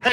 Hey,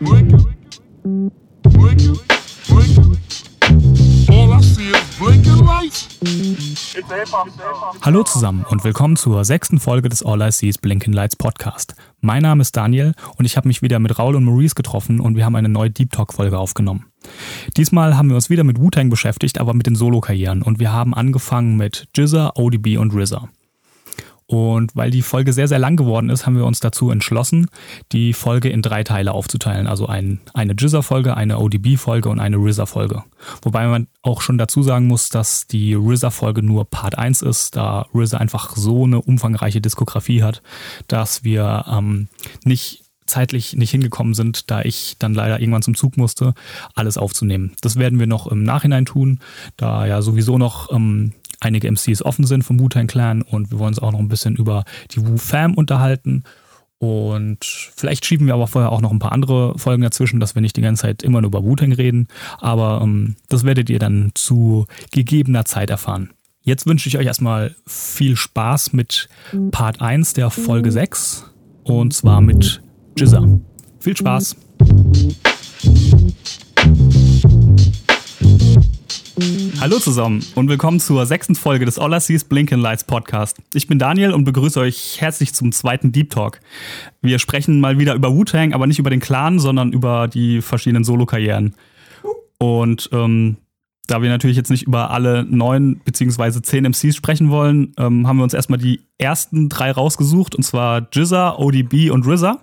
blinking, blinking, blinking. All I see is blinking lights. It's a hip hop song. Hallo zusammen und willkommen zur sechsten Folge des All I Sees Blinking Lights Podcast. Mein Name ist Daniel und ich habe mich wieder mit Raul und Maurice getroffen und wir haben eine neue Deep Talk Folge aufgenommen. Diesmal haben wir uns wieder mit Wu-Tang beschäftigt, aber mit den Solo-Karrieren und wir haben angefangen mit Jizza, ODB und RZA. Und weil die Folge sehr, sehr lang geworden ist, haben wir uns dazu entschlossen, die Folge in drei Teile aufzuteilen. Also ein, eine Jizzer-Folge, eine ODB-Folge und eine RZA-Folge. Wobei man auch schon dazu sagen muss, dass die RZA-Folge nur Part 1 ist, da RZA einfach so eine umfangreiche Diskografie hat, dass wir ähm, nicht zeitlich nicht hingekommen sind, da ich dann leider irgendwann zum Zug musste, alles aufzunehmen. Das werden wir noch im Nachhinein tun, da ja sowieso noch ähm, einige MCs offen sind vom Wu-Tang Clan und wir wollen uns auch noch ein bisschen über die Wu-Fam unterhalten. Und vielleicht schieben wir aber vorher auch noch ein paar andere Folgen dazwischen, dass wir nicht die ganze Zeit immer nur über Wu-Tang reden. Aber ähm, das werdet ihr dann zu gegebener Zeit erfahren. Jetzt wünsche ich euch erstmal viel Spaß mit Part 1 der Folge 6 und zwar mit Jizza. Viel Spaß! Hallo zusammen und willkommen zur sechsten Folge des All I Sees Blinken Lights Podcast. Ich bin Daniel und begrüße euch herzlich zum zweiten Deep Talk. Wir sprechen mal wieder über Wu-Tang, aber nicht über den Clan, sondern über die verschiedenen Solo-Karrieren. Und ähm, da wir natürlich jetzt nicht über alle neun beziehungsweise zehn MCs sprechen wollen, ähm, haben wir uns erstmal die ersten drei rausgesucht, und zwar Jizza, ODB und RZA.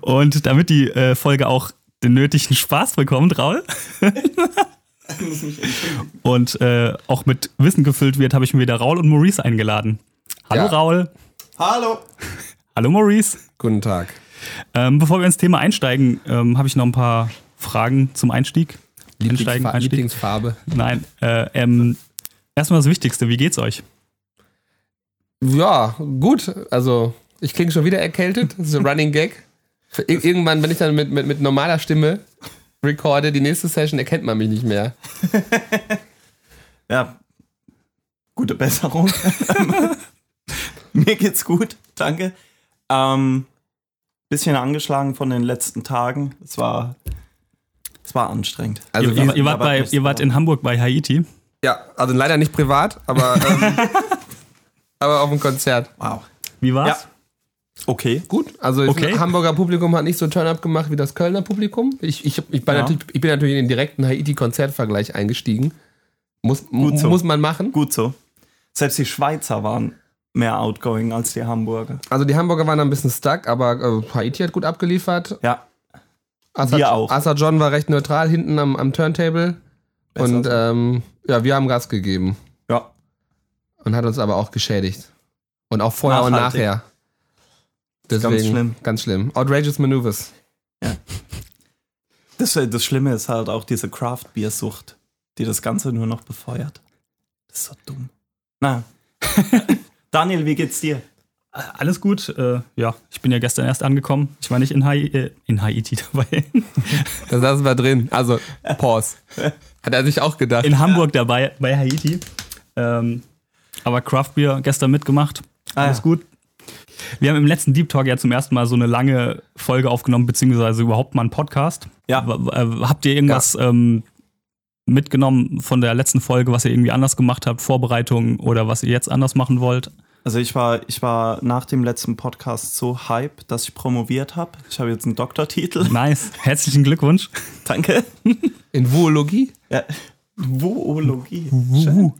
und damit die äh, Folge auch den nötigen Spaß bekommt, Raul, und äh, auch mit Wissen gefüllt wird, habe ich mir wieder Raul und Maurice eingeladen. Hallo Ja. Raul, Hallo. hallo Maurice. Guten Tag. Ähm, bevor wir ins Thema einsteigen, ähm, habe ich noch ein paar Fragen zum Einstieg. Einsteigen, Lieblingsfa Einstieg. Lieblingsfarbe. Nein, äh, ähm, erstmal das Wichtigste, wie geht's euch? Ja, gut. Also, ich klinge schon wieder erkältet. Das ist ein Running Gag. Ir irgendwann, wenn ich dann mit, mit, mit normaler Stimme recorde, die nächste Session erkennt man mich nicht mehr. Ja, gute Besserung. Mir geht's gut, danke. Ähm, bisschen angeschlagen von den letzten Tagen. Es war, es war anstrengend. Also, ihr, ihr, wie, ihr, wart aber bei, nicht ihr wart so. in Hamburg bei Haiti. ja, also leider nicht privat, aber, ähm, aber auf dem Konzert. Wow. Wie Ja. war's? Okay. Gut, also das Okay. Hamburger Publikum hat nicht so Turn-up gemacht wie das Kölner Publikum. Ich, ich, ich, bin, Ja. natürlich, ich bin natürlich in den direkten Haiti-Konzertvergleich eingestiegen. Muss, Gut so. muss man machen. Gut so. Selbst die Schweizer waren mehr outgoing als die Hamburger. Also die Hamburger waren ein bisschen stuck, aber äh, Haiti hat gut abgeliefert. Ja, Asa, Wir auch. Asa John war recht neutral hinten am, am Turntable. Besser und so. ähm, ja, wir haben Gas gegeben. ja. Und hat uns aber auch geschädigt. Und auch vorher Nachhaltig. und nachher. Deswegen, ganz schlimm. schlimm. Ganz schlimm. Outrageous Maneuvers. Das, das Schlimme ist halt auch diese Craft-Bier-Sucht, die das Ganze nur noch befeuert. Das ist so dumm. Na. Daniel, wie geht's dir? Alles gut. Äh, ja, ich bin ja gestern erst angekommen. Ich war nicht in, Hai äh, in Haiti dabei. Da saßen wir drin. Also, Pause. Hat er sich auch gedacht. in Hamburg dabei bei Haiti. Ähm, aber Craft Beer gestern mitgemacht. Ah, Alles ja. gut. Wir haben im letzten Deep Talk ja zum ersten Mal so eine lange Folge aufgenommen, beziehungsweise überhaupt mal einen Podcast. Ja. W- w- äh, Habt ihr irgendwas ähm, mitgenommen von der letzten Folge, was ihr irgendwie anders gemacht habt, Vorbereitungen oder was ihr jetzt anders machen wollt? Also ich war, ich war nach dem letzten Podcast so hype, dass ich promoviert habe. Ich habe jetzt einen Doktortitel. Nice. Herzlichen Glückwunsch. Danke. In Vuologie? Ja. Woologie. Wuhu.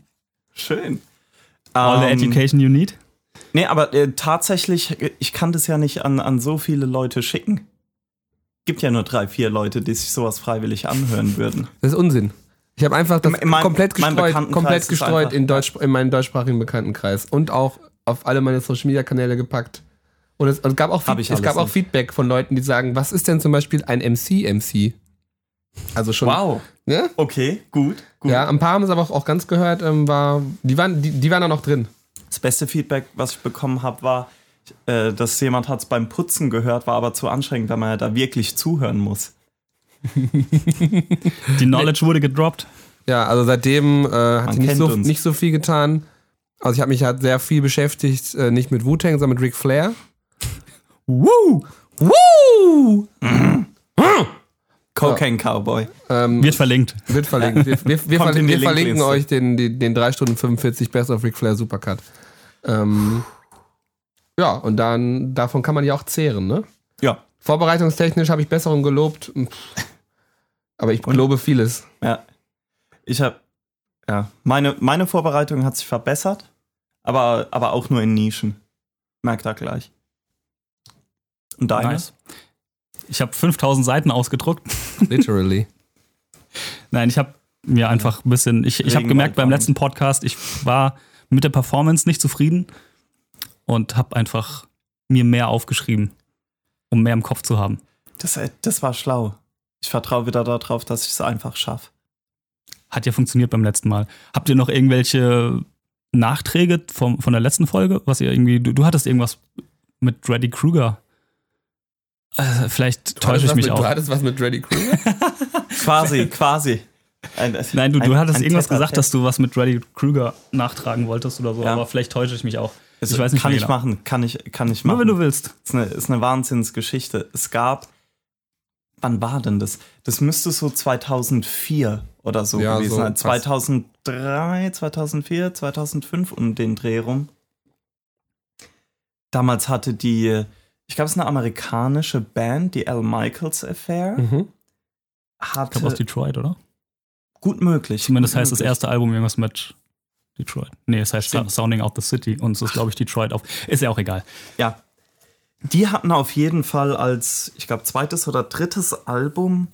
Schön. All the Ähm, education you need. Nee, aber äh, tatsächlich, äh, ich kann das ja nicht an, an so viele Leute schicken. Gibt ja nur drei, vier Leute, die sich sowas freiwillig anhören würden. Das ist Unsinn. Ich habe einfach das In meinem- komplett meinem gestreut, Bekanntenkreis komplett ist gestreut einfach- in, Deutsch, in meinen deutschsprachigen Bekanntenkreis. Und auch auf alle meine Social Media Kanäle gepackt. Und es, und es gab, auch, Hab Feed- ich es alles gab auch nicht. Feedback von Leuten, die sagen, was ist denn zum Beispiel ein MC-MC? Also schon. Ne? Okay, gut, gut. Ja, ein paar haben es aber auch, auch ganz gehört, ähm, war, die, waren, die, die waren da noch drin. Das beste Feedback, was ich bekommen habe, war, äh, dass jemand hat es beim Putzen gehört, war aber zu anstrengend, weil man ja da wirklich zuhören muss. Die Knowledge wurde gedroppt. Ja, also seitdem äh, hat Man sich nicht kennt so, uns. nicht so viel getan. Also ich habe mich halt sehr viel beschäftigt, äh, nicht mit Wu-Tang, sondern mit Ric Flair. Woo! Woo! Cocaine Cowboy. Ähm, Wird verlinkt. wird verlinkt. Wir, wir, wir, Kommt verlin in die wir verlinken Linkliste. euch den, den, den 3 Stunden 45 Best of Ric Flair Supercut. Ähm, ja, und dann davon kann man ja auch zehren, ne? Ja. Vorbereitungstechnisch habe ich Besserung gelobt. Hm. Aber ich gelobe vieles. Ja. Ich habe ja, meine, meine Vorbereitung hat sich verbessert, aber, aber auch nur in Nischen. Merkt da gleich. Und deine? Nice. Ich habe 5000 Seiten ausgedruckt. Literally. Nein, ich habe mir einfach ein bisschen, ich, ich habe Regenwald gemerkt beim fahren. letzten Podcast, ich war mit der Performance nicht zufrieden und habe einfach mir mehr aufgeschrieben, um mehr im Kopf zu haben. Das, äh, das war schlau. Ich vertraue wieder darauf, dass ich es einfach schaffe. Hat ja funktioniert beim letzten Mal. Habt ihr noch irgendwelche Nachträge vom, von der letzten Folge? Was ihr irgendwie, du, du hattest irgendwas mit Freddy Krueger. Äh, vielleicht täusche ich mich Du auch. hattest was mit Dreddy Krueger? Quasi, quasi. Ein- äh, Nein, du, du ein- hattest ein irgendwas Tête-à-Tête. gesagt, dass du was mit Freddy Krueger nachtragen wolltest oder so, Ja. aber vielleicht täusche ich mich auch. Also, ich weiß nicht Kann mehr ich genau. machen, kann ich, kann ich machen. Nur wenn du willst. ist eine, ist eine Wahnsinnsgeschichte. Es gab, wann war denn das? Das müsste so 2004 oder so Ja, gewesen so sein. fast. 2003, 2004, 2005 um den Dreh rum. Damals hatte die, ich glaube, es ist eine amerikanische Band, die Al Michaels Affair, mhm. Ich glaube aus hatte, Detroit, oder? gut möglich. Zumindest gut heißt das möglich. erste Album irgendwas mit Detroit. Nee, es heißt Stimmt. Sounding Out the City und es ist, glaube ich, Detroit auf. Ist ja auch egal. Ja. Die hatten auf jeden Fall als, ich glaube, zweites oder drittes Album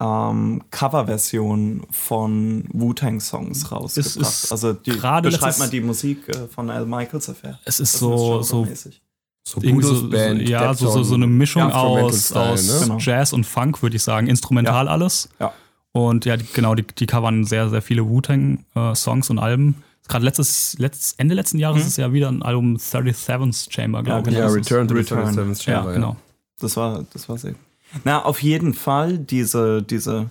ähm, Coverversion von Wu-Tang-Songs rausgebracht. ist also die, gerade beschreibt letztes- mal die Musik äh, von Al Michaels Affair. Es ist so, so genremäßig. So irgendwie so, so, Band, ja, so, so, so eine Mischung aus, aus ne? Jazz und Funk, würde ich sagen. Instrumental alles. Ja. Und ja, die, genau, die, die covern sehr, sehr viele Wu-Tang-Songs und Alben. Gerade letztes, letzt, Ende letzten Jahres ist ja wieder ein Album 37th Chamber, glaube Mhm. genau. Ja, ich. Return to the Return. 27th Ja, Chamber. genau. Das war, das war sehr. Na, auf jeden Fall, diese, diese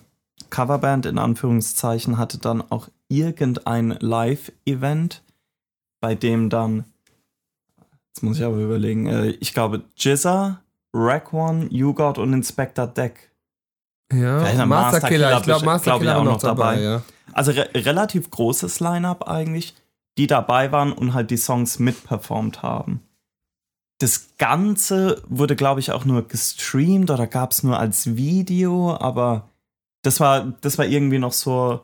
Coverband in Anführungszeichen hatte dann auch irgendein Live-Event, bei dem dann, jetzt muss ich aber überlegen, äh, ich glaube, Jizza, Rack One, You God und Inspector Deck. Ja, Vielleicht Master noch Master Killer, Killer, ich glaube, glaub ich, Master Killer auch war noch noch dabei. dabei. Ja. Also re relativ großes Line-up eigentlich, die dabei waren und halt die Songs mitperformt haben. Das Ganze wurde, glaube ich, auch nur gestreamt oder gab es nur als Video, aber das war, das war irgendwie noch so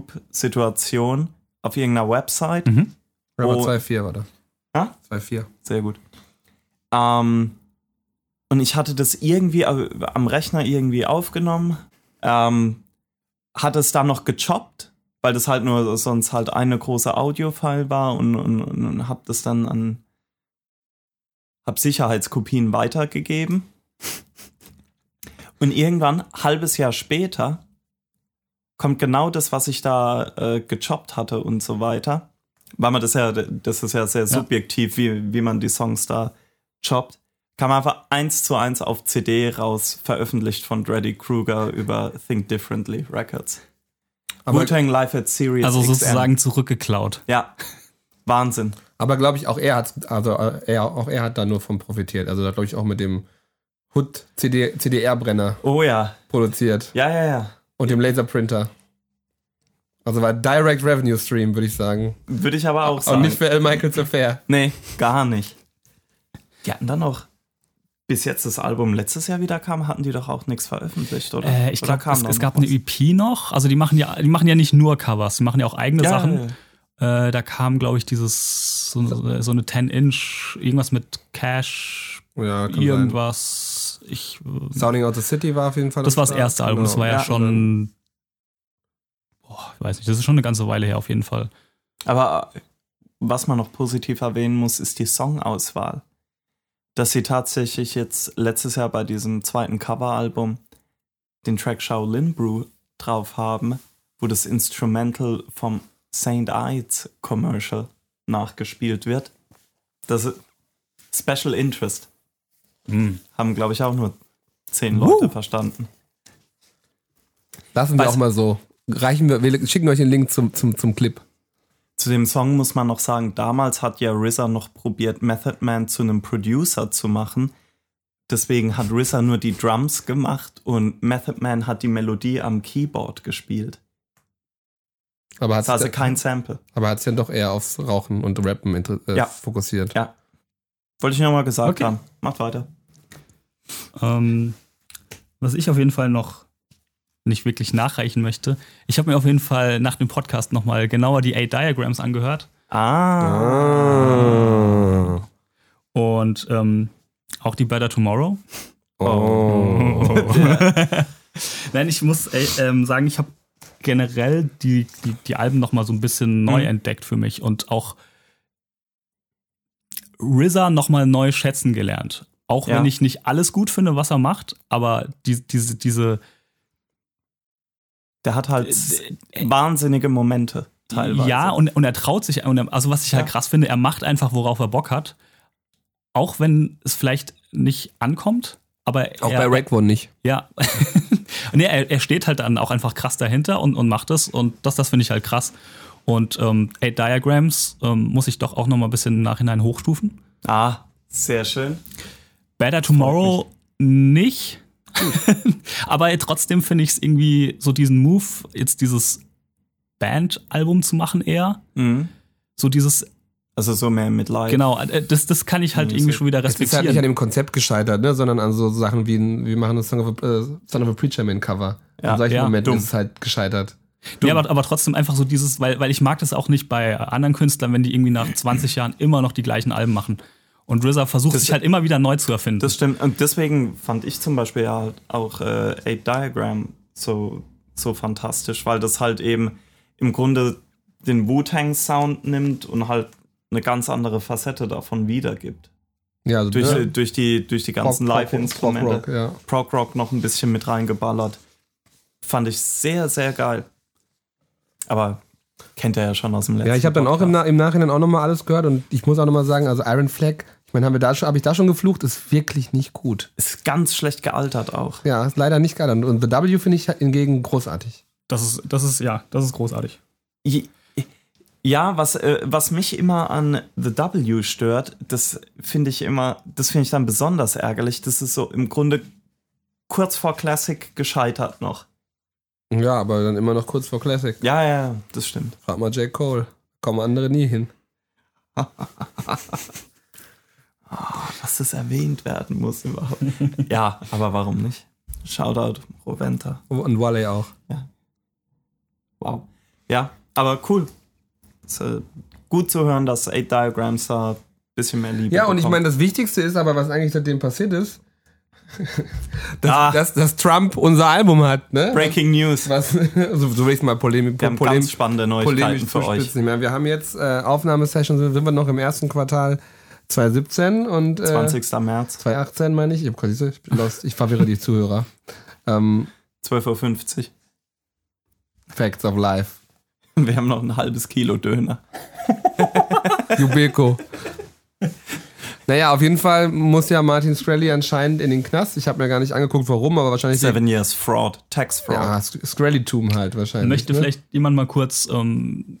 Pre-YouTube-Situation auf irgendeiner Website. Mhm. Rapper Oh. 2-4 war das. Ah? 2-4. Sehr gut. Ähm, und ich hatte das irgendwie äh, am Rechner irgendwie aufgenommen, ähm, hatte es dann noch gechoppt, weil das halt nur sonst halt eine große Audiofile war und, und, und, und hab das dann an hab Sicherheitskopien weitergegeben. Und irgendwann, halbes Jahr später, kommt genau das, was ich da äh, gechoppt hatte und so weiter. Weil man das ja, das ist ja sehr subjektiv, wie, wie man die Songs da choppt. Kam einfach eins zu eins auf CD raus, veröffentlicht von Dreddy Krueger über Think Differently Records. Aber, Wu-Tang Live at Series Also XM. sozusagen zurückgeklaut. Ja, Wahnsinn. aber glaube ich, auch er hat also äh, er, auch er hat da nur von profitiert. Also da glaube ich auch mit dem Hood CD, CDR-Brenner Oh ja, produziert ja, ja, ja. und dem Laserprinter. Also war Direct Revenue Stream, würde ich sagen. Würde ich aber auch Und sagen. nicht für L. Michaels Affair. nee, gar nicht. Die hatten dann auch, bis jetzt das Album letztes Jahr wieder kam, hatten die doch auch nichts veröffentlicht, oder? Äh, ich Oder glaube, kam es, da es noch gab was? eine EP noch. Also die machen ja, die machen ja nicht nur Covers, die machen ja auch eigene ja, Sachen. ja, ja. Äh, da kam, glaube ich, dieses so, so eine 10-Inch, irgendwas mit Cash, Ja, kann sein. irgendwas. Ich, Sounding Out the City war auf jeden Fall. Genau. das war das dabei. erste Album, das war ja, Ja. schon. Boah, ich weiß nicht, das ist schon eine ganze Weile her auf jeden Fall. Aber äh, was man noch positiv erwähnen muss, ist die Songauswahl. Dass sie tatsächlich jetzt letztes Jahr bei diesem zweiten Coveralbum den Track Shaolin Brew drauf haben, wo das Instrumental vom St. Ides Commercial nachgespielt wird. Das ist Special Interest. Hm. Haben, glaube ich, auch nur zehn Leute Woo. verstanden. Lassen wir Weiß- auch mal so. Reichen wir, wir schicken euch den Link zum, zum, zum Clip. Zu dem Song muss man noch sagen, damals hat ja RZA noch probiert, Method Man zu einem Producer zu machen. Deswegen hat RZA nur die Drums gemacht und Method Man hat die Melodie am Keyboard gespielt. Aber hat Das ist also sich kein Sample. also dann doch eher aufs Rauchen und Rappen inter- äh, Ja. fokussiert. Ja. Wollte ich nochmal gesagt Okay. haben. Macht weiter. Ähm, was ich auf jeden Fall noch nicht wirklich nachreichen möchte. Ich habe mir auf jeden Fall nach dem Podcast nochmal genauer die Eight Diagrams angehört Ah. und ähm, auch die Better Tomorrow. Oh. Nein, ich muss äh, ähm, sagen, ich habe generell die, die, die Alben noch mal so ein bisschen neu entdeckt für mich und auch RZA noch mal neu schätzen gelernt. Auch Ja. wenn ich nicht alles gut finde, was er macht, aber die, diese, diese Der hat halt Äh, äh, wahnsinnige Momente teilweise. Ja, und, und er traut sich, und er, also was ich halt Ja. krass finde, er macht einfach, worauf er Bock hat. Auch wenn es vielleicht nicht ankommt, aber Auch er, bei Red One nicht. Ja. nee, er, er steht halt dann auch einfach krass dahinter und, und macht das. Und das, das finde ich halt krass. Und ähm, Eight Diagrams ähm, muss ich doch auch noch mal ein bisschen im Nachhinein hochstufen. ah, sehr schön. Better Tomorrow nicht. Aber trotzdem finde ich es irgendwie so diesen Move, jetzt dieses Band-Album zu machen eher. Mhm. So dieses, Also so mehr mit Live. genau, äh, das, das kann ich halt Mhm, irgendwie so- schon wieder Es ist halt nicht an respektieren. dem Konzept gescheitert, ne, sondern an so Sachen wie, ein- wir machen das Song of a, äh, Son of a Preacher Man Cover. Ja, An solchen ja, Momenten dumm. ist es halt gescheitert. Ja, aber, aber trotzdem einfach so dieses, weil, weil ich mag das auch nicht bei anderen Künstlern, wenn die irgendwie nach 20 Jahren immer noch die gleichen Alben machen. Und RZA versucht Das- sich halt immer wieder neu zu erfinden. Das stimmt. Und deswegen fand ich zum Beispiel ja halt auch äh, Ape Diagram so, so fantastisch, weil das halt eben im Grunde den Wu-Tang-Sound nimmt und halt eine ganz andere Facette davon wiedergibt. Ja, also, Durch, ne, durch, die, durch die ganzen Prog- Live-Instrumente. Prog- Prog- ja. Prog Rock noch ein bisschen mit reingeballert. Fand ich sehr, sehr geil. Aber kennt er ja schon aus dem letzten Ja, ich habe dann auch im, Podcast. Na- im Nachhinein auch nochmal alles gehört und ich muss auch nochmal sagen, also Iron Flag, ich meine, haben wir da schon, habe ich da schon geflucht, ist wirklich nicht gut. Ist ganz schlecht gealtert auch. Ja, ist leider nicht geil. Und, und The W finde ich hingegen großartig. Das ist, das ist, ja, das ist großartig. Je- Ja, was, äh, was mich immer an The W stört, das finde ich immer, das finde ich dann besonders ärgerlich. Das ist so im Grunde kurz vor Classic gescheitert noch. Ja, aber dann immer noch kurz vor Classic. Ja, ja, ja, das stimmt. Frag mal J. Cole. Kommen andere nie hin. Dass das erwähnt werden muss überhaupt. ja, aber warum nicht? Shoutout, Roventa. Und Wale auch. Wow. Ja, aber cool. Ist, äh, gut zu hören, dass Eight Diagrams da ein bisschen mehr Liebe Ja, und ich bekommt. meine, das Wichtigste ist aber, was eigentlich seitdem passiert ist, dass, Ah. dass, dass Trump unser Album hat, ne? Breaking News. Wir Was, also, so, so will ich es mal polemisch, haben ganz polemisch, spannende polemisch Neuigkeiten für euch. zuspitzen. Ich meine, wir haben jetzt äh, Aufnahmesession, sind, sind wir noch im ersten Quartal 2017 und äh, 20. März, 2018 meine ich. Ich, hab grad diese- ich bin lost. Ich verwirre die Zuhörer. Ähm, 12.50 Facts of Life. Uhr. Wir haben noch ein halbes Kilo Döner. Jubeko. Naja, auf jeden Fall muss ja Martin Screlly anscheinend in den Knast. Ich habe mir gar nicht angeguckt, warum, aber wahrscheinlich. Seven Years Fraud, Tax Fraud. Ja, Sc- Screlly-Tum halt wahrscheinlich. Möchte ne? vielleicht jemand mal kurz, ähm,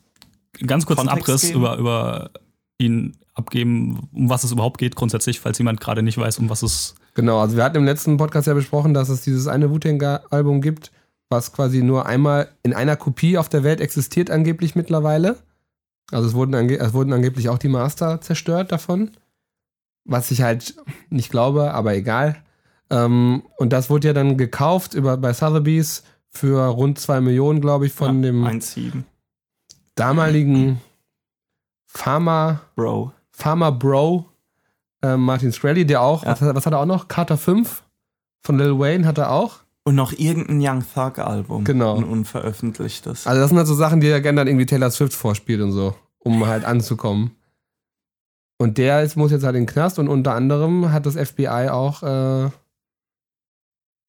ganz kurz einen Kontext Abriss geben? über, über ihn abgeben, um was es überhaupt geht grundsätzlich, falls jemand gerade nicht weiß, um was es Genau, also wir hatten im letzten Podcast ja besprochen, dass es dieses eine Wu-Tang-Album gibt, was quasi nur einmal in einer Kopie auf der Welt existiert, angeblich mittlerweile. Also es wurden, ange es wurden angeblich auch die Master zerstört davon. Was ich halt nicht glaube, aber egal. Ähm, und das wurde ja dann gekauft über, bei Sotheby's für rund 2 Millionen, glaube ich, von dem 1,7. damaligen Pharma, Bro. Pharma Bro äh, Martin Screlly, der auch, Ja. was, hat- was hat er auch noch? Carter 5 von Lil Wayne hat er auch. Und noch irgendein Young Thug Album. Genau. Ein unveröffentlichtes. Also das sind halt so Sachen, die er gerne dann irgendwie Taylor Swift vorspielt und so, um halt anzukommen. Und der ist, muss jetzt halt in den Knast und unter anderem hat das FBI auch äh,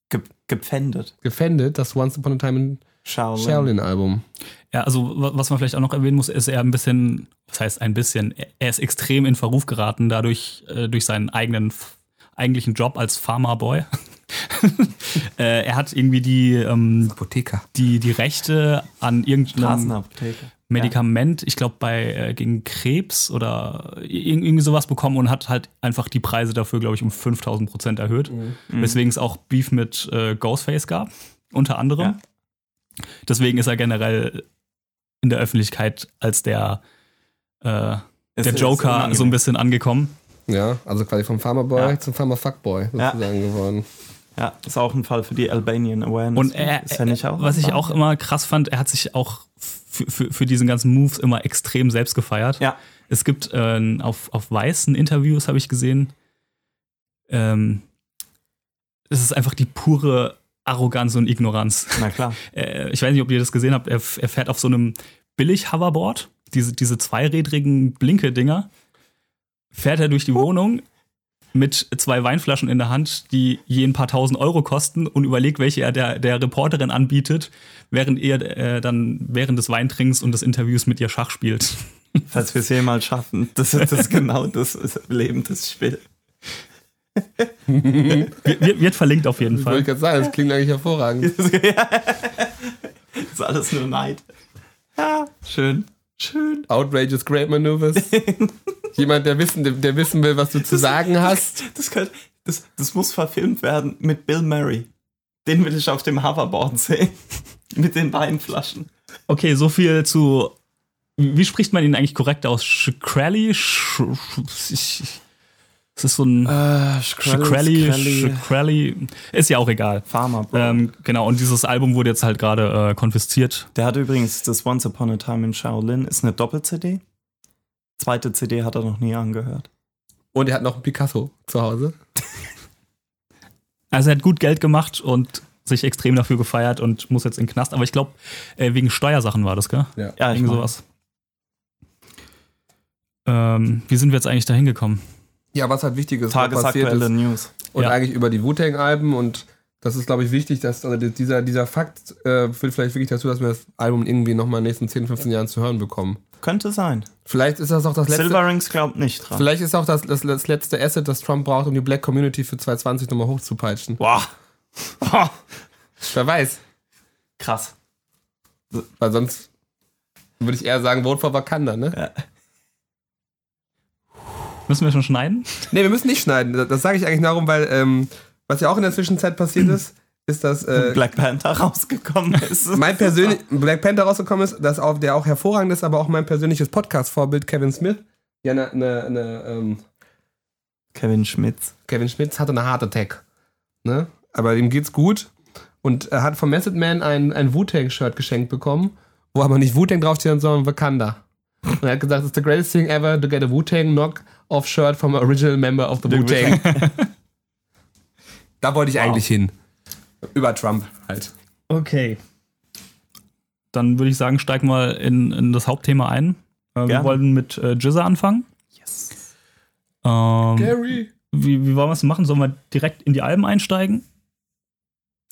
Ge gepfändet. Gefändet, das Once Upon a Time in Shaolin. Shaolin-Album. Ja, also wa- was man vielleicht auch noch erwähnen muss, ist er ein bisschen, was heißt ein bisschen, er- er ist extrem in Verruf geraten dadurch, äh, durch seinen eigenen, f- eigentlichen Job als Pharma-Boy. äh, er hat irgendwie die, ähm, Apotheker. die, die Rechte an irgendeinem Straßenapotheke. Medikament, ich glaube, bei äh, gegen Krebs oder ir- irgendwie sowas bekommen und hat halt einfach die Preise dafür, glaube ich, um 5000 Prozent erhöht. Mhm. Weswegen es auch Beef mit äh, Ghostface gab, unter anderem. Ja. Deswegen ist er generell in der Öffentlichkeit als der, äh, Ist- der ist Joker so ein unangenehm. bisschen angekommen. Ja, also quasi vom Farmer Boy Ja. zum Farmer Fuckboy Ja. sozusagen geworden. Ja, ist auch ein Fall für die Albanian Awareness. Und er, ist ja nicht auch. was ich auch immer krass fand, er hat sich auch für, für, für diesen ganzen Moves immer extrem selbst gefeiert. Ja. Es gibt äh, auf, auf weißen Interviews, habe ich gesehen, ähm, es ist einfach die pure Arroganz und Ignoranz. Na klar. Äh, ich weiß nicht, ob ihr das gesehen habt, er, f- er fährt auf so einem Billig-Hoverboard, diese, diese zweirädrigen Blinke-Dinger, fährt er durch die Wohnung mit zwei Weinflaschen in der Hand, die je ein paar tausend Euro kosten und überlegt, welche er der, der Reporterin anbietet, während er äh, dann während des Weintrinks und des Interviews mit ihr Schach spielt. Falls wir es jemals schaffen, das ist das genau das ist Leben, das Spiel. Wir- Wird, wird verlinkt auf jeden Das wollte ich Fall. gerade sagen, das klingt eigentlich hervorragend. ist alles nur Neid. Ja, schön. Schön. Outrageous Great Maneuvers. Jemand, der wissen, der wissen will, was du zu sagen hast. Das, könnte, das, das muss verfilmt werden mit Bill Murray. Den will ich auf dem Hoverboard sehen. mit den Weinflaschen. Okay, so viel zu. Wie spricht man ihn eigentlich korrekt aus? Shkreli? Sch Sch- ich- es ist so ein. Äh, Ah, Shkreli, Shkreli, ist ja auch egal. Farmer, Bro. Ähm, genau, und dieses Album wurde jetzt halt gerade äh, konfisziert. Der hat übrigens das Once Upon a Time in Shaolin, ist eine Doppel-CD. Zweite CD hat er noch nie angehört. Und er hat noch einen Picasso zu Hause. Also er hat gut Geld gemacht und sich extrem dafür gefeiert und muss jetzt in den Knast. Aber ich glaube, äh, wegen Steuersachen war das, gell? Ja, ich Irgendwie mein, sowas. Ähm, wie sind wir jetzt eigentlich da hingekommen? Ja, was halt Wichtiges noch passiert tagesaktuelle ist. News. Und Ja. eigentlich über die Wu-Tang-Alben. Und das ist, glaube ich, wichtig, dass also dieser, dieser Fakt äh, führt vielleicht wirklich dazu, dass wir das Album irgendwie nochmal in den nächsten 10, 15 Jahren zu hören bekommen. Könnte sein. Vielleicht ist das auch das letzte. Silver Rings glaubt nicht dran. Vielleicht ist auch das, das, das letzte Asset, das Trump braucht, um die Black Community für 2020 nochmal hochzupeitschen. Boah. Boah. Wer weiß. Krass. Weil sonst würde ich eher sagen, vote for Wakanda, ne? Müssen wir schon schneiden? Nee, wir müssen nicht schneiden. Das, das sage ich eigentlich darum, weil ähm, was ja auch in der Zwischenzeit passiert ist, ist, dass äh, Black Panther rausgekommen ist. mein persönlich Black Panther rausgekommen ist, das auch, der auch hervorragend ist, aber auch mein persönliches Podcast-Vorbild Kevin Smith. Ja, ne, ne, ne, ähm, Kevin Schmitz. Kevin Schmitz hatte eine Heart Attack. Ne? Aber ihm geht's gut. Und er hat von Method Man ein, ein Wu-Tang-Shirt geschenkt bekommen, wo aber nicht Wu-Tang draufsteht, sondern Wakanda. Und er hat gesagt, it's the greatest thing ever to get a Wu-Tang knock-off shirt from an original member of the Wu-Tang. da wollte ich eigentlich hin. Über Trump halt. Okay. Dann würde ich sagen, steig mal in, in das Hauptthema ein. Äh, wir Gerne. wollen mit äh, Jizza anfangen. Yes. Ähm, Gary. Wie, wie wollen wir es machen? Sollen wir direkt in die Alben einsteigen?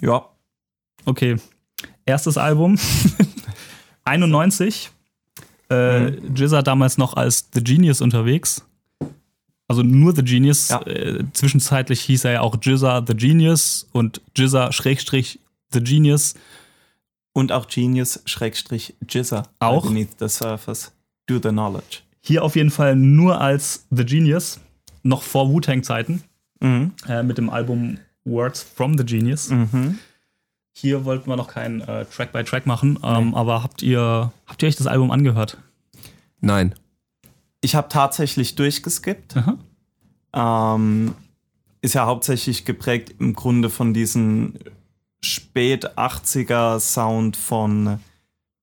Ja. Okay. Erstes Album. 91. Äh, Mhm. Jizza damals noch als The Genius unterwegs. Also nur The Genius. Ja. Äh, zwischenzeitlich hieß er ja auch Jizza The Genius und Jizza Schrägstrich The Genius. Und auch Genius Schrägstrich Jizzer. Auch? Beneath the surface. Do the knowledge. Hier auf jeden Fall nur als The Genius. Noch vor Wu-Tang-Zeiten. Mhm. Äh, mit dem Album Words from the Genius. Mhm. Hier wollten wir noch keinen äh, Track by Track machen, ähm, aber habt ihr, habt ihr euch das Album angehört? Nein. Ich habe tatsächlich durchgeskippt. Aha. ähm, ist ja hauptsächlich geprägt im Grunde von diesem Spät-80er-Sound von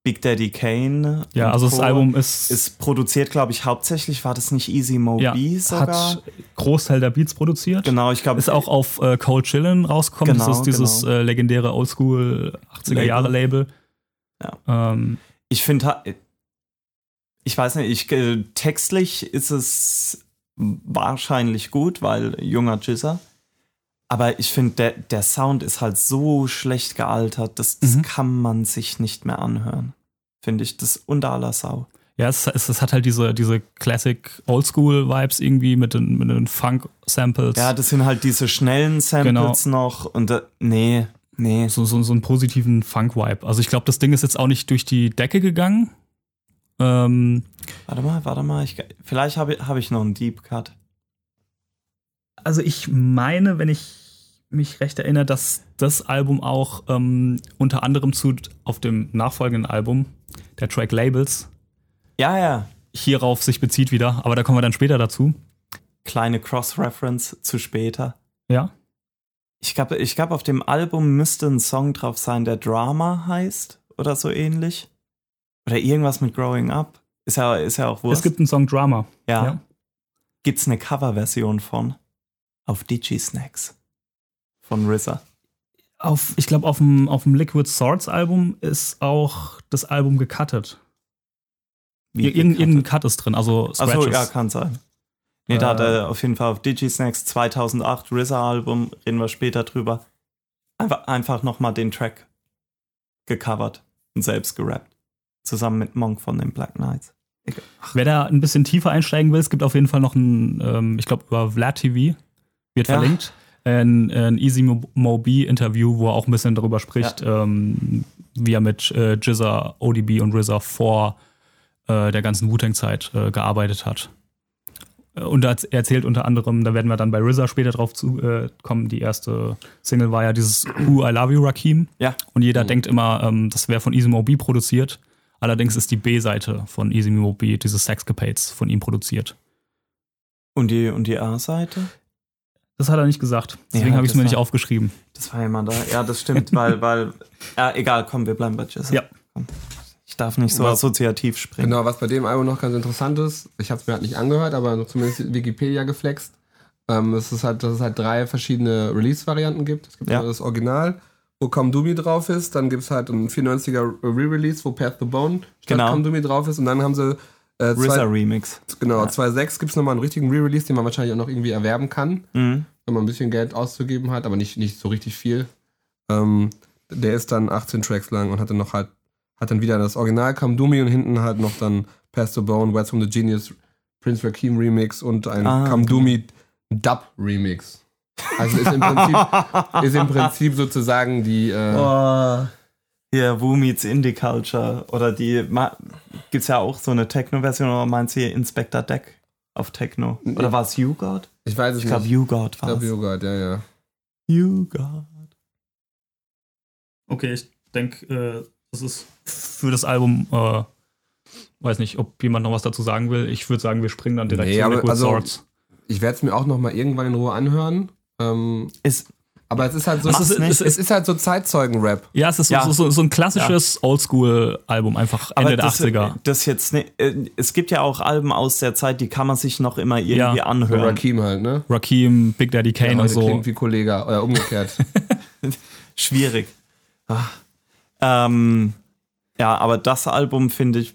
Big Daddy Kane. Ja, und also das Co. Album ist, ist produziert, glaube ich, hauptsächlich, war das nicht Easy Mo ja, B sogar? hat Großteil der Beats produziert. Genau, ich glaube, Ist auch auf äh, Cold Chillin rausgekommen. das Genau, ist dieses genau. äh, legendäre Oldschool 80er Jahre Label. Ähm, ich finde, ich weiß nicht, ich, äh, textlich ist es wahrscheinlich gut, weil junger Jizzer. Aber ich finde, der, der Sound ist halt so schlecht gealtert, das, das Mhm. kann man sich nicht mehr anhören. Finde ich, das unter aller Sau. Ja, es, es, es hat halt diese, diese Classic Oldschool Vibes irgendwie mit den, mit den Funk Samples. Ja, das sind halt diese schnellen Samples noch und da, nee, nee. so, so, so einen positiven Funk-Vibe. Also ich glaube, das Ding ist jetzt auch nicht durch die Decke gegangen. Ähm, Warte mal, warte mal, ich, vielleicht habe ich- habe ich noch einen Deep Cut. also ich meine, wenn ich mich recht erinnere, dass das Album auch ähm, unter anderem zu auf dem nachfolgenden Album, der Track Labels, Ja, ja, hierauf sich bezieht wieder. Aber da kommen wir dann später dazu. kleine Cross-Reference zu später. Ja. Ich glaube, ich glaub, auf dem Album müsste ein Song drauf sein, der Drama heißt oder so ähnlich. Oder irgendwas mit Growing Up. Ist ja, ist ja auch Wurst. Es gibt einen Song Drama. ja. ja. Gibt's eine Coverversion von auf Digi-Snacks von RZA. Auf, ich glaube, auf dem, auf dem Liquid Swords Album ist auch das Album gecuttet. Wie Ir irgend- gecuttet. Irgendein Cut ist drin, also Scratches. Achso, ja, kann sein. Nee, da hat Äh. er auf jeden Fall auf Digi-Snacks 2008 RZA-Album, reden wir später drüber, einfach, einfach nochmal den Track gecovert und selbst gerappt. Zusammen mit Monk von den Black Knights. Wer da ein bisschen tiefer einsteigen will, es gibt auf jeden Fall noch ein, ähm, ich glaube, über Vlad TV wird Ja. verlinkt, ein, ein Easy Mo- Mobi Interview, wo er auch ein bisschen darüber spricht, ähm, wie er mit äh, Jizza, ODB und RZA vor äh, der ganzen Wu-Tang-Zeit äh, gearbeitet hat. Äh, Und er erz- er erzählt unter anderem, da werden wir dann bei RZA später drauf zu, äh, kommen, die erste Single war ja dieses Who I Love You Rakim. Ja. Mhm. Und jeder denkt immer, ähm, das wäre von Easy Mobi produziert. Allerdings ist die B-Seite von Easy Mobi, diese Sexcapades, von ihm produziert. Und die, und die A-Seite? Das hat er nicht gesagt. Deswegen Ja, habe ich es das mir nicht war- aufgeschrieben. Das war jemand da. Ja, das stimmt, weil, weil, ja, egal, komm, wir bleiben bei Jizza. Ja. Komm. Ich darf nicht so Was- assoziativ springen. Genau, was bei dem Album noch ganz interessant ist, ich habe es mir halt nicht angehört, aber zumindest Wikipedia geflext, ähm, es ist halt, dass es halt drei verschiedene Release-Varianten gibt. Es gibt Ja. ja. das Original, wo Come Do Me drauf ist, dann gibt es halt einen 94er Re-Release, wo Path the Bone statt Genau. Come Do Me drauf ist und dann haben sie äh, RZA zwei, Remix. genau, Ja. 2.6 gibt es nochmal einen richtigen Re-Release, den man wahrscheinlich auch noch irgendwie erwerben kann. Mhm. wenn man ein bisschen Geld auszugeben hat, aber nicht, nicht so richtig viel. Ähm, der ist dann 18 Tracks lang und hat dann noch halt, hat dann wieder das Original Come Do Me und hinten halt noch dann Pass the Bone, Words from the Genius, Prince Rakim Remix und ein Ah, Come Do Me Dub Remix. Also ist im Prinzip, ist im Prinzip sozusagen die, äh, Oh. Hier, Who Meets Indie Culture. Oder die. Ma gibt's ja auch so eine Techno-Version, oder meinst du hier Inspector Deck auf Techno? Oder war es You God? ich weiß es Ich glaube, nicht. You God Ich war glaube, es. oh Gott, ja, ja. You God. Okay, ich denke, äh, das ist für das Album, äh, weiß nicht, ob jemand noch was dazu sagen will. Ich würde sagen, wir springen dann direkt Nee, zu aber Liquid also- Swords. Ich werde es mir auch nochmal irgendwann in Ruhe anhören. Ähm, Ist, aber es ist halt so, Mach's es ist, nicht. es ist halt so Zeitzeugen-Rap. Ja, es ist so- Ja. So, so, so ein klassisches Oldschool-Album, einfach Ende aber der das, 80er. Das jetzt, ne, äh, es gibt ja auch Alben aus der Zeit, die kann man sich noch immer irgendwie Ja. So anhören. Rakim halt, ne? Rakim, Big Daddy Kane Der und heute so. klingt wie Kollega oder umgekehrt. Schwierig. Ah. Ähm, ja, aber das Album, finde ich,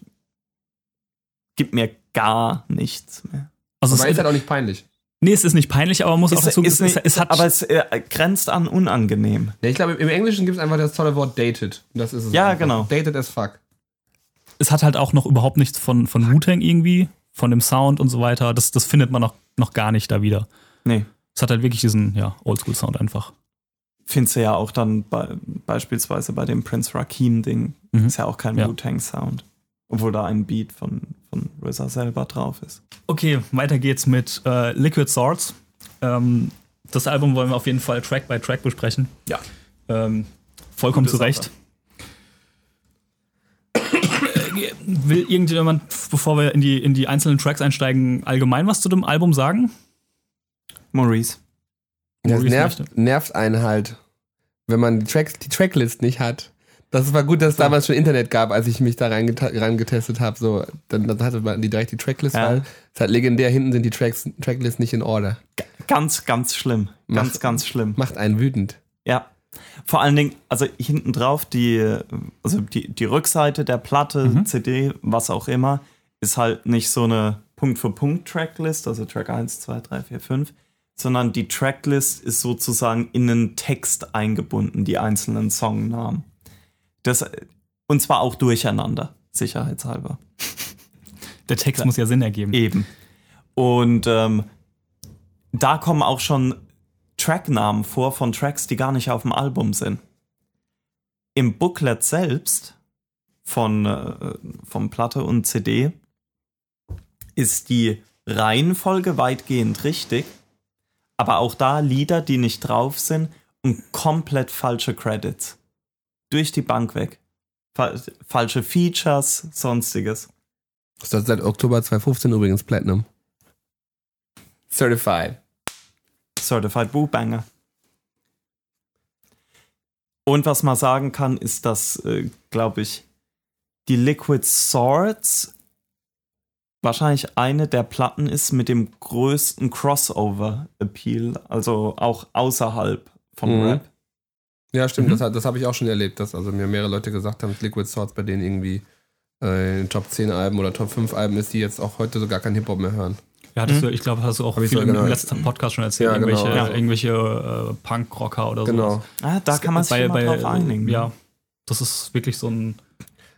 gibt mir gar nichts mehr. Also Aber es, ist halt auch nicht peinlich. nee, es ist nicht peinlich, aber man muss auch Ist, dazu ist es, nicht, es hat aber es äh, grenzt an unangenehm. Ja, ich glaube, im Englischen gibt es einfach das tolle Wort dated. Und Das ist es. Ja, einfach. genau. Dated as fuck. es hat halt auch noch überhaupt nichts von, von Wu-Tang irgendwie, von dem Sound und so weiter. Das, das findet man noch, noch gar nicht da wieder. Nee. Es hat halt wirklich diesen ja, Oldschool-Sound einfach. Findest du ja auch dann bei, beispielsweise bei dem Prince Rakim-Ding. Mhm. Ist ja auch kein Ja. Wu-Tang-Sound. Obwohl da ein Beat von, von RZA selber drauf ist. Okay, weiter geht's mit äh, Liquid Swords. Ähm, das Album wollen wir auf jeden Fall Track by Track besprechen. Ja. Ähm, vollkommen Gute zu Recht. Will irgendjemand, bevor wir in die, in die einzelnen Tracks einsteigen, allgemein was zu dem Album sagen? Maurice. Das Maurice nervt, nervt einen halt, wenn man die, Tracks, die Tracklist nicht hat. Das war gut, dass es damals schon Internet gab, als ich mich da reingeta- reingetestet habe. So, dann, dann hatte man die direkt die Tracklist, Ja. weil es ist halt legendär, hinten sind die Tracks, Tracklist nicht in Order. Ganz, ganz schlimm. Ganz, Mach- ganz schlimm. Macht einen wütend. Ja. Vor allen Dingen, also hinten drauf, die, also die, die Rückseite der Platte, CD, was auch immer, ist halt nicht so eine Punkt-für-Punkt-Tracklist, also Track 1, 2, 3, 4, 5, sondern die Tracklist ist sozusagen in einen Text eingebunden, die einzelnen Songnamen. Das, und zwar auch durcheinander, sicherheitshalber. Der Text muss ja Sinn ergeben. E- Eben. Und ähm, da kommen auch schon Tracknamen vor von Tracks, die gar nicht auf dem Album sind. Im Booklet selbst von, äh, von Platte und CD ist die Reihenfolge weitgehend richtig, aber auch da Lieder, die nicht drauf sind und komplett falsche Credits. Durch die Bank weg. Fal falsche Features, sonstiges. Das ist seit Oktober 2015 übrigens Platinum. Certified. Certified Boo Banger. Und was man sagen kann, ist, dass, äh, glaube ich, die Liquid Swords wahrscheinlich eine der Platten ist mit dem größten Crossover-Appeal, also auch außerhalb von Mhm. Rap. Ja, stimmt, Mhm. das, hat- das habe ich auch schon erlebt, dass also mir mehrere Leute gesagt haben, dass Liquid Swords bei denen irgendwie äh, in den Top 10 Alben oder Top 5 Alben ist, die jetzt auch heute so gar keinen Hip-Hop mehr hören. Ja, hattest du, ich glaube, hast du auch Mhm. Hab ich viel so im, im genau- letzten Podcast schon erzählt, Ja, genau, irgendwelche, ja. irgendwelche äh, Punkrocker oder Genau. sowas. Ah, da kann man sich Bei- immer bei- drauf einigen. ne? Ja, das ist wirklich so ein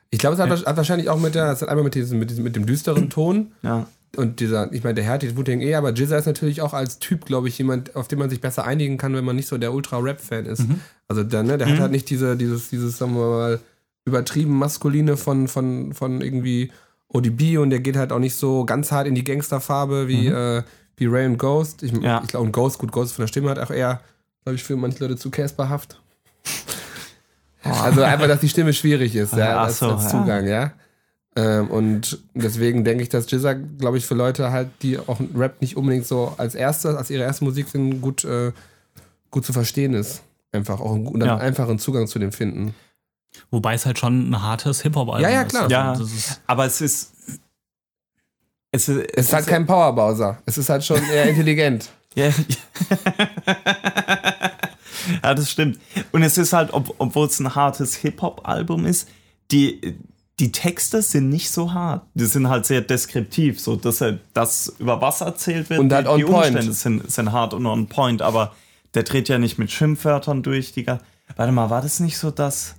Ich glaube, es hat, wa- hat wahrscheinlich auch mit der, es hat einmal mit diesem, mit diesem, mit dem düsteren Ton ja. und dieser, ich meine, der Herr hat Wu-Tang eh, aber Jizza ist natürlich auch als Typ, glaube ich, jemand, auf den man sich besser einigen kann, wenn man nicht so der Ultra-Rap-Fan ist. Also der, ne, der hat halt nicht diese, dieses, dieses, sagen wir mal, übertrieben maskuline von, von, von irgendwie ODB und der geht halt auch nicht so ganz hart in die Gangsterfarbe wie, äh, wie Ray und Ghost. Ich, Ja. ich glaube, und Ghost, gut, Ghost von der Stimme hat auch eher, glaube ich, für manche Leute zu casperhaft. Also einfach, dass die Stimme schwierig ist, ja, Ach als, so, als ja. Zugang, ja. Ähm, und deswegen denke ich, dass Jizza, glaube ich, für Leute halt, die auch Rap nicht unbedingt so als erste, als ihre erste Musik sind, gut, äh, gut zu verstehen ist. Einfach auch einen, guten- Ja. einfachen Zugang zu dem finden. Wobei es halt schon ein hartes Hip-Hop-Album Ja, ja, ist. klar. Also Ja. Das ist Aber es ist. Es ist. Es ist halt kein Powerbowser. Es ist halt schon eher intelligent. Ja, ja das stimmt. Und es ist halt, ob, obwohl es ein hartes Hip-Hop-Album ist, die, die Texte sind nicht so hart. Die sind halt sehr deskriptiv, so dass er das, über was erzählt wird. Und die, halt on die point. Umstände sind, sind hart und on point, aber der dreht ja nicht mit Schimpfwörtern durch. Die, ga- Warte mal, war das nicht so, dass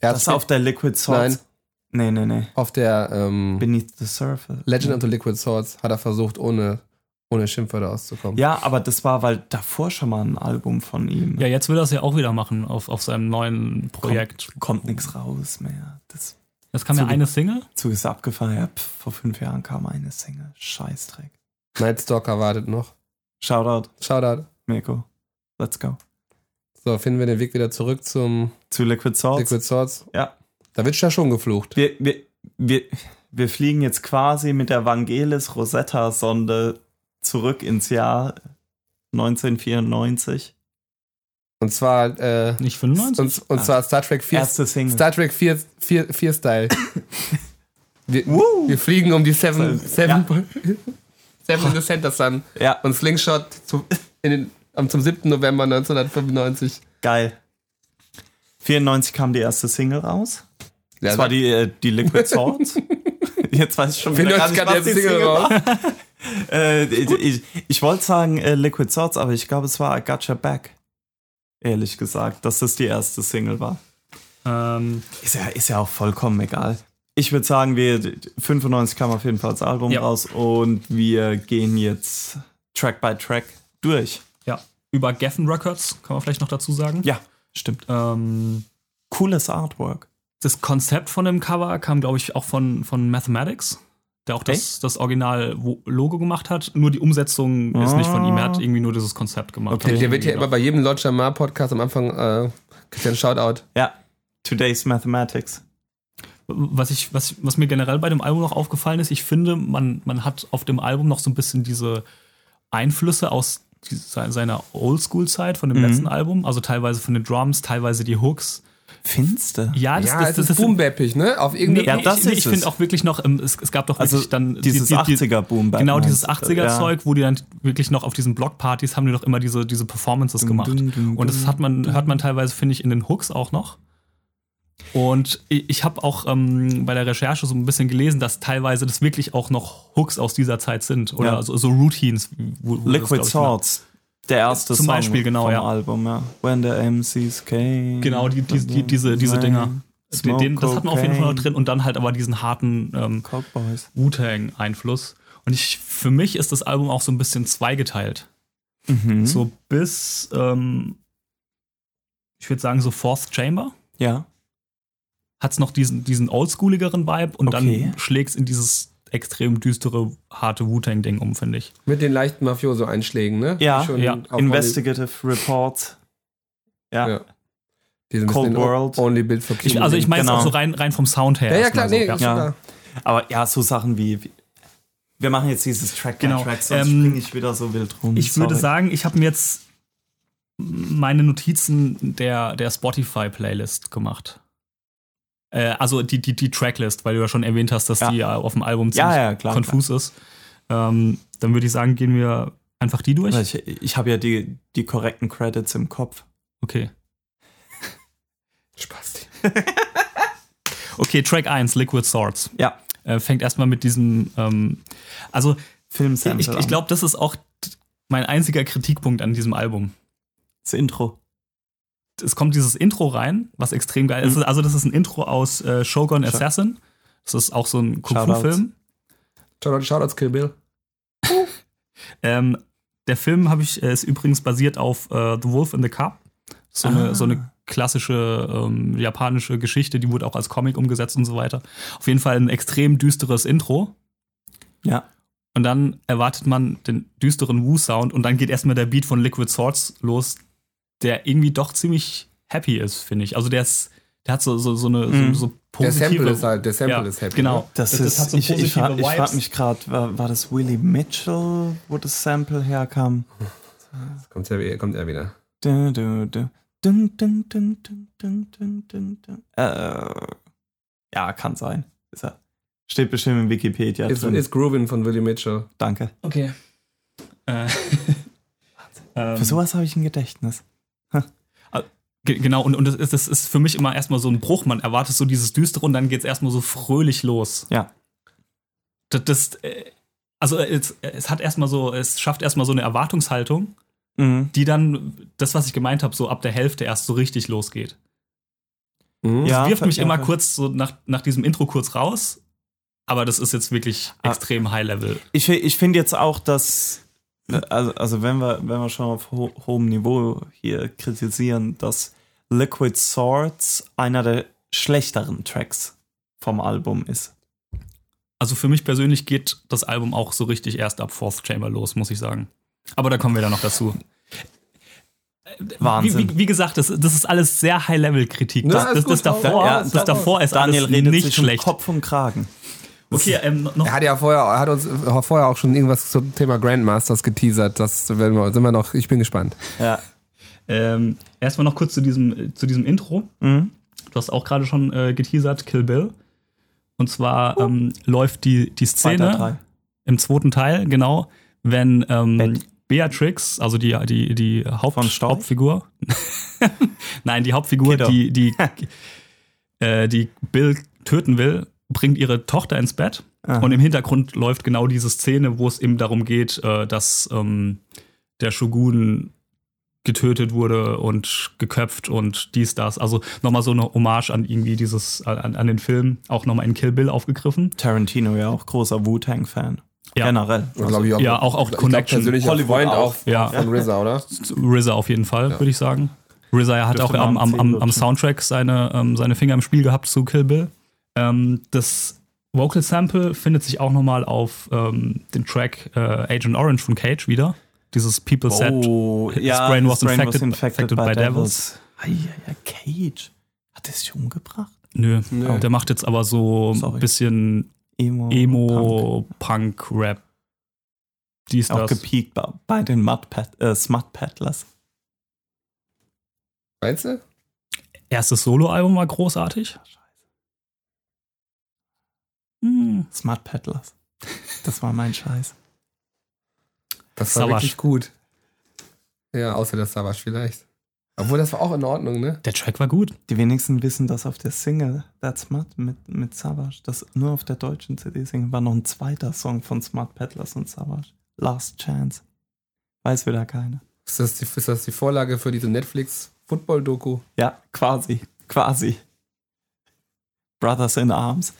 Er hat das auf der Liquid Swords? Nein. Nee, nee, nee. auf der ähm, Beneath the Surface. Legend of the Liquid Swords hat er versucht, ohne, ohne Schimpfwörter auszukommen. Ja, aber das war, weil davor schon mal ein Album von ihm. ja, jetzt will er es ja auch wieder machen auf, auf seinem neuen Projekt. Kommt nichts raus mehr. Das Jetzt kam ja Zu- eine Single. Zug ist abgefahren. Ja, pf, vor fünf Jahren kam eine Single. Scheißdreck. Nightstalker wartet noch. Shoutout, Shoutout. Mirko. Let's go. So, finden wir den Weg wieder zurück zum Zu Liquid Swords. Liquid Swords. Ja. Da wird ja schon geflucht. Wir, wir, wir, wir fliegen jetzt quasi mit der Vangelis Rosetta Sonde zurück ins Jahr 1994. Und zwar, äh, Nicht 95? und, und Ah, zwar Star Trek 4. Erste Single. Star Trek 4, 4, 4 Style. Wir, Woo! wir fliegen um die Seven, Ja. Seven, Seven Descent, das dann Ja, und Slingshot zu, in den, am, zum 7. November 1995. geil. 94 kam die erste Single raus. Ja, Das war die, äh, die Liquid Swords. Jetzt weiß ich schon wieder gar 94 nicht, kam die was die erste Single Single war. raus. Äh, ich ich wollte sagen äh, Liquid Swords, aber ich glaube, es war I Got Your Back. Ehrlich gesagt, dass das die erste Single war. Ähm, Ist ja, ist ja auch vollkommen egal. Ich würde sagen, wir 95 kam auf jeden Fall das Album Ja. raus und wir gehen jetzt Track by Track durch. ja, über Geffen Records, kann man vielleicht noch dazu sagen. Ja, stimmt. Ähm, Cooles Artwork. das Konzept von dem Cover kam, glaube ich, auch von, von Mathematics, der auch das, das Original-Logo gemacht hat. Nur die Umsetzung ist nicht von ihm. Er hat irgendwie nur dieses Konzept gemacht. Okay. Hab ich Ah. Der wird ja immer genau. irgendwie bei jedem Lodge Jamar Podcast am Anfang äh, kriegt er einen Shoutout. Ja, Today's Mathematics. was, ich, was, was mir generell bei dem Album noch aufgefallen ist, ich finde, man, man hat auf dem Album noch so ein bisschen diese Einflüsse aus die- se- seiner Oldschool-Zeit von Mhm. dem letzten Album, also teilweise von den Drums, teilweise die Hooks. Finster. Ja, Ja, es ist boombeppig, ne? Auf Nee, irgendeine Ja, nee, das ich, nee, ist ich es. finde auch wirklich noch, ähm, es, es gab doch Also wirklich dann die- dieses die- die- 80er Boom. Genau, dieses halt, 80er-Zeug, wo die dann wirklich noch auf diesen Blockpartys haben die doch immer diese, diese Performances gemacht. dum, dum, Und das hat man, hört man teilweise, finde ich, in den Hooks auch noch. Und ich, ich habe auch ähm, bei der Recherche so ein bisschen gelesen, dass teilweise das wirklich auch noch Hooks aus dieser Zeit sind oder Ja. so, so Routines. wo- wo das, glaub Liquid ich, ne, Swords, der erste Zum Song Beispiel, genau, vom ja. Album, ja. When the MCs came. Genau, die- die- die- diese- diese Dinger. Den, Smoke den, das hat man auf jeden Fall noch cocaine, drin und dann halt aber diesen harten ähm, Cowboys. Wu-Tang-Einfluss. Und ich, für mich ist das Album auch so ein bisschen zweigeteilt. Mhm. So bis, ähm, ich würde sagen, so Fourth Chamber Ja. hat es noch diesen, diesen oldschooligeren Vibe und Okay. dann schlägt es in dieses extrem düstere, harte Wu-Tang-Ding um, finde ich. Mit den leichten Mafioso-Einschlägen, ne? Ja, Die schon ja. auf Investigative Report. Ja. Ja. Hollywood- die sind ein Cold bisschen World. Only Bild for ich also ich meine es Genau. auch so rein, rein vom Sound her. Ja, ja, erstmal klar, so, nee, ja. ist schon Ja. da. Aber ja, so Sachen wie. wie- Wir machen jetzt dieses Track Genau, by Track, sonst ähm, springe ich wieder so wild rum. Ich würde Mm, Sorry. sagen, ich habe mir jetzt meine Notizen der, der Spotify-Playlist gemacht. Äh, also die, die, die Tracklist, weil du ja schon erwähnt hast, dass Ja. die ja auf dem Album Ja, ziemlich ja, klar, konfus ist. Ähm, dann würde ich sagen, gehen wir einfach die durch. Ich, ich habe ja die, die korrekten Credits im Kopf. Okay. Spaß. Okay, Track 1, Liquid Swords. Ja, Äh, fängt erstmal mit diesem, ähm, also Filmsample. ich, ich an. glaube, das ist auch t- mein einziger Kritikpunkt an diesem Album. das Intro. es kommt dieses Intro rein, was extrem geil ist. Mhm. Also, das ist ein Intro aus äh, Shogun Scha- Assassin. Das ist auch so ein Shoutouts. Kung-Fu-Film. Shoutouts, Shoutouts, Kill Bill. Ähm, der Film habe ich, äh, ist übrigens basiert auf äh, The Wolf in the Cup. So eine, Ah. so eine klassische ähm, japanische Geschichte, die wurde auch als Comic umgesetzt und so weiter. Auf jeden Fall ein extrem düsteres Intro. Ja. Und dann erwartet man den düsteren Wu-Sound und dann geht erstmal der Beat von Liquid Swords los, der irgendwie doch ziemlich happy ist, finde ich. Also der ist, der hat so, so, so eine Mhm. so, so Der positive. Sample ist halt, der Sample ja, ist happy. Genau. Ne? Das, ist, hat so ich, ich, fra- positive ich frage Vibes. mich gerade, war, war das Willie Mitchell, wo das Sample herkam? Das kommt, ja, kommt er wieder. Du, du, du. Dun, dun, dun, dun, dun, dun, dun, dun. Äh, ja, kann sein. Ist er. Steht bestimmt in Wikipedia It's, drin. it's Groovin von Willie Mitchell. Danke. Okay. Äh, ähm, Für sowas habe ich ein Gedächtnis. Ge- Genau, und, und das, ist, das ist für mich immer erstmal so ein Bruch. Man erwartet so dieses Düstere und dann geht es erstmal so fröhlich los. Ja. Das, das äh, also es, es hat erstmal so, es schafft erstmal so eine Erwartungshaltung, Mhm. die dann, das, was ich gemeint habe, so ab der Hälfte erst so richtig losgeht. Mhm. Ja. Wirft mich ver- immer ja. kurz so nach, nach diesem Intro kurz raus, aber das ist jetzt wirklich Ah. extrem High Level. Ich, ich finde jetzt auch, dass, äh, also, also wenn, wir, wenn wir schon auf ho hohem Niveau hier kritisieren, dass Liquid Swords einer der schlechteren Tracks vom Album ist. Also für mich persönlich geht das Album auch so richtig erst ab Fourth Chamber los, muss ich sagen. Aber da kommen wir dann noch dazu. Wie, Wahnsinn. wie, wie gesagt, das, das ist alles sehr High-Level-Kritik. Ja, das, das, ist gut, das, davor, ja, das da- davor ist Daniel alles redet nicht sich um schlecht. Kopf und Kragen. Okay, ähm, noch, Er hat ja vorher, er hat uns vorher auch schon irgendwas zum Thema Grandmasters geteasert. Das werden wir, sind wir noch, ich bin gespannt. Ja. ähm, erstmal noch kurz zu diesem, zu diesem Intro. Mhm. Du hast auch gerade schon äh, geteasert, Kill Bill. Und zwar ähm, läuft die, die Weiter Szene drei. im zweiten Teil, genau, wenn ähm, Ben. Beatrix, also die, die, die Haupt, Von Storch? Hauptfigur, nein, die Hauptfigur, Kiddo. die, die, äh, die Bill töten will, bringt ihre Tochter ins Bett. Aha. Und im Hintergrund läuft genau diese Szene, wo es eben darum geht, äh, dass ähm, der Shogun getötet wurde und geköpft und dies, das. Also nochmal so eine Hommage an irgendwie dieses, an, an den Film, auch nochmal in Kill Bill aufgegriffen. Tarantino ja auch großer Wu-Tang-Fan. Ja. Generell. Und glaub ich auch, Also, Ja, auch- auch ich glaub, Connection. persönlich auch Hollywood Freund auch auch. Ja. von RZA, oder? RZA auf jeden Fall, würde ich sagen. RZA hat Dürfte auch man am, am, sehen, am, dürfte. am Soundtrack seine, ähm, seine Finger im Spiel gehabt zu Kill Bill. Ähm, das Vocal Sample findet sich auch nochmal auf ähm, dem Track äh, Agent Orange von Cage wieder. Dieses People Said. Oh, his ja, brain was his infected- infected by devils. Ei, ei, ei, Cage. Hat er sich umgebracht? Nö, Nö. der macht jetzt aber so ein Sorry. Oh, bisschen Emo. Emo, Punk, Rap. Dies, Punk. Auch das. gepiekt bei, bei den Mud Pad, äh, Smut Paddlers. Meinst du? Erstes Soloalbum war großartig. Hm. Smut Paddlers. Das war mein Scheiß. Das war Savage. wirklich gut. Ja, außer der Savage vielleicht. Obwohl, das war auch in Ordnung, ne? Der Track war gut. Die wenigsten wissen, dass auf der Single That's Mud mit, mit Savage, das nur auf der deutschen CD-Single war noch ein zweiter Song von Smart Peddlers und Savage. Last Chance. Weiß wieder keiner. Ist das die, ist das die Vorlage für diese Netflix-Football-Doku? Ja, quasi. Quasi. Brothers in Arms.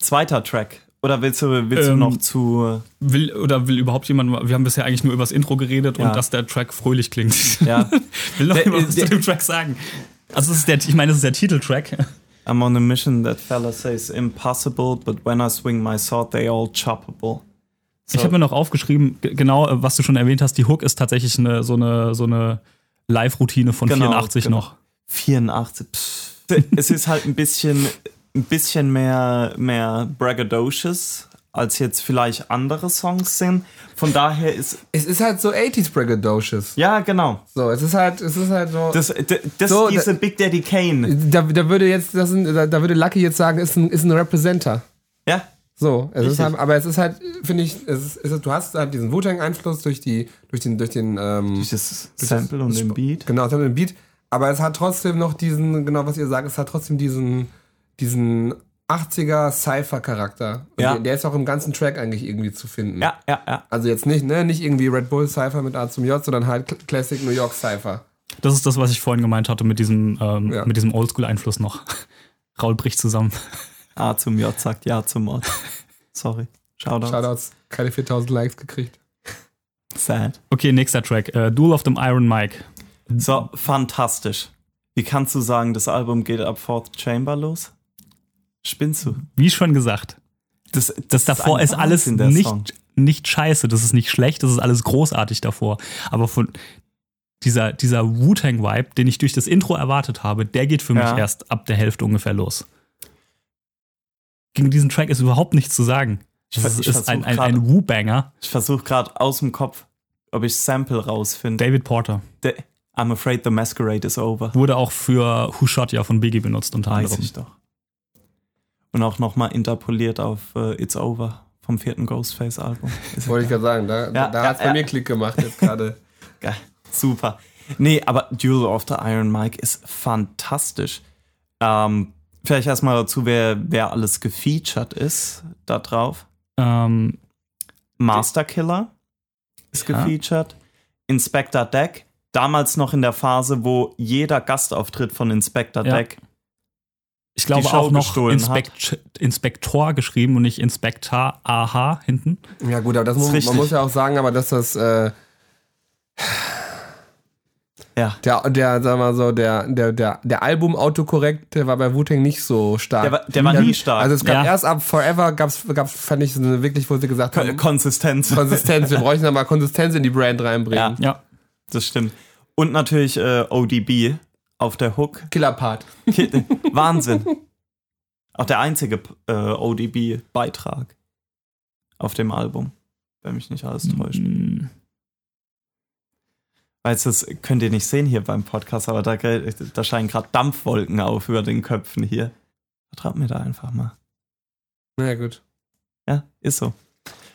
Zweiter Track. Oder willst du, willst Ähm, du noch zu. Will oder will überhaupt jemand, mal- wir haben bisher eigentlich nur über das Intro geredet Ja. und dass der Track fröhlich klingt. Ja, Will noch Der- jemand was der- zu dem Track sagen? Also es ist der, ich meine, es ist der Titeltrack. äh, I'm on a mission that fella says impossible, but when I swing my sword, they all choppable. So, Ich habe mir noch aufgeschrieben, g- genau, äh, was du schon erwähnt hast, die Hook ist tatsächlich eine, so eine, so eine Live-Routine von Genau, 84 genau. noch. 84. Pff. es ist halt ein bisschen, ein bisschen mehr, mehr braggadocious, als jetzt vielleicht andere Songs sind. Von daher ist. Es ist halt so 80s Braggadocious. Ja, genau. So, es ist halt, es ist halt so. Das, d- das So, ist diese da- Big Daddy Kane. da, da würde jetzt, das sind, da, da würde Lucky jetzt sagen, ist ein, ist ein Representer. Ja, So, es ist Richtig. halt, aber es ist halt, finde ich, es ist, es ist, du hast halt diesen Wu-Tang-Einfluss durch die, durch den, durch den, ähm, dieses Sample und den Beat. genau, es hat den Beat, aber es hat trotzdem noch diesen, genau was ihr sagt, es hat trotzdem diesen, diesen 80er Cypher-Charakter. Und Ja. Der, der ist auch im ganzen Track eigentlich irgendwie zu finden. Ja, ja, ja. Also jetzt nicht, ne, nicht irgendwie Red Bull Cypher mit A zum J, sondern halt Cl- Classic New York Cypher. Das ist das, was ich vorhin gemeint hatte mit diesem, ähm, Ja. mit diesem Oldschool-Einfluss noch. Raul bricht zusammen. A zum J sagt Ja zum Ort. Sorry. Shoutout. Shoutouts, keine 4000 Likes gekriegt. Sad. Okay, nächster Track. Äh, Duel of the Iron Mike. So, fantastisch. Wie kannst du sagen, das Album geht ab Fourth Chamber los? Spinnst du? Wie schon gesagt, Das, das, davor ein ist alles Wahnsinn, der Song. nicht, nicht scheiße, das ist nicht schlecht, das ist alles großartig davor. Aber von dieser, dieser Wu-Tang-Vibe, den ich durch das Intro erwartet habe, der geht für Ja. mich erst ab der Hälfte ungefähr los. Gegen diesen Track ist überhaupt nichts zu sagen. Ich Das ver- ich ist ein, versuch ein, grad- ein Wu-Banger. Ich versuche gerade aus dem Kopf, ob ich Sample rausfinde. David Porter De- I'm afraid the masquerade is over. wurde auch für Who Shot Ya von Biggie benutzt unter Weiß anderem. ich doch. Und auch nochmal interpoliert auf äh, It's Over vom vierten Ghostface-Album. Ist ja Wollte ich gerade sagen, da, da, Ja, da ja, hat es bei ja. mir Klick gemacht jetzt gerade. Geil. Super. Nee, aber Duel of the Iron Mike ist fantastisch. Ähm, vielleicht erstmal dazu, wer, wer alles gefeatured ist da drauf. Ähm, Master Killer ist Ja. gefeatured. Inspector Deck, damals noch in der Phase, wo jeder Gastauftritt von Inspector Ja. Deck. ich glaube Show auch noch gestohlen hat. Inspect, Inspektor geschrieben und nicht Inspektor AH hinten. Ja, gut, aber das Ist muss, richtig. man muss ja auch sagen, aber dass das, äh, Ja. der, der, sag mal so, der, der, der, der Album-Autokorrekt, der war bei Wu-Tang nicht so stark. Der war- der war Ja, nie stark. Also es Ja. gab erst ab Forever, gab's, gab's, fand ich, so eine wirklich, wo sie gesagt Ko- Mhm. haben, Konsistenz. Konsistenz, wir bräuchten da mal Konsistenz in die Brand reinbringen. Ja. Ja, Das stimmt. Und natürlich äh, ODB auf der Hook. Killer-Part. Wahnsinn. Auch der einzige äh, ODB-Beitrag auf dem Album, wenn mich nicht alles täuscht. Mm. Weißt du, das könnt ihr nicht sehen hier beim Podcast, aber da, ge- da scheinen gerade Dampfwolken auf über den Köpfen hier. Vertraut mir da einfach mal. Na ja, gut. Ja, ist so.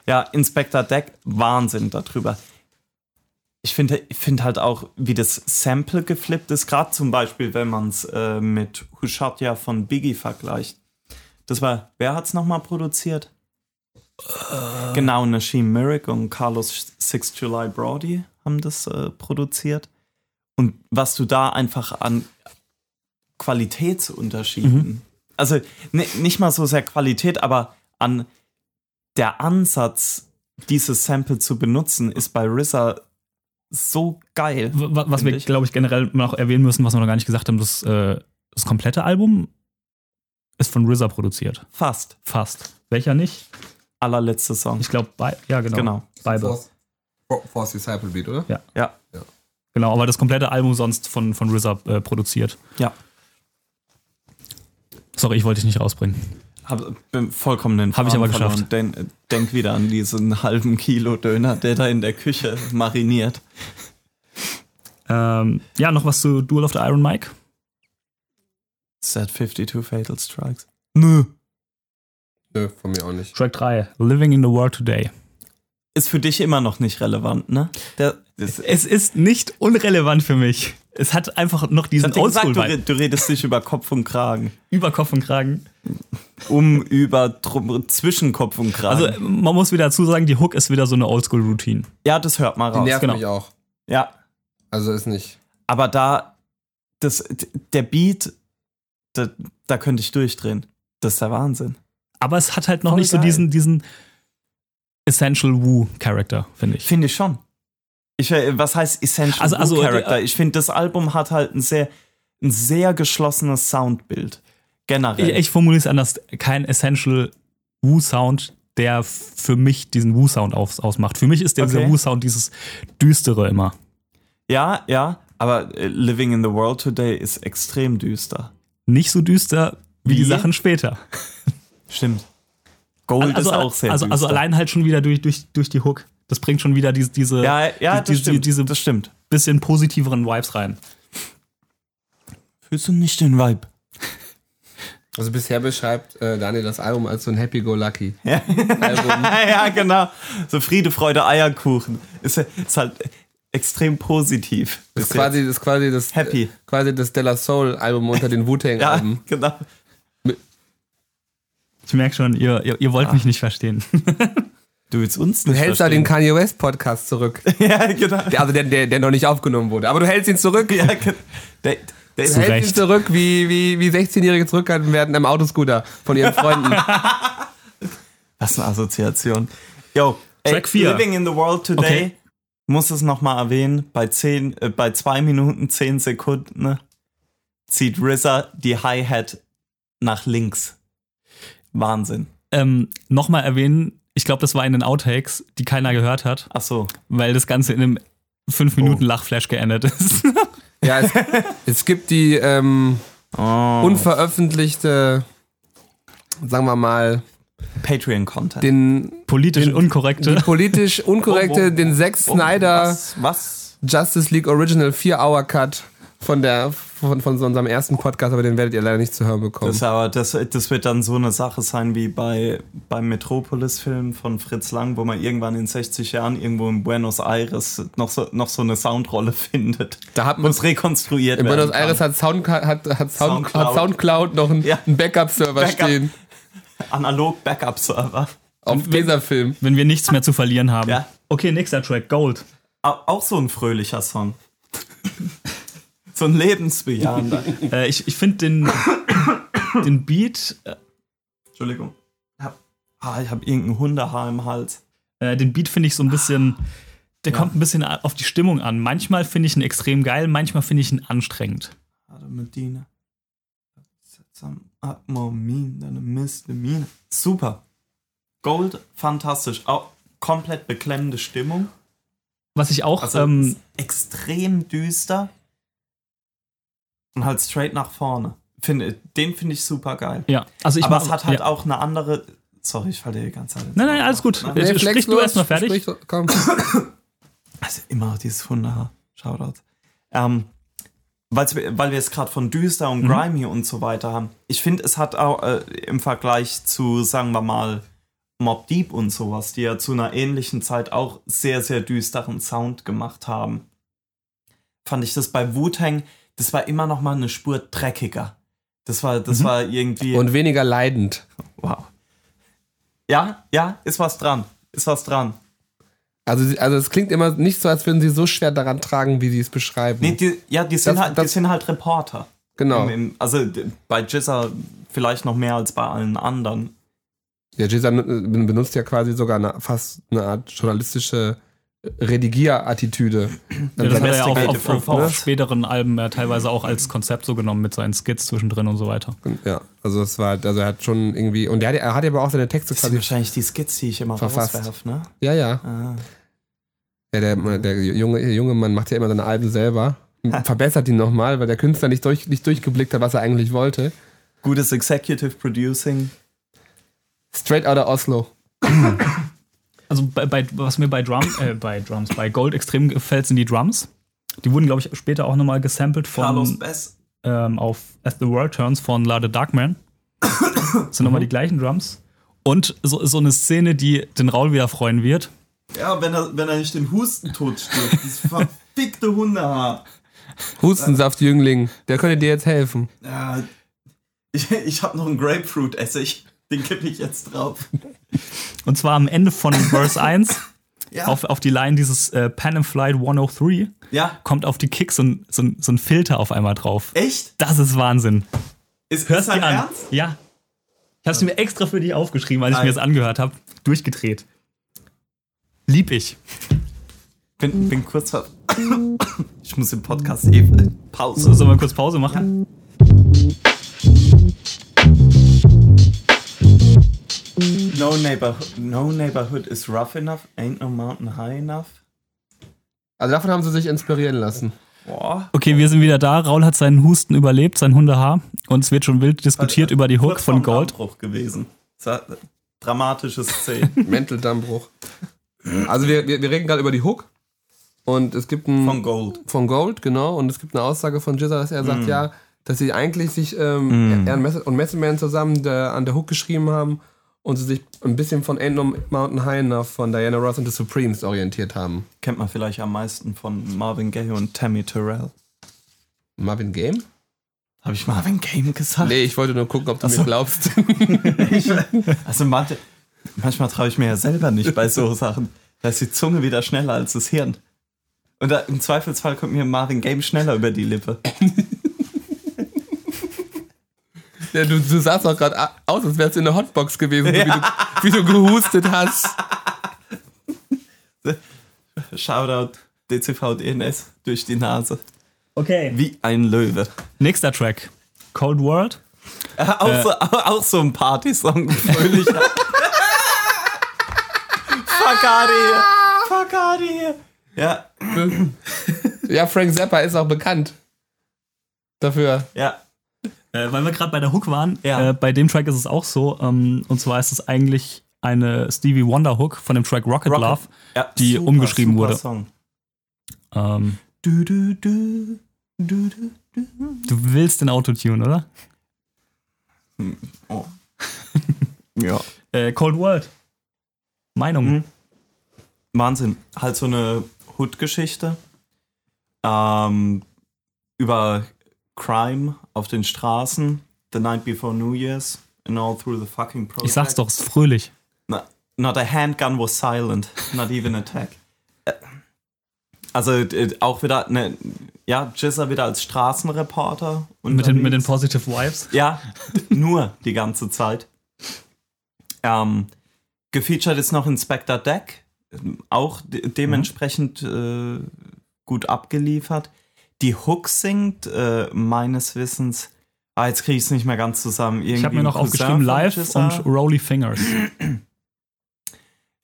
Ja, Inspector Deck, Wahnsinn darüber. Ich finde ich find halt auch, wie das Sample geflippt ist, gerade zum Beispiel, wenn man es äh, mit Hushatya von Biggie vergleicht. Das war, wer hat's nochmal produziert? Genau, Nasheem Merrick und Carlos 6 July Brody haben das äh, produziert. Und was du da einfach an Qualitätsunterschieden, Mhm. also ni- nicht mal so sehr Qualität, aber an der Ansatz, dieses Sample zu benutzen, ist bei RZA so geil. W- wa- Was Finde wir, ich. glaube ich, generell noch erwähnen müssen, was wir noch gar nicht gesagt haben, das, äh, das komplette Album ist von RZA produziert. Fast. Fast. Welcher nicht? Allerletzte Song. Ich glaube, bei, ja, genau. Genau. Bible. Force, Force Disciple Beat, oder? Ja. Genau, aber das komplette Album sonst von, von RZA äh, produziert. Ja. Sorry, ich wollte dich nicht rausbringen. Hab, bin vollkommen den Hab ich Faden aber geschafft. verloren. Denk, denk wieder an diesen halben Kilo Döner, der da in der Küche mariniert. Ähm, ja, noch was zu Duel of the Iron Mike? Set 52 Fatal Strikes. Nö. Nö, von mir auch nicht. Track 3, Living in the World Today. Ist für dich immer noch nicht relevant, ne? Der, das, Es ist nicht unrelevant für mich. Es hat einfach noch diesen Ich hab dir gesagt, du, re- Ausholwein. du redest nicht über Kopf und Kragen. Über Kopf und Kragen. Um, über, drum, zwischen Kopf und Kragen. Also man muss wieder dazu sagen, die Hook ist wieder so eine Oldschool-Routine. ja, das hört mal Die raus. nervt genau. mich auch. Ja, Also ist nicht. aber da, das, d- der Beat, da, da könnte ich durchdrehen. Das ist der Wahnsinn. Aber es hat halt noch Voll nicht so geil. diesen, diesen Essential Woo-Charakter, finde ich. Finde ich schon. Ich, äh, was heißt Essential Also- also, also, Character? äh, Ich finde, das Album hat halt ein sehr, ein sehr geschlossenes Soundbild. Generell. Ich, ich formuliere es anders. Kein Essential Woo-Sound, der f- für mich diesen Woo-Sound aus, ausmacht. Für mich ist der, dieser Okay. Woo-Sound dieses Düstere immer. ja, ja, aber äh, Living in the World Today ist extrem düster. Nicht so düster wie, die Wie? Sachen später. Stimmt. Gold also, ist auch sehr also, also düster. allein halt schon wieder durch, durch, durch die Hook. Das bringt schon wieder diese, diese Ja, ja, das die- die- stimmt. diese- das stimmt. bisschen positiveren Vibes rein. Fühlst du nicht den Vibe? Also bisher beschreibt äh, Daniel das Album als so ein Happy-Go-Lucky. Ja. Album. ja, genau. So Friede, Freude, Eierkuchen. Ist, ist halt extrem positiv. Das ist bis jetzt. quasi, das ist quasi das Happy. äh, quasi das Della Soul Album unter den ja, Wu-Tang-Alben. genau. Ich merke schon, ihr, ihr, ihr Ah. wollt mich nicht verstehen. Du willst uns Du nicht hältst da den verstehen. Kanye West Podcast zurück. Ja, genau. Der, also der, der, der noch nicht aufgenommen wurde. Aber du hältst ihn zurück. Ja, ge- der, der Du Zu ist halt hältst ihn Recht. zurück, wie, wie, wie 16-Jährige zurückgehalten werden am Autoscooter von ihren Freunden. Was eine Assoziation. Yo, ey, Track vier. Living in the World Today. Okay. Muss es nochmal erwähnen, bei, zehn, äh, bei zwei Minuten zehn Sekunden ne, zieht RZA die Hi-Hat nach links. Wahnsinn. ähm, Nochmal erwähnen, ich glaube, das war in den Outtakes, die keiner gehört hat, Ach so. weil das Ganze in einem Oh. 5-Minuten-Lachflash geendet ist. ja, es, es gibt die ähm, Oh. unveröffentlichte, sagen wir mal, Patreon-Content. den Politisch die unkorrekte. politisch unkorrekte, den Zack Snyder Oh, Was? was? Justice League Original 4-Hour-Cut von, der, von, von so unserem ersten Podcast, aber den werdet ihr leider nicht zu hören bekommen. Das, ist aber, das, das wird dann so eine Sache sein wie bei, beim Metropolis-Film von Fritz Lang, wo man irgendwann in 60 Jahren irgendwo in Buenos Aires noch so, noch so eine Soundrolle findet. Da hat man- muss rekonstruiert In Buenos werden kann. Aires hat, Sound, hat, hat, Sound, Soundcloud. hat Soundcloud noch einen, Ja. einen Backup-Server Backup. stehen Analog Backup-Server. auf Laserfilm. wenn wir nichts mehr zu verlieren haben. Ja. Okay, nächster Track, Gold. Au- Auch so ein fröhlicher Song. so ein lebensbejahender. Äh, ich ich finde den, den Beat, Entschuldigung. Ich hab, ah, ich habe irgendein Hundehaar im Hals. äh, den Beat finde ich so ein bisschen, der kommt ein bisschen auf die Stimmung an. Manchmal finde ich ihn extrem geil, manchmal finde ich ihn anstrengend. Hatte Medina. Some more mean than a misdemeanor. Super. Gold, fantastisch. Auch komplett beklemmende Stimmung. Was ich auch, Also ähm, extrem düster. Und halt straight nach vorne. Finde, den finde ich super geil. ja, also ich Aber mag- es hat halt ja. auch eine andere. Sorry, ich falle dir die ganze Zeit. ins Nein, nein, Wort. alles gut. Nein. Sprich Flex du los, erst mal fertig. sprich- komm. Also immer dieses Hundehaar. Shoutout. Ähm, weil's- weil wir es gerade von düster Mhm. und grimy und so weiter haben. Ich finde, es hat auch äh, im Vergleich zu, sagen wir mal, Mob Deep und sowas, die ja zu einer ähnlichen Zeit auch sehr, sehr düsteren Sound gemacht haben, fand ich das bei Wu-Tang, das war immer noch mal eine Spur dreckiger. Das war, das war irgendwie. Mhm. Und weniger leidend. wow. Ja, ja, ist was dran. Ist was dran. Also, sie- also es klingt immer nicht so, als würden sie so schwer daran tragen, wie sie es beschreiben. Nee, die, ja, die sind, Mhm. Das- halt, die das- sind halt Reporter. genau. Im- im- Also d- bei Jizza vielleicht noch mehr als bei allen anderen. Ja, Jason äh, benutzt ja quasi sogar eine, fast eine Art journalistische äh, Redigier-Attitüde. Ja, das hat er ja halt auch auf, Investigative auf, auf Reports. späteren Alben äh, teilweise auch als Konzept so genommen mit seinen Skits zwischendrin und so weiter. ja, also es war, also er hat schon irgendwie, und er hat, er hat aber auch seine Texte Das sind quasi. wahrscheinlich die Skizze, die ich immer Verfasst. rauswerf, ne? Ja, ja. Ah. Ja, der, der junge, der junge Mann macht ja immer seine Alben selber. Verbessert ihn nochmal, weil der Künstler nicht, durch, nicht durchgeblickt hat, was er eigentlich wollte. Gutes Executive Producing. Straight out of Oslo. Also bei, bei, was mir bei Drum, äh, bei Drums, bei Gold extrem gefällt, sind die Drums. Die wurden, glaube ich, später auch nochmal gesampelt Carlos von Bess. ähm, auf As the World Turns von Lade Darkman. sind Mhm. nochmal die gleichen Drums. Und so, so eine Szene, die den Raul wieder freuen wird. Ja, wenn er, wenn er nicht den Husten tot stirbt. Dieses verfickte Hundehaar. Hustensaft-Jüngling, der könnte dir jetzt helfen. Ja, ich ich habe noch einen Grapefruit-Essig. Den kippe ich jetzt drauf. Und zwar am Ende von Verse 1, Ja, auf, auf die Line dieses äh, Pan and Flight 103, ja. kommt auf die Kicks so ein, so, ein, so ein Filter auf einmal drauf. echt? Das ist Wahnsinn. Ist, Hörst ist du dein an? Ernst? Ja. Ich hab's mir extra für dich aufgeschrieben, als ich mir das angehört habe. Durchgedreht. Lieb ich. Bin, bin kurz ver... Ich muss den Podcast eh eben... Pause. Sollen wir kurz Pause machen? No neighborhood, no neighborhood is rough enough, ain't no mountain high enough. Also davon haben sie sich inspirieren lassen. Boah. Okay, wir sind wieder da. Raul hat seinen Husten überlebt, sein Hundehaar. Und es wird schon wild diskutiert über die Hook Kurz von vorm Gold. Dammbruch gewesen. Das war eine Dramatische Szene Mänteldammbruch. Also wir, wir, wir reden gerade über die Hook und es gibt ein... von Gold. von Gold, genau. Und es gibt eine Aussage von Jizza, dass er sagt, ja, dass sie eigentlich sich, ähm, er und Method- und Method Man zusammen der, an der Hook geschrieben haben und sie sich ein bisschen von Ain't No Mountain High Enough von Diana Ross und The Supremes orientiert haben. Kennt man vielleicht am meisten von Marvin Gaye und Tammy Terrell. Marvin Game? Habe ich Marvin Gaye gesagt? Nee, ich wollte nur gucken, ob du mir glaubst. Also manche, manchmal traue ich mir ja selber nicht bei so Sachen. Da ist die Zunge wieder schneller als das Hirn. Und da, im Zweifelsfall kommt mir Marvin Gaye schneller über die Lippe. ja, du, du sahst auch gerade aus, als wärst du in der Hotbox gewesen, so wie, du, wie du gehustet hast. Shoutout DCVDNS E durch die Nase. Okay. Wie ein Löwe. Nächster Track. Cold World. Äh, auch, so, auch, auch so ein Party-Song. Fröhlicher. Fuck out here. Fuck out here. Ja, Ja, Frank Zappa ist auch bekannt dafür. ja. Äh, weil wir gerade bei der Hook waren, Ja. äh, bei dem Track ist es auch so. Ähm, und zwar ist es eigentlich eine Stevie Wonder Hook von dem Track Rocket, Rocket. Love. ja Die umgeschrieben wurde. Song. Ähm, Du, du, du, du, du. du willst den Autotune, oder? Oh. ja. Äh, Cold World. Meinung. Mhm. Wahnsinn. Halt so eine Hood-Geschichte. Ähm, über Crime auf den Straßen. The night before New Year's. And all through the fucking project. Ich sag's doch, es ist fröhlich. Na- Not a handgun was silent. Not even attack. Äh, Also äh, auch wieder, ne, ja, Jizza wieder als Straßenreporter. Mit den, mit den unterwegs. Positive Vibes. Ja, d- nur die ganze Zeit. Ähm, gefeatured ist noch Inspector Deck, ähm, auch de Mhm. dementsprechend äh, gut abgeliefert. Die Hook singt, äh, meines Wissens, ah, jetzt kriege ich es nicht mehr ganz zusammen. Irgendwie Ich habe mir noch ein aufgeschrieben, Cousin von ah. Live Jizza. und Rolly Fingers.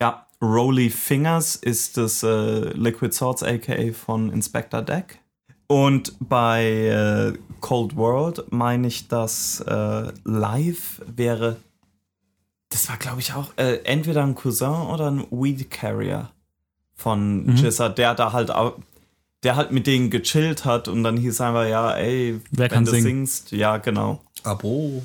Ja, Rolly Fingers ist das äh, Liquid Swords, aka von Inspector Deck. Und bei äh, Cold World meine ich, dass äh, live wäre. Das war, glaube ich, auch äh, entweder ein Cousin oder ein Weed Carrier von mhm. der da halt auch. Der halt mit denen gechillt hat und dann hieß einfach, ja, ey, Wer kann du singen? singst, ja, genau. Abo.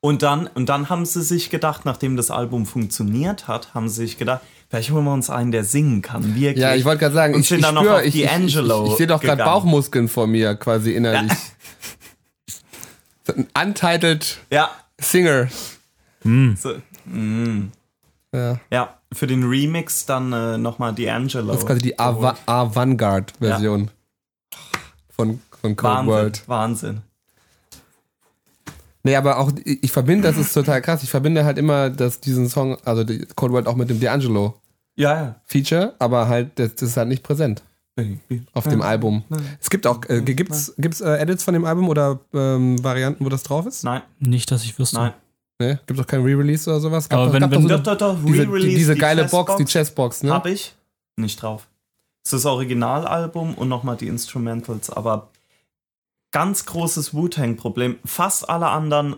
Und dann, und dann haben sie sich gedacht, nachdem das Album funktioniert hat, haben sie sich gedacht, vielleicht holen wir uns einen, der singen kann. Wirklich. Ja, ich wollte gerade sagen, Und ich, sind ich dann noch spür, auf ich, ich, ich, D'Angelo ich sehe doch gerade gegangen. Bauchmuskeln vor mir quasi innerlich. Untitled Ja, Singer. so, mm, Ja. ja, für den Remix dann äh, nochmal D'Angelo. Das ist quasi die Ava- Avantgarde-Version von, von Cold Wahnsinn, World. Wahnsinn. Nee, aber auch, ich ich verbinde, das ist total krass, ich verbinde halt immer dass diesen Song, also die Cold World auch mit dem D'Angelo-Feature, Ja, aber halt, das das ist halt nicht präsent ja. auf dem Album. Es gibt auch, äh, gibt's, gibt's äh, Edits von dem Album oder ähm, Varianten, wo das drauf ist? Nein, Nicht, dass ich wüsste. nein. Nee, gibt's auch Ne? kein Re-Release oder sowas? Gab Aber doch- wenn- gab doch wenn- so Doch, eine- doch, doch, diese, Re-Release, die, diese geile Box, die Chessbox Chessbox, ne? Hab ich nicht drauf. Es ist das Originalalbum und nochmal die Instrumentals, aber ganz großes Wu-Tang-Problem. Fast alle anderen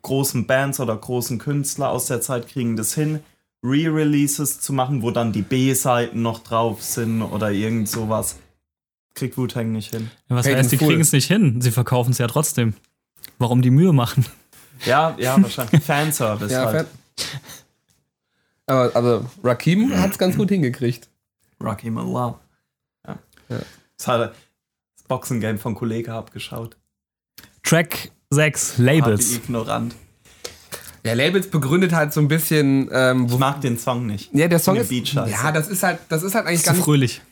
großen Bands oder großen Künstler aus der Zeit kriegen das hin, Re-Releases zu machen, wo dann die B-Seiten noch drauf sind oder irgend sowas. Kriegt Wu-Tang nicht hin. Was Paid heißt, in die full. kriegen es nicht hin. Sie verkaufen es ja trotzdem. Warum die Mühe machen? Ja, ja, wahrscheinlich. Fanservice Ja, halt. Fan- Aber also Rakim hat's ganz gut hingekriegt. Rocky Malone. Ja. Ja. Ist halt Boxengame von Kollege abgeschaut. Track 6, Labels. Hab die ignorant. Ja, Labels begründet halt so ein bisschen, ähm, Ich wo, mag den Song nicht. ja, der Song Eine ist, Beat-Scheiße. ja, das ist halt, das ist halt eigentlich Zu ganz, fröhlich.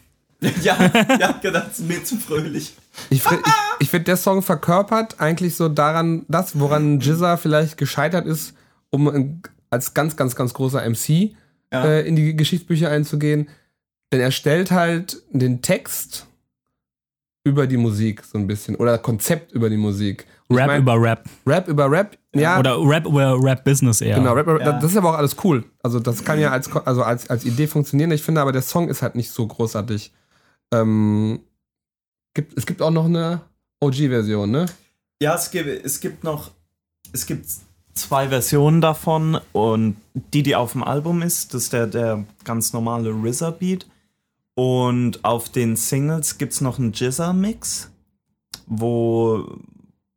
Ja, ja, gedacht, ist mir zu fröhlich. ich, fi- ich, ich finde, der Song verkörpert eigentlich so daran, das, woran Jizza vielleicht gescheitert ist, um in- als ganz, ganz, ganz großer MC Ja. äh, in die Geschichtsbücher einzugehen. Denn er stellt halt den Text über die Musik so ein bisschen oder Konzept über die Musik. Ich Rap mein, über Rap. Rap über Rap, ja. Oder Rap über Rap-Business eher. Genau, Rap, Ja. das ist aber auch alles cool. Also das kann ja als, Ko- also als, als Idee funktionieren. Ich finde aber, der Song ist halt nicht so großartig. Ähm, gibt, es gibt auch noch eine OG-Version, ne? Ja, es gibt, es gibt noch, es gibt zwei Versionen davon und die, die auf dem Album ist, das ist der, der ganz normale RZA Beat und auf den Singles gibt's noch einen Jizza Mix, wo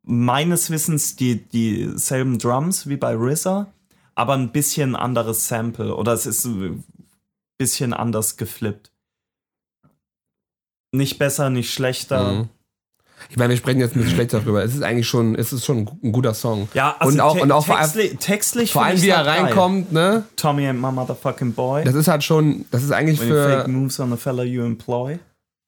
meines Wissens die dieselben Drums wie bei RZA, aber ein bisschen anderes Sample oder es ist ein bisschen anders geflippt. Nicht besser, nicht schlechter. Mhm. Ich meine, wir sprechen jetzt ein bisschen schlecht darüber. Es ist eigentlich schon, es ist schon ein gu- ein guter Song. Ja, also Und auch- te und auch vor allem- textlich, textlich Vor find allem, ich's wie er noch geil. reinkommt, ne? Tommy ain't my motherfucking boy. Das ist halt schon, das ist eigentlich When you fake für, moves on the fella you employ.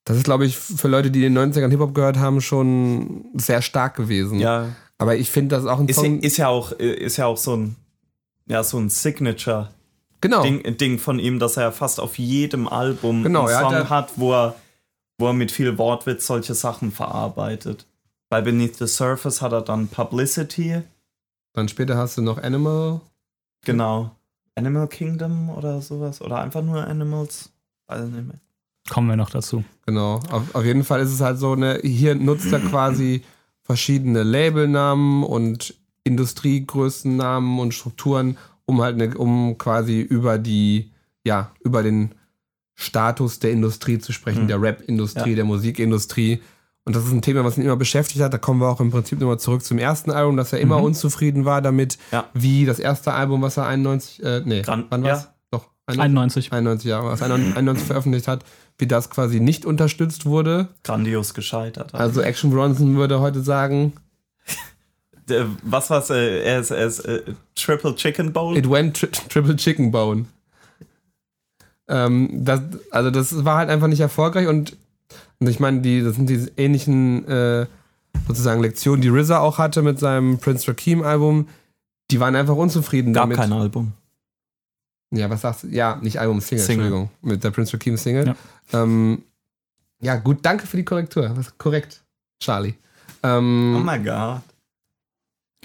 das ist, glaube ich, für Leute, die in den 90ern Hip-Hop gehört haben, schon sehr stark gewesen. Ja. Aber ich finde, das ist auch ein Ist, ja- Song. ist ja auch, äh, ist ja auch so ein, ja, so ein Signature-Ding genau. Ding von ihm, dass er fast auf jedem Album Genau, einen er hat Song ja- hat, wo er, wo er mit viel Wortwitz solche Sachen verarbeitet. Bei Beneath the Surface hat er dann Publicity, Dann später hast du noch Animal. genau. Animal Kingdom oder sowas. Oder einfach nur Animals. Weiß ich nicht mehr. Kommen wir noch dazu. Genau. Auf, auf jeden Fall ist es halt so eine, hier nutzt er quasi verschiedene Labelnamen und Industriegrößennamen und Strukturen, um halt eine, um quasi über die, ja, über den Status der Industrie zu sprechen, Mhm. der Rap-Industrie, Ja. der Musikindustrie. Und das ist ein Thema, was ihn immer beschäftigt hat. Da kommen wir auch im Prinzip nochmal zurück zum ersten Album, dass er immer unzufrieden war damit, Mhm. Ja. wie das erste Album, was er 91, äh, nee, Gran- wann war's? ja. Doch, 91. 91 Jahre, was 91 veröffentlicht hat, wie das quasi nicht unterstützt wurde. Grandios gescheitert. Also Action Bronson würde heute sagen, Äh, was war's? Äh, er ist, er ist äh, Triple Chicken Bowl. it went tri triple chicken bone. Ähm, das, also das war halt einfach nicht erfolgreich und, und ich meine, die, das sind diese ähnlichen äh, sozusagen Lektionen, die RZA auch hatte mit seinem Prince Rakim Album. Die waren einfach unzufrieden Gab damit. kein Album. Ja, was sagst du? Ja, nicht Album, Single, Single. Entschuldigung. Mit der Prince Rakim Single. Ja. Ähm, ja, gut, danke für die Korrektur. Was, korrekt, Charlie. Ähm, Oh mein Gott.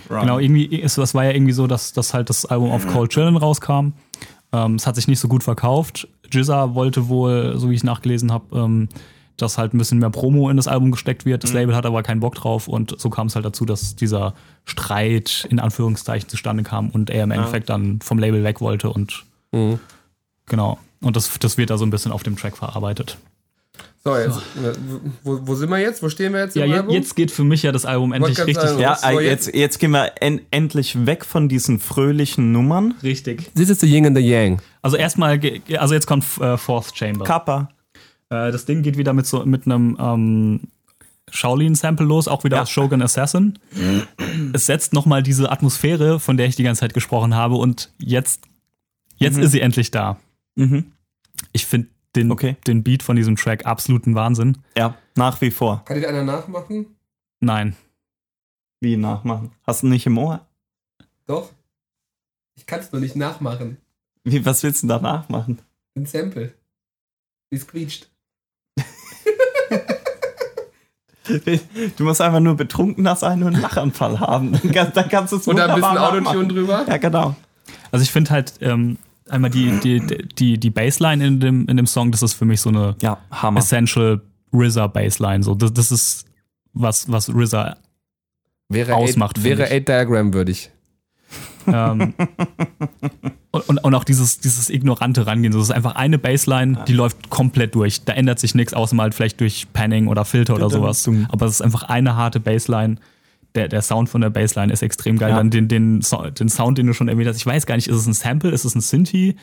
Right. Genau, irgendwie, ist, das war ja irgendwie so, dass, dass halt das Album Mhm. auf Cold Chillin' rauskam. Ähm, es hat sich nicht so gut verkauft. Jizza wollte wohl, so wie ich nachgelesen habe, ähm, dass halt ein bisschen mehr Promo in das Album gesteckt wird. Das Mhm. Label hat aber keinen Bock drauf und so kam es halt dazu, dass dieser Streit in Anführungszeichen zustande kam und er im Endeffekt dann vom Label weg wollte und Mhm. genau. Und das, das wird da so ein bisschen auf dem Track verarbeitet. So, jetzt, äh, wo, wo sind wir jetzt? Wo stehen wir jetzt Ja, im je, Album? jetzt geht für mich ja das Album endlich grad richtig sagen. Ja, Was war äh, jetzt, jetzt gehen wir en endlich weg von diesen fröhlichen Nummern. richtig. This is the Yin and the Yang. Also erstmal, ge- also jetzt kommt äh, Fourth Chamber. Kappa. Äh, das Ding geht wieder mit so mit einem ähm, Shaolin-Sample los, auch wieder aus Shogun Assassin. es setzt nochmal diese Atmosphäre, von der ich die ganze Zeit gesprochen habe, und jetzt, jetzt ist sie endlich da. Mhm. Ich finde den, Okay. den Beat von diesem Track absoluten Wahnsinn. Ja, nach wie vor. Kann dir einer nachmachen? Nein. Wie nachmachen? Hast du nicht im Ohr? Doch. Ich kann es nur nicht nachmachen. Wie, was willst du da nachmachen? Ein Sample. Wie es quietscht. Du musst einfach nur betrunken sein und einen Lachanfall haben. Dann, kann- dann kannst du es Und da ein bisschen wunderbar Autotune nachmachen. drüber. Ja, genau. Also ich finde halt ähm, einmal die, die, die, die Bassline in dem, in dem Song, das ist für mich so eine Ja, Hammer. Essential RZA Bassline. So, das, das ist was, was RZA Wäre, Ausmacht, eight, finde wäre ich. eight Diagram würdig. Ähm, und, und, und auch dieses, dieses ignorante Rangehen. So, Das ist einfach eine Baseline, die läuft komplett durch. Da ändert sich nichts, außer mal halt vielleicht durch Panning oder Filter oder sowas. Aber es ist einfach eine harte Baseline. Der, der Sound von der Baseline ist extrem geil. Ja. Dann den, den, So- den Sound, den du schon erwähnt hast. Ich weiß gar nicht, ist es ein Sample, ist es ein Synthi?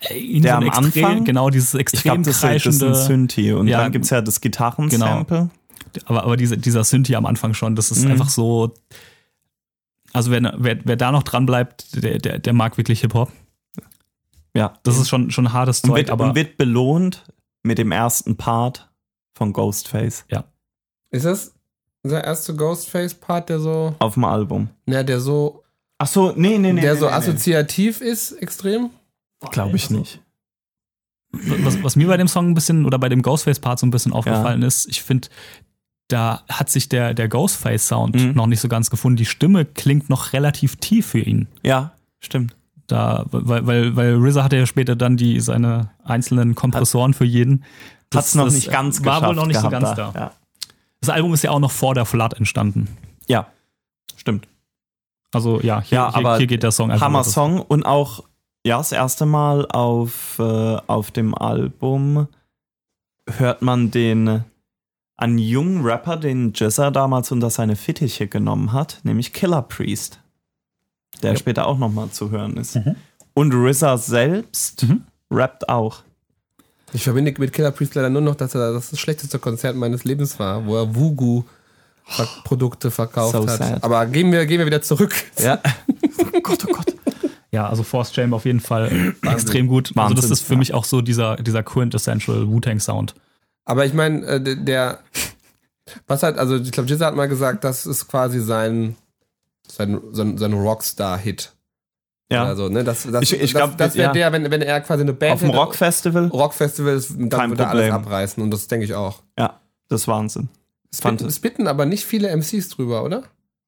Äh, irgendwie Der so ein am Anfang? Genau, dieses Ich extrem glaube, das ist das ist kreischende. ein Synthi. Und Ja. dann gibt es ja das Gitarrensample. Genau. Aber, aber diese, dieser Synthi am Anfang schon, das ist Mhm. einfach so. Also, wer, wer, wer da noch dran bleibt, der, der, der mag wirklich Hip-Hop. Ja. Das ist schon, schon hartes Mhm. und Zeug, wird, aber und wird belohnt mit dem ersten Part von Ghostface Ist das der erste Ghostface-Part, der so, auf dem Album. na, der so, Ach so, nee, nee, nee. der nee, so nee, assoziativ ist, extrem? Nee. Glaube ich nicht. was, was mir bei dem Song ein bisschen oder bei dem Ghostface-Part so ein bisschen aufgefallen ist, ich finde, da hat sich der, der Ghostface-Sound Mhm. noch nicht so ganz gefunden. Die Stimme klingt noch relativ tief für ihn. Ja, stimmt. Da, weil, weil, weil RZA hatte ja später dann die, seine einzelnen Kompressoren für jeden. Hat es noch das nicht ganz War geschafft. wohl noch nicht so gehabt ganz da. Ja. Das Album ist ja auch noch vor der Flood entstanden. ja, stimmt. Also ja, hier, Ja, hier, aber hier geht der Song einfach. Hammer los. Song und auch ja das erste Mal auf äh, auf dem Album hört man den einen jungen Rapper, den Jizza damals unter seine Fittiche genommen hat, nämlich Killer Priest, der später auch noch mal zu hören ist. Mhm. Und RZA selbst Mhm. rappt auch. Ich verbinde mit Killer Priest leider nur noch, dass er das, das schlechteste Konzert meines Lebens war, wo er Wugu Ver- Produkte verkauft So hat. sad. Aber gehen wir, gehen wir wieder zurück. Ja. oh Gott, oh Gott. Ja, also Force Chamber auf jeden Fall extrem gut. Also das Wahnsinn, ist für mich auch so dieser, dieser quintessential Wu-Tang Sound. Aber ich meine, äh, d- der, was hat, also ich glaube, Jizza hat mal gesagt, das ist quasi sein, sein, sein, sein Rockstar-Hit. Ja. Also, ne, das, das, Ich- ich das, glaub, das wäre ja. der, wenn, wenn er quasi eine Band auf dem hätte- Oh. Rockfestival. Rockfestival, ist- dann Kein würde er alles Problem. abreißen und das denke ich auch. Ja, das ist Wahnsinn. Es Fand- bitten, es bitten aber nicht viele MCs drüber, oder?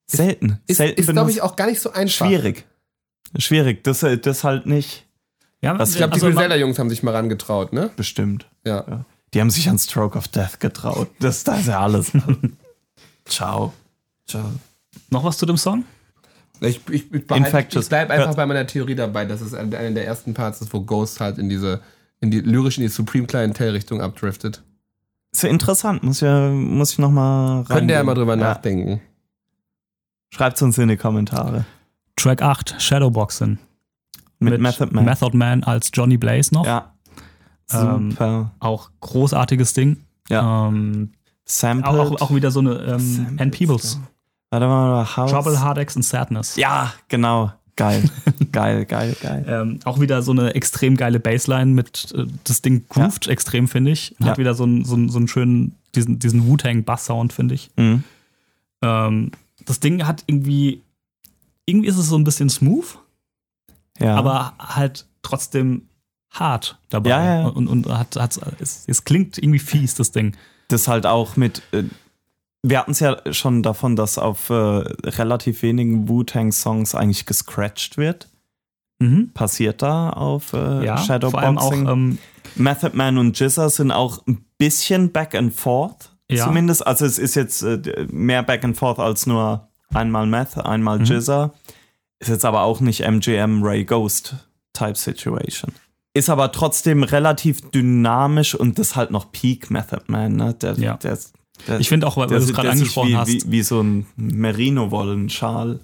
Selten. Ist, Selten ist glaube benutzt. ich, auch gar nicht so einfach. schwierig. Schwierig, das das halt nicht Ja, Das- Ich glaube, die also, man- Griselda-Jungs haben sich mal rangetraut, ne? bestimmt. Ja. Ja. Die haben sich an Stroke of Death getraut. Das, das ist ja alles. Ciao. Ciao. noch was zu dem Song? Ich, ich, ich, behalte, Infectious. ich bleib einfach Hört- bei meiner Theorie dabei, dass es einer der ersten Parts ist, wo Ghost halt in diese, in die lyrisch in die Supreme Clientele-Richtung abdriftet. Ist ja interessant, muss, ja, muss ich nochmal rein. Könnt ihr ja mal drüber nachdenken. Schreibt uns in die Kommentare. Track 8, Shadowboxing. Mit, Method Man. Method Man als Johnny Blaze noch. ja. Ähm, Super. Auch großartiges Ding. Ja. halt Ähm, Sample. auch, auch, auch wieder so eine ähm, Sampled. And Peebles. Warte mal, House. Trouble, Heartaches and Sadness. Ja, genau. Geil. geil, geil, geil. Ähm, auch wieder so eine extrem geile Bassline mit äh, das Ding grooved extrem, finde ich. Hat Ja. wieder so einen, so einen, so einen schönen, diesen, diesen Wu-Tang-Bass-Sound, finde ich. Mhm. Ähm, das Ding hat irgendwie, irgendwie ist es so ein bisschen smooth, Ja. aber halt trotzdem hart dabei. Ja, ja, ja. Und, und hat, hat, es, es klingt irgendwie fies, das Ding. das halt auch mit. Äh, wir hatten es ja schon davon, dass auf äh, relativ wenigen Wu-Tang-Songs eigentlich gescratcht wird. Mhm. Passiert da auf äh, Ja, Shadowboxing? vor allem auch ähm, Method Man und Jizza sind auch ein bisschen back and forth. Ja. Zumindest. Also es ist jetzt äh, mehr back and forth als nur einmal Meth, einmal Mhm. Jizza. Ist jetzt aber auch nicht MGM Ray Ghost Type Situation. Ist aber trotzdem relativ dynamisch und das halt noch Peak Method Man, ne? Der, Ja. der, der, Ich finde auch, weil der du es sieht- gerade der sieht angesprochen wie, hast. Wie, wie so ein Merino-Wollenschal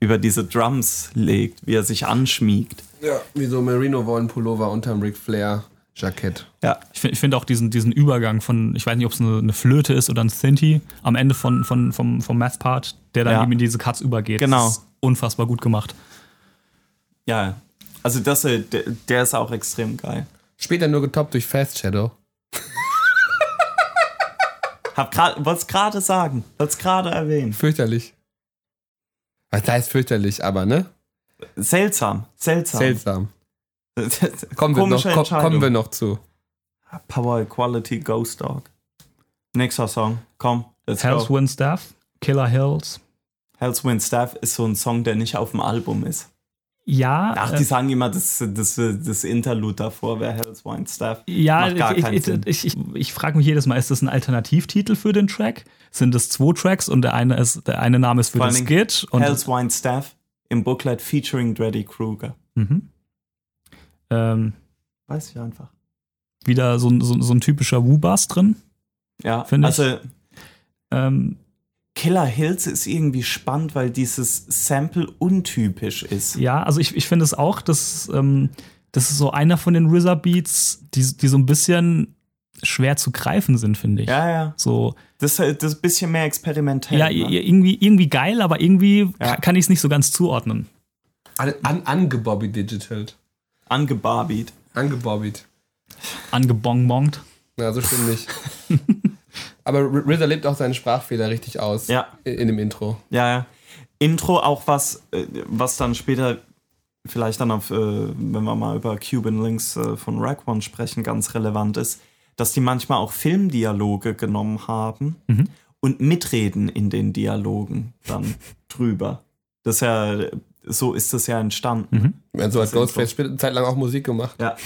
über diese Drums legt, wie er sich anschmiegt. Ja, wie so Merino Wollen Pullover unterm Ric Flair Jackett. Ja. Ich finde ich find auch diesen, diesen Übergang von, ich weiß nicht, ob es eine, eine Flöte ist oder ein Synthi am Ende von, von, vom, vom Math-Part, der dann Ja. eben in diese Cuts übergeht. Genau. Das ist unfassbar gut gemacht. Ja, also das, äh, der, der ist auch extrem geil. Später nur getoppt durch Fast Shadow. Hab grad, wollt's gerade sagen, wollt's gerade erwähnen. Fürchterlich. Was heißt fürchterlich, aber, ne? Seltsam, seltsam. Seltsam. Kommen Komische wir, noch, ko- Entscheidung. kommen wir noch zu. Power Equality Ghost Dog. Nächster Song, komm, let's Hell's go. Wind Staff, Killer Hills. Hell's Wind Staff ist so ein Song, der nicht auf dem Album ist. Ja, Ach, äh, die sagen immer, das, das, das Interlude davor wäre Hell's Wind Staff. ja macht gar ich, keinen ich, Sinn. ich, ich, ich frage mich jedes Mal, ist das ein Alternativtitel für den Track? Sind es zwei Tracks und der eine, ist, der eine Name ist für Vor den allen Skit? Und Hell's Wind Staff im Booklet featuring Dreddy Krueger. mhm. ähm, Weiß ich einfach. wieder so, ein- so, ein- so ein typischer Wu-Bass drin. Ja, Find ich- also Ähm, Killer Hills ist irgendwie spannend, weil dieses Sample untypisch ist. Ja, also ich, ich finde es auch, dass ähm, das ist so einer von den RZA Beats, die, die so ein bisschen schwer zu greifen sind, finde ich. Ja, ja. So, Das, das ist ein bisschen mehr experimentell. ja, ne? i- irgendwie, irgendwie geil, aber irgendwie ka- kann ich es nicht so ganz zuordnen. An, an, angebobby digital. Angebarbied. Angebobbyt. Angebongbongt. Na, so schlimm nicht. Aber R- RZA lebt auch seinen Sprachfehler richtig aus. Ja. In, in dem Intro. Ja, ja. Intro auch was, äh, was dann später vielleicht dann auf, äh, wenn wir mal über Cuban Links äh, von Rack One sprechen, ganz relevant ist, dass die manchmal auch Filmdialoge genommen haben Mhm. und mitreden in den Dialogen dann drüber. Das ist ja, äh, so ist das ja entstanden. Mhm. Ja, so hat Das Intro. Ghostface spät- eine Zeit lang auch Musik gemacht. Ja.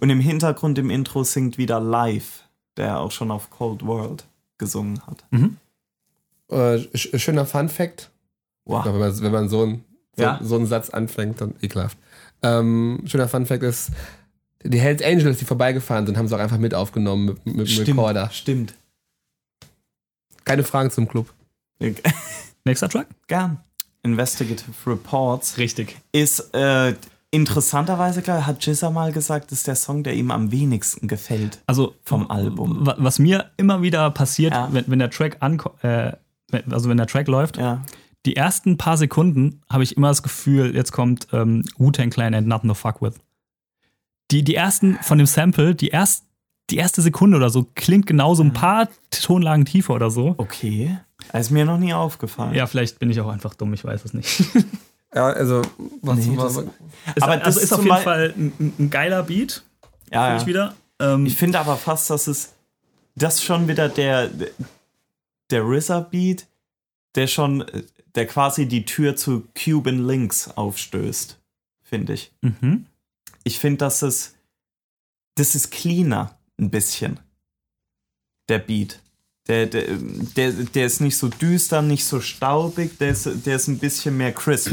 und im Hintergrund im Intro singt wieder Live, der auch schon auf Cold World gesungen hat. Äh, sch schöner Fun Fact. Wow. Ja, wenn, man, wenn man so, ein, so, Ja. so einen Satz anfängt, dann ekelhaft. Ähm, schöner Fun Fact ist, die Hells Angels, die vorbeigefahren sind, haben sie auch einfach mit aufgenommen mit, mit dem Recorder. stimmt. Keine Fragen zum Club. Nächster Track? Gern. Investigative Reports Richtig. ist äh, interessanterweise, glaube ich, hat Jizza mal gesagt, ist der Song, der ihm am wenigsten gefällt Also, vom Album. wa- was mir immer wieder passiert, Ja. wenn, wenn der Track anko äh, wenn- also wenn der Track läuft, Ja. die ersten paar Sekunden habe ich immer das Gefühl, jetzt kommt ähm, Wu-Tang Clan and Nothing to Fuck With. Die, die ersten von dem Sample, die, erst, die erste Sekunde oder so, klingt genau Mhm. so ein paar Tonlagen tiefer oder so. Oh. Okay. Das ist mir noch nie aufgefallen. Ja, vielleicht bin ich auch einfach dumm, ich weiß es nicht. Ja, also, was, Nee, was, das- Es Aber aber also das ist auf zum jeden Be- Fall ein, ein- ein geiler Beat, finde Ja, ja. ich wieder. Ähm, Ich finde aber fast, dass es das schon wieder der der RZA Beat, der schon äh, der quasi die Tür zu Cuban Links aufstößt, finde ich. mhm. Ich finde, dass es das ist cleaner ein bisschen der Beat. Der, der, der, der ist nicht so düster, nicht so staubig, der ist, der ist ein bisschen mehr crisp.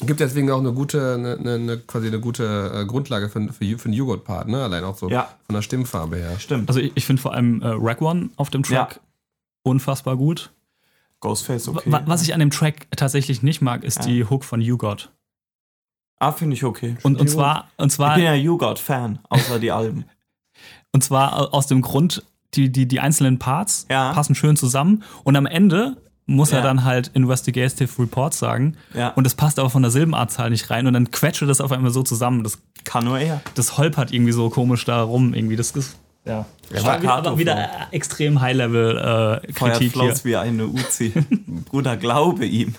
gibt deswegen auch eine gute, eine, eine, eine, quasi eine gute äh, Grundlage für, für, Ju- für einen Joghurt-Part, ne? Allein auch so Ja. von der Stimmfarbe her. Stimmt. Also ich, ich finde vor allem äh, Rack One auf dem Track Ja. unfassbar gut. Ghostface, Also, Wa- okay. wa- Was ich an dem Track tatsächlich nicht mag, ist Ja. die Hook von You God. ah, finde ich okay. Und, und zwar, und ich zwar, bin ja YouGod-Fan, außer die Alben. und zwar aus dem Grund, die, die, die einzelnen Parts Ja. passen schön zusammen und am Ende muss er Ja. dann halt Investigative Report sagen Ja. und das passt aber von der Silbenanzahl nicht rein und dann quetsche das auf einmal so zusammen. Das, Kann nur er. das holpert irgendwie so komisch da rum. Irgendwie. Das ist Ja. aber wieder, aber wieder äh, extrem High-Level-Kritik hier. Feuerflaus wie eine Uzi. Bruder, glaube ihm.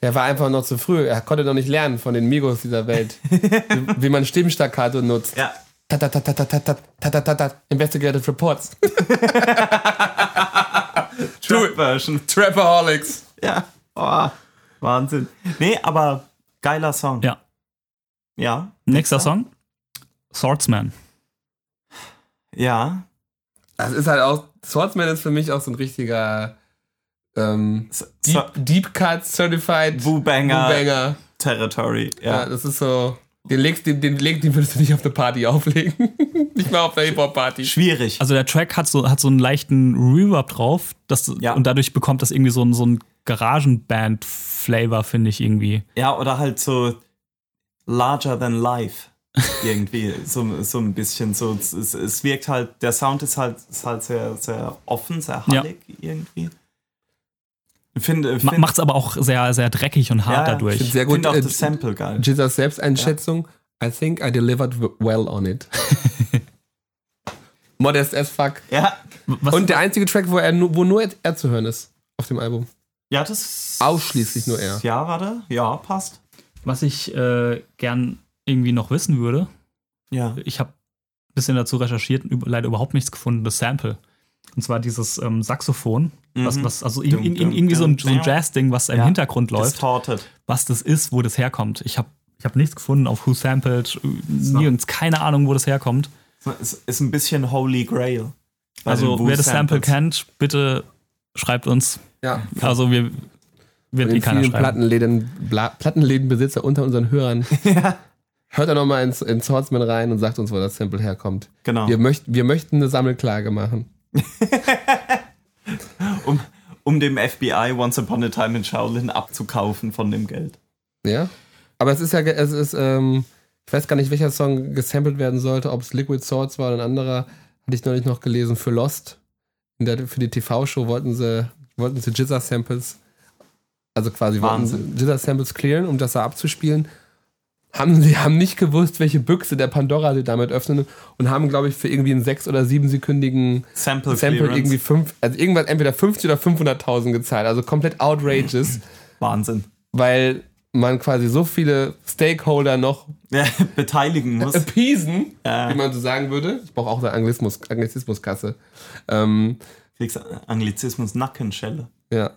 Er war einfach noch zu früh. Er konnte noch nicht lernen von den Migos dieser Welt, wie, wie man Stimmstaccato nutzt. Ja. Ta-ta-ta-ta-ta-ta-ta-ta-ta-ta. Investigative Reports. Trap-Version. Trapaholics. Ja. Oh, Wahnsinn. Nee, aber geiler Song. Ja. Ja. Nächster Song. Swordsman. Ja. Das ist halt auch, Swordsman ist für mich auch so ein richtiger ähm, S- Deep, So- Deep Cut Certified Wu-Banger Banger. Territory. Ja. Ja. das ist so, den legst, den, den, leg- den würdest du nicht auf eine Party auflegen. nicht mal auf einer Hip-Hop-Party. Schwierig. Also der Track hat so, hat so einen leichten Reverb drauf das, Ja. und dadurch bekommt das irgendwie so einen, so einen Garagenband-Flavor, finde ich irgendwie. Ja, oder halt so larger than life. Irgendwie. so, so ein bisschen. So, es, es- es wirkt halt, der Sound ist halt, ist halt sehr, sehr offen, sehr Ja. hallig irgendwie. Ich finde, ich Ma finde- Macht's aber auch sehr, sehr dreckig und hart Ja, dadurch. Sehr ich gut. finde auch äh, das Sample geil. Jesus Selbsteinschätzung. I think I delivered w- well on it. Modest as fuck. Ja, Was, Und der einzige Track, wo, er, nu- wo nur er zu hören ist auf dem Album. Ja, das. Ausschließlich nur er. Ja, warte. Ja, passt. was ich äh, gern irgendwie noch wissen würde, Ja. ich habe ein bisschen dazu recherchiert und über- leider überhaupt nichts gefunden, das Sample. Und zwar dieses ähm, Saxophon, was, Mhm. was, also in, in, Dum, dum, irgendwie so ein, so ein dum. Jazz-Ding, was im Ja. Hintergrund läuft. Distorted. was das ist, wo das herkommt. Ich habe ich hab nichts gefunden auf Who Sampled, äh, nirgends, keine Ahnung, wo das herkommt. Es ist ein bisschen Holy Grail. Bei den also, wer das Sample Wu-Samples. kennt, bitte schreibt uns. Ja. Also, wir wird eh Den keiner vielen schreiben. Plattenläden, Bla- Plattenlädenbesitzer unter unseren Hörern. Hört da nochmal in, in Swordsman rein und sagt uns, wo das Sample herkommt. Genau. Wir, möcht, wir möchten eine Sammelklage machen. Um, um dem FBI Once Upon a Time in Shaolin abzukaufen von dem Geld. Ja? Aber es ist ja, ge- es ist, ähm, Ich weiß gar nicht, welcher Song gesampelt werden sollte, ob es Liquid Swords war oder ein anderer. Hatte ich neulich noch gelesen für Lost. In der, für die TV-Show wollten sie, wollten sie Jizza-Samples, also quasi wollten sie Wahnsinn. Jizza-Samples clearen, um das da abzuspielen. Haben sie haben nicht gewusst, welche Büchse der Pandora sie damit öffnen und haben, glaube ich, für irgendwie einen sechs- oder siebensekündigen Sample, Sample Clearance. irgendwie fünf, also irgendwas entweder 50 oder 500.000 gezahlt. Also komplett outrageous, Wahnsinn. weil man quasi so viele Stakeholder noch Ja, beteiligen Äh, muss. appeasen, Ja. wie man so sagen würde. Ich brauche auch eine Anglismus, Anglizismuskasse. Ähm, Kriegst Anglizismus Nackenschelle. ja.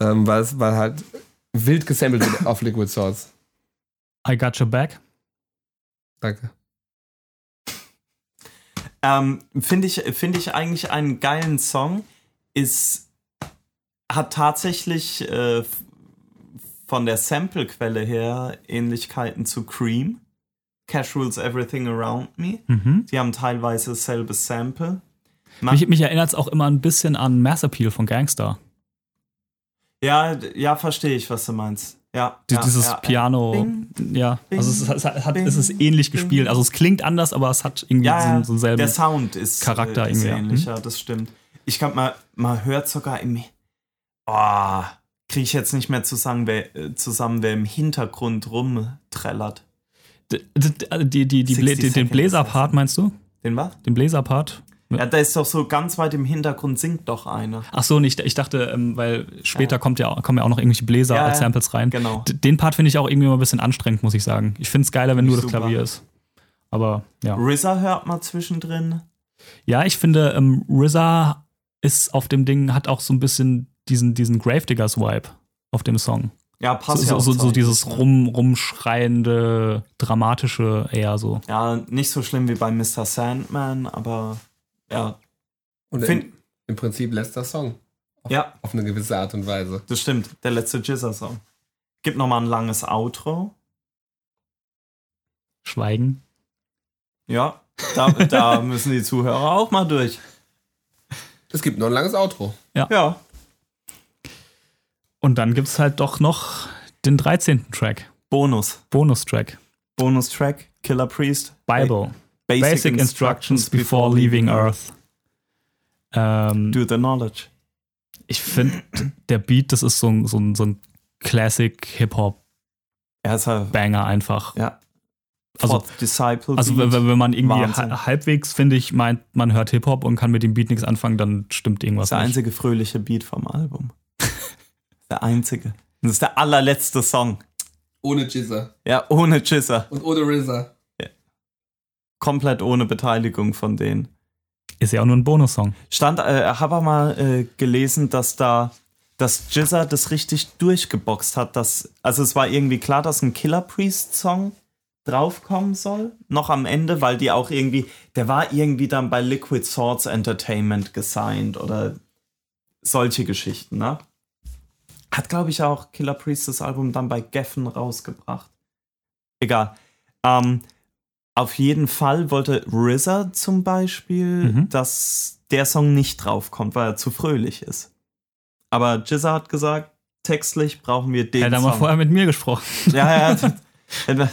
Ähm, weil es weil halt wild gesampelt wird auf Liquid Source. I got your back. Danke. Ähm, Finde ich, find ich eigentlich einen geilen Song. Ist, hat tatsächlich äh, f- von der Sample-Quelle her Ähnlichkeiten zu Cream. Cash Rules Everything Around Me. Mhm. Die haben teilweise dasselbe Sample. Ma- Mich, mich erinnert es auch immer ein bisschen an Mass Appeal von Gangster. Ja, d- ja, verstehe ich, was du meinst. Ja, Die, ja, dieses ja, Piano. Bing, ja, bing, also es, es, hat, bing, es ist ähnlich gespielt. Also es klingt anders, aber es hat irgendwie Ja, ja, so, so einen der selben. Sound ist, Charakter äh, ist irgendwie, ja. Mhm. ähnlich, ja, das stimmt. Ich glaube, man, man hört sogar im. Oh, kriege ich jetzt nicht mehr zusammen wer, äh, zusammen, wer im Hintergrund rumträllert. D- d- Die, die, die, 60 Blä- die, den Second Bläserpart meinst du? Den was? Den Bläserpart? Ja, da ist doch so ganz weit im Hintergrund singt doch einer. Ach so, nicht. Ich dachte, ähm, weil später kommt ja, kommen ja auch noch irgendwelche Bläser Ja, als ja, Samples rein. genau. D- Den Part finde ich auch irgendwie immer ein bisschen anstrengend, muss ich sagen. Ich finde es geiler, wenn nur das Super. Klavier ist. Aber ja. RZA hört man zwischendrin. Ja, ich finde, ähm, RZA ist auf dem Ding, hat auch so ein bisschen diesen, diesen Gravediggers-Vibe auf dem Song. Ja, So, passt ja so, auch so, so zeitlich, dieses ne? rum, rumschreiende, dramatische eher so. Ja, nicht so schlimm wie bei Mr. Sandman, aber ja, Und Find- im, im Prinzip letzter Song. ja, Auf eine gewisse Art und Weise. Das stimmt, der letzte Jizzer-Song. Gibt nochmal ein langes Outro. Schweigen. Ja, da, da müssen die Zuhörer auch mal durch. Es gibt noch ein langes Outro. Ja, Und dann gibt's halt doch noch den 13. Track, Bonus. Bonustrack, Bonus-Track, Killer Priest. Bible. Basic, Instructions Before Leaving Earth. Ähm, Do the knowledge. ich finde, der Beat, das ist so, ein- so, ein- so ein Classic-Hip-Hop-Banger Er ist halt, einfach. ja. Also- Fourth Disciple. Also wenn, Beat. wenn wenn man irgendwie Wahnsinn. ha- halbwegs, finde ich, meint, man hört Hip-Hop und kann mit dem Beat nichts anfangen, dann stimmt das irgendwas ist der nicht. einzige fröhliche Beat vom Album. der einzige. Das ist der allerletzte Song. Ohne Jizza. Ja, ohne Jizzer. Und ohne RZA. Komplett ohne Beteiligung von denen. Ist ja auch nur ein Bonussong. Stand, äh, habe mal äh, gelesen, dass da, dass Jizza das richtig durchgeboxt hat. Dass, also es war irgendwie klar, dass ein Killer Priest Song draufkommen soll, noch am Ende, weil die auch irgendwie, der war irgendwie dann bei Liquid Swords Entertainment gesigned oder solche Geschichten, ne? Hat, glaube ich, auch Killer Priest das Album dann bei Geffen rausgebracht. Egal. Ähm, auf jeden Fall wollte RZA zum Beispiel, Mhm. dass der Song nicht draufkommt, weil er zu fröhlich ist. Aber Jizza hat gesagt, textlich brauchen wir den Hätte er Song. mal vorher mit mir gesprochen. Ja, ja. Hätte-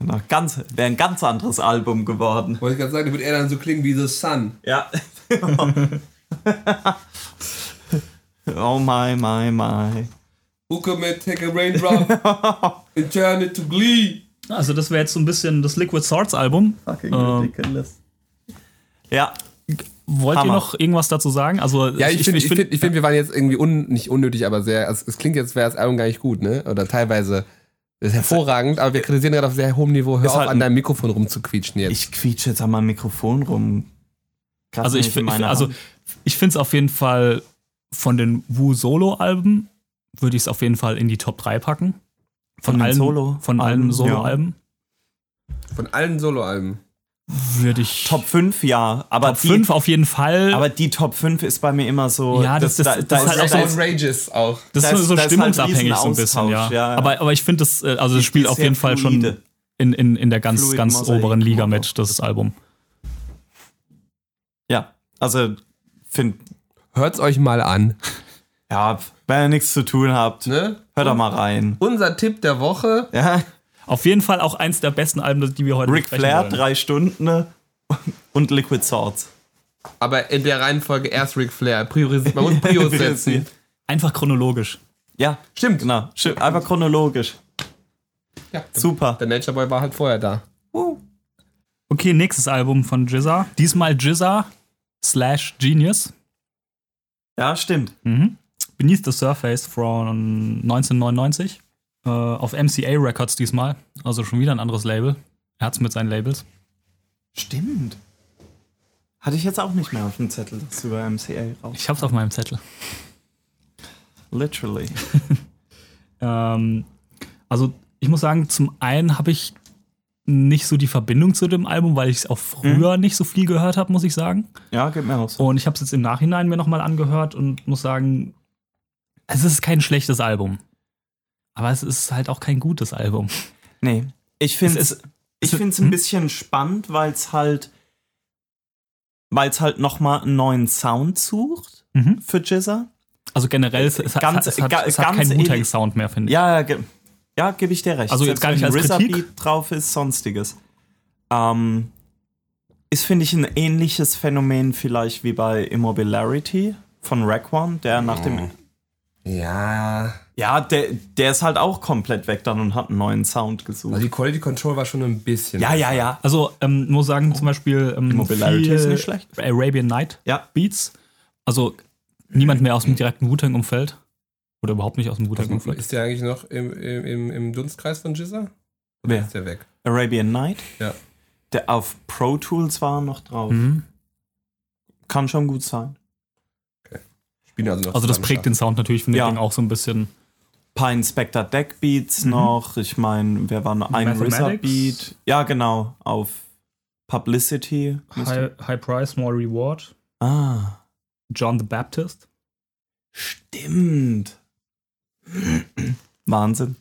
na, ganz, Wäre ein ganz anderes Album geworden. Wollte ich gerade sagen, da wird er dann so klingen wie The Sun. Ja. oh my, my, my. Who could may take a raindrop and turn it to glee? Also das wäre jetzt so ein bisschen das Liquid Swords Album. Fucking Ähm. ridiculous. Ja, Wollt ihr Hammer. noch irgendwas dazu sagen? Also Ja, ich, finde, ich find- find, ich find, wir waren jetzt irgendwie un, nicht unnötig, aber sehr. Also es klingt jetzt, wäre das Album gar nicht gut, ne? Oder teilweise. Das ist hervorragend, aber wir kritisieren gerade auf sehr hohem Niveau. Hör Ist auf, halt an ein- deinem Mikrofon rumzuquietschen jetzt. ich quietsche jetzt an meinem Mikrofon rum. Krass, also ich, nicht in find- ich, meiner also Hand. ich finde es auf jeden Fall von den Wu Solo Alben würde ich es auf jeden Fall in die Top 3 packen. Von, den allen Solo- von Alben, allen Solo Alben Von allen Soloalben. würde ich Top 5, ja. Aber, Top die, 5 auf jeden Fall. aber die Top 5 ist bei mir immer so. Ja, das- das- das ist halt auch so- ist- outrageous auch. Das Da ist so- ist- so da ist stimmungsabhängig halt so ein bisschen, ja. Riesenaustausch, ja, ja. Aber, aber ich finde das, äh, also das spielt ist auf sehr jeden Fall schon fluide. in, in, in der ganz, Fluid ganz Mosaik, oberen Liga genau. mit, das Album. Ja, also finde. Hört's euch mal an. Ja, wenn ihr nichts zu tun habt, Ne? hört doch mal rein. Unser Tipp der Woche. Ja. Auf jeden Fall auch eins der besten Alben, die wir heute Ric besprechen Flair, wollen. drei Stunden ne? und Liquid Swords. Aber in der Reihenfolge erst Ric Flair. Prioris man muss Prios setzen. Einfach chronologisch. Ja, Stimmt. genau. Stimmt. Einfach chronologisch. Ja. Super. Der Nature Boy war halt vorher da. Okay, nächstes Album von Jizza. Diesmal Jizza slash Genius. Ja, stimmt. Mhm. Beneath the Surface von 1999. Äh, auf MCA Records diesmal. Also schon wieder ein anderes Label. Er hat's mit seinen Labels. Stimmt. Hatte ich jetzt auch nicht mehr auf dem Zettel, das über MCA raus. Ich hab's auf meinem Zettel. Literally. Ähm, also ich muss sagen, zum einen habe ich nicht so die Verbindung zu dem Album, weil ich Mhm. es auch früher nicht so viel gehört habe, muss ich sagen. Ja, geht mir auch so. Und ich habe es jetzt im Nachhinein mir nochmal angehört und muss sagen, es ist kein schlechtes Album. Aber es ist halt auch kein gutes Album. Nee. Ich finde Es es ich es- find's hm? ein bisschen spannend, weil es halt, weil's halt nochmal einen neuen Sound sucht Mhm. für Jizza. Also generell, es, es, Ganz- hat, es, hat, ga- es hat ganz keinen ähnlich. Wu-Tang-Sound mehr, finde ich. Ja, ja, ge ja gebe ich dir recht. Also jetzt gar nicht wenn als RZA Kritik. Beat drauf ist, sonstiges. Ähm, ist, finde ich, ein ähnliches Phänomen vielleicht wie bei Immobilarity von Rack One, der nach Mhm. dem. Ja. Ja, der, der ist halt auch komplett weg dann und hat einen neuen Sound gesucht. Also die Quality Control war schon ein bisschen. ja, ja, ja. Also ähm, muss sagen, zum Beispiel ähm, Immobilarity viel ist nicht schlecht. Arabian Night Ja. Beats. Also niemand mehr aus dem direkten Wu-Tang-Umfeld. Oder überhaupt nicht aus dem Wu-Tang-Umfeld. Ist der eigentlich noch im, im, im, im Dunstkreis von Jizza? Wer? Ist der weg? Arabian Night. Ja. Der auf Pro Tools war noch drauf. Mhm. Kann schon gut sein. Spielen also noch Also das zusammen prägt den Sound natürlich von dem Ja. Ding auch so ein bisschen. Paar Inspector Deck Beats noch. Ich meine, wer war noch? Ein Mathematics. Rizzer Beat. Ja, genau. Auf Publicity. High, high Price, Small Reward. Ah. John the Baptist. Stimmt. Wahnsinn.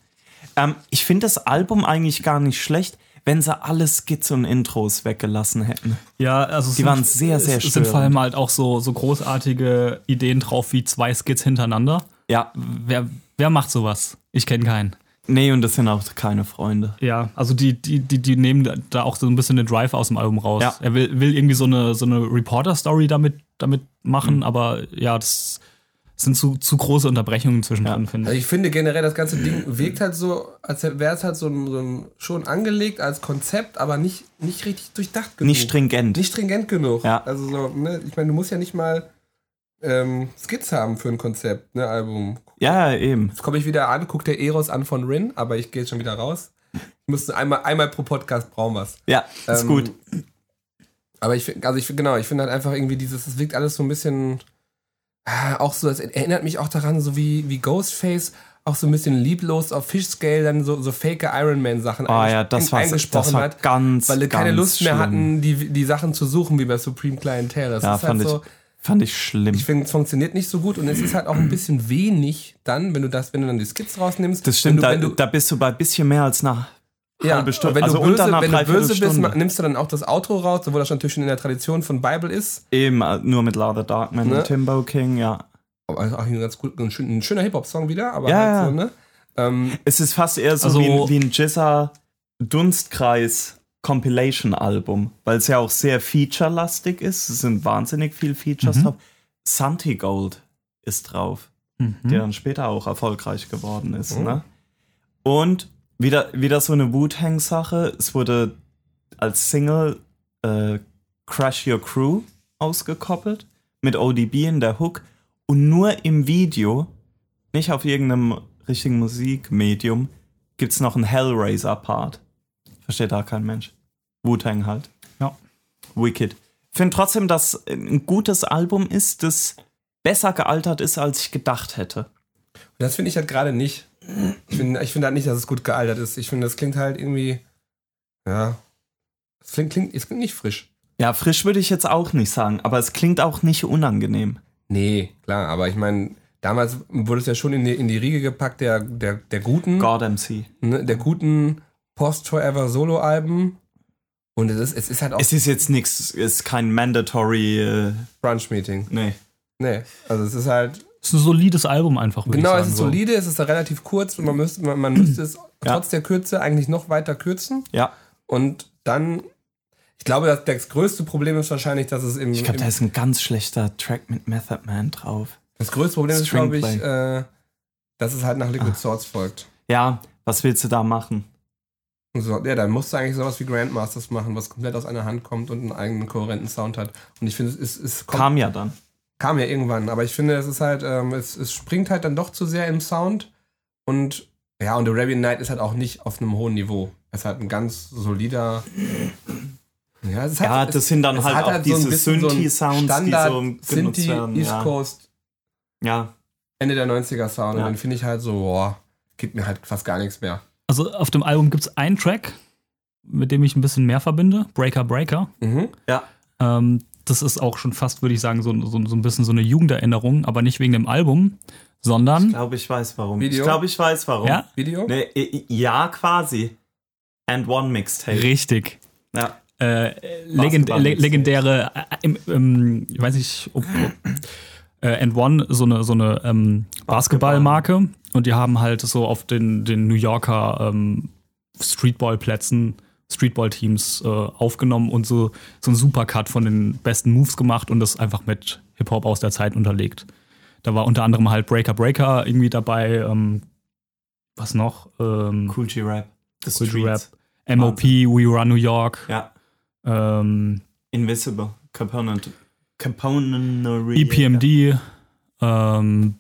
Ähm, ich finde das Album eigentlich gar nicht schlecht, wenn sie alle Skizzen und Intros weggelassen hätten. Ja, also es Die waren sehr, sehr es sind vor störend. allem halt auch so, so großartige Ideen drauf wie zwei Skits hintereinander. Ja, Wer, wer macht sowas? Ich kenne keinen. nee, und das sind auch keine Freunde. Ja, also die, die, die, die nehmen da auch so ein bisschen den Drive aus dem Album raus. Ja. Er will, will irgendwie so eine, so eine Reporter-Story damit, damit machen, aber ja, das sind zu, zu große Unterbrechungen zwischendrin, finde Also ich. ich finde generell, das ganze Ding wirkt halt so, als wäre es halt so, ein, so ein, schon angelegt als Konzept, aber nicht, nicht richtig durchdacht genug. Nicht stringent. Nicht stringent genug. Ja. Also so, ne, ich meine, du musst ja nicht mal ähm, Skits haben für ein Konzept, ne, Album. Ja, ja, eben. Jetzt komme ich wieder an, guck der Eros an von Rin, aber ich gehe jetzt schon wieder raus. Ich musste einmal, einmal pro Podcast brauchen was. Ja, ist Ähm, gut. Aber ich finde, also ich finde, genau, ich finde halt einfach irgendwie dieses, es wirkt alles so ein bisschen, ah, auch so, das erinnert mich auch daran, so wie, wie Ghostface, auch so ein bisschen lieblos auf Fishscale dann so, so fake Iron Man Sachen Ah einges- ja, das war, eingesprochen das war hat, ganz, weil sie keine ganz Lust mehr schlimm. hatten, die, die Sachen zu suchen, wie bei Supreme Clientele. Das Ja, ist halt fand, so, ich, fand ich schlimm. ich finde, es funktioniert nicht so gut und es ist halt auch ein bisschen wenig dann, wenn du das, wenn du dann die Skits rausnimmst. das wenn stimmt, du, wenn da, du, da bist du bei ein bisschen mehr als nach. ja, halbe Stunde- Wenn also du böse, unter einer wenn du böse bist, Dreiviertelstunde. nimmst du dann auch das Outro raus, obwohl das natürlich schon in der Tradition von Bible ist. Eben, äh, nur mit Lara Darkman Ne? und Timbo King, ja. Aber also auch ein ganz gut, ein, schön, ein schöner Hip-Hop-Song wieder, aber Ja, halt ja. so, ne? Ähm, Es ist fast eher so Also- wie, ein- wie ein Jizza Dunstkreis Compilation Album, weil es ja auch sehr featurelastig ist. Es sind wahnsinnig viele Features Mhm. drauf. Santi Gold ist drauf, Mhm. Oh. der dann später auch erfolgreich geworden ist. Mhm. Ne? Und wieder, wieder so eine Wu-Tang-Sache. Es wurde als Single äh, Crash Your Crew ausgekoppelt mit ODB in der Hook und nur im Video, nicht auf irgendeinem richtigen Musikmedium, gibt es noch einen Hellraiser-Part. Versteht da kein Mensch. Wu-Tang halt. Ja. Wicked. Finde trotzdem, dass ein gutes Album ist, das besser gealtert ist, als ich gedacht hätte. das finde ich halt gerade nicht. Ich finde ich find halt nicht, dass es gut gealtert ist. Ich finde, das klingt halt irgendwie. Ja. Es klingt, klingt, es klingt nicht frisch. Ja, frisch würde ich jetzt auch nicht sagen, aber es klingt auch nicht unangenehm. Nee, klar, aber ich meine, damals wurde es ja schon in die, in die Riege gepackt der, der, der guten, God MC. ne, der guten Post-Forever-Solo-Alben. Und es ist, es ist halt auch Es ist jetzt nichts, es ist kein mandatory, äh, Brunch-Meeting. nee. Nee, also es ist halt. Es ist ein solides Album einfach, würde Genau, ich sagen. es ist so. solide, es ist relativ kurz und man müsste, man, man müsste es Ja. trotz der Kürze eigentlich noch weiter kürzen. Ja. Und dann, ich glaube, das, das größte Problem ist wahrscheinlich, dass es im. Ich glaube, im da ist ein ganz schlechter Track mit Method Man drauf. das größte Problem ist, glaube ich, Stringplay. äh, dass es halt nach Liquid Ah. Swords folgt. Ja, was willst du da machen? Und So, ja, dann musst du eigentlich sowas wie Grandmasters machen, was komplett aus einer Hand kommt und einen eigenen kohärenten Sound hat. Und ich finde, es, ist- es kommt Kam ja dann. kam ja irgendwann, aber ich finde, es ist halt, ähm, es, es springt halt dann doch zu sehr im Sound und ja, und Arabian Night ist halt auch nicht auf einem hohen Niveau. Es ist halt ein ganz solider. Ja, es hat, Ja, das sind dann es halt hat auch ein diese bisschen so einen Synthi-Sounds, die Standard so genutzt Synthi, werden, East ja. Coast, Ja, Ende der 90er Sound. Ja. Und dann finde ich halt so, boah, gibt mir halt fast gar nichts mehr. Also auf dem Album gibt es einen Track, mit dem ich ein bisschen mehr verbinde, Breaker Breaker. Mhm. Ähm, das ist auch schon fast, würde ich sagen, so, so, so ein bisschen so eine Jugenderinnerung, aber nicht wegen dem Album, ich sondern glaube, ich weiß warum. Video? Ich glaube, ich weiß warum. Hm? ja, Video? Nee, i- i- ja, quasi. And One Mixtape. richtig. Ja. Äh, legend, Basketball- le legendäre, äh, im, ähm, ich weiß nicht, ob, ob, äh, and One, so eine, so eine ähm, Basketballmarke und die haben halt so auf den, den New Yorker ähm, Streetball-Plätzen, Streetball-Teams äh, aufgenommen und so, so einen Supercut von den besten Moves gemacht und das einfach mit Hip-Hop aus der Zeit unterlegt. Da war unter anderem halt Breaker Breaker irgendwie dabei, ähm, was noch? Ähm, Cool G-Rap. The Cool G Rap. Streets. MOP, We Run New York. Ja. Ähm, Invisible. Component. Component. E EPMD, ähm,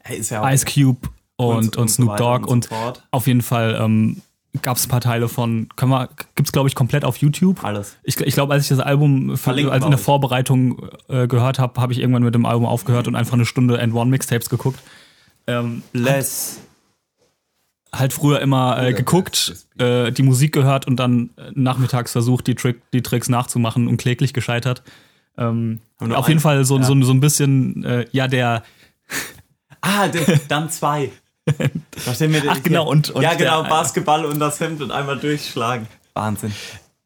Hey, ist ja auch Ice Cube und, und, so Snoop weiter Dogg und, so fort. auf jeden Fall ähm, gab es ein paar Teile von, können wir, gibt's glaube ich komplett auf YouTube. alles. Ich, ich glaube, als ich das Album für, Verlinken als wir in der euch. Vorbereitung äh, gehört habe, habe ich irgendwann mit dem Album aufgehört und einfach eine Stunde End One Mixtapes geguckt. Ähm, Less. halt früher immer äh, geguckt, äh, die Musik gehört und dann äh, nachmittags versucht, die, Trick, die Tricks nachzumachen und kläglich gescheitert. Ähm, Haben wir auf noch jeden einen? Fall so, so, so ein bisschen, äh, ja, der, Ah, d- dann zwei. Nachdem wir Ach, genau, und- und ja, genau, der- Basketball und das Hemd und einmal durchschlagen. Wahnsinn.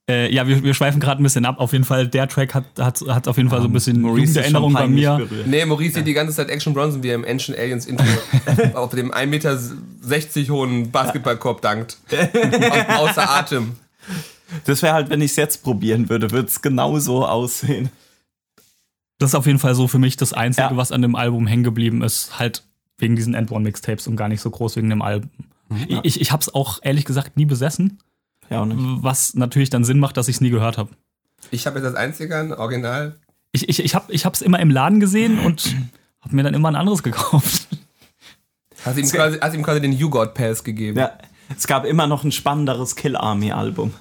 Äh, ja, wir, wir schweifen gerade ein bisschen ab. auf jeden Fall. Der Track hat, hat, hat auf jeden Fall so Also ein bisschen Ähm, Maurice ist schon Jugenderinnerung bei peinlich mir. berührt. Nee, Maurice sieht die ganze Zeit Action Bronson, wie er im Ancient Aliens Intro auf dem 1,60 Meter hohen Basketballkorb dankt. Au- Außer Atem. Das wäre halt, wenn ich es jetzt probieren würde, würde es genauso aussehen. Das ist auf jeden Fall so für mich das Einzige, Ja. was an dem Album hängen geblieben ist. Halt wegen diesen End One Mixtapes und gar nicht so groß wegen dem Album. Mhm. Ich- Ich, ich habe es auch ehrlich gesagt nie besessen, Ja, auch nicht. was natürlich dann Sinn macht, dass ich es nie gehört habe. Ich habe jetzt das einzige ein Original. Ich, ich, ich habe es immer im Laden gesehen und habe mir dann immer ein anderes gekauft. Hast ihm quasi, hast ihm quasi den You Got Pass gegeben. Ja, es gab immer noch ein spannenderes Kill Army Album.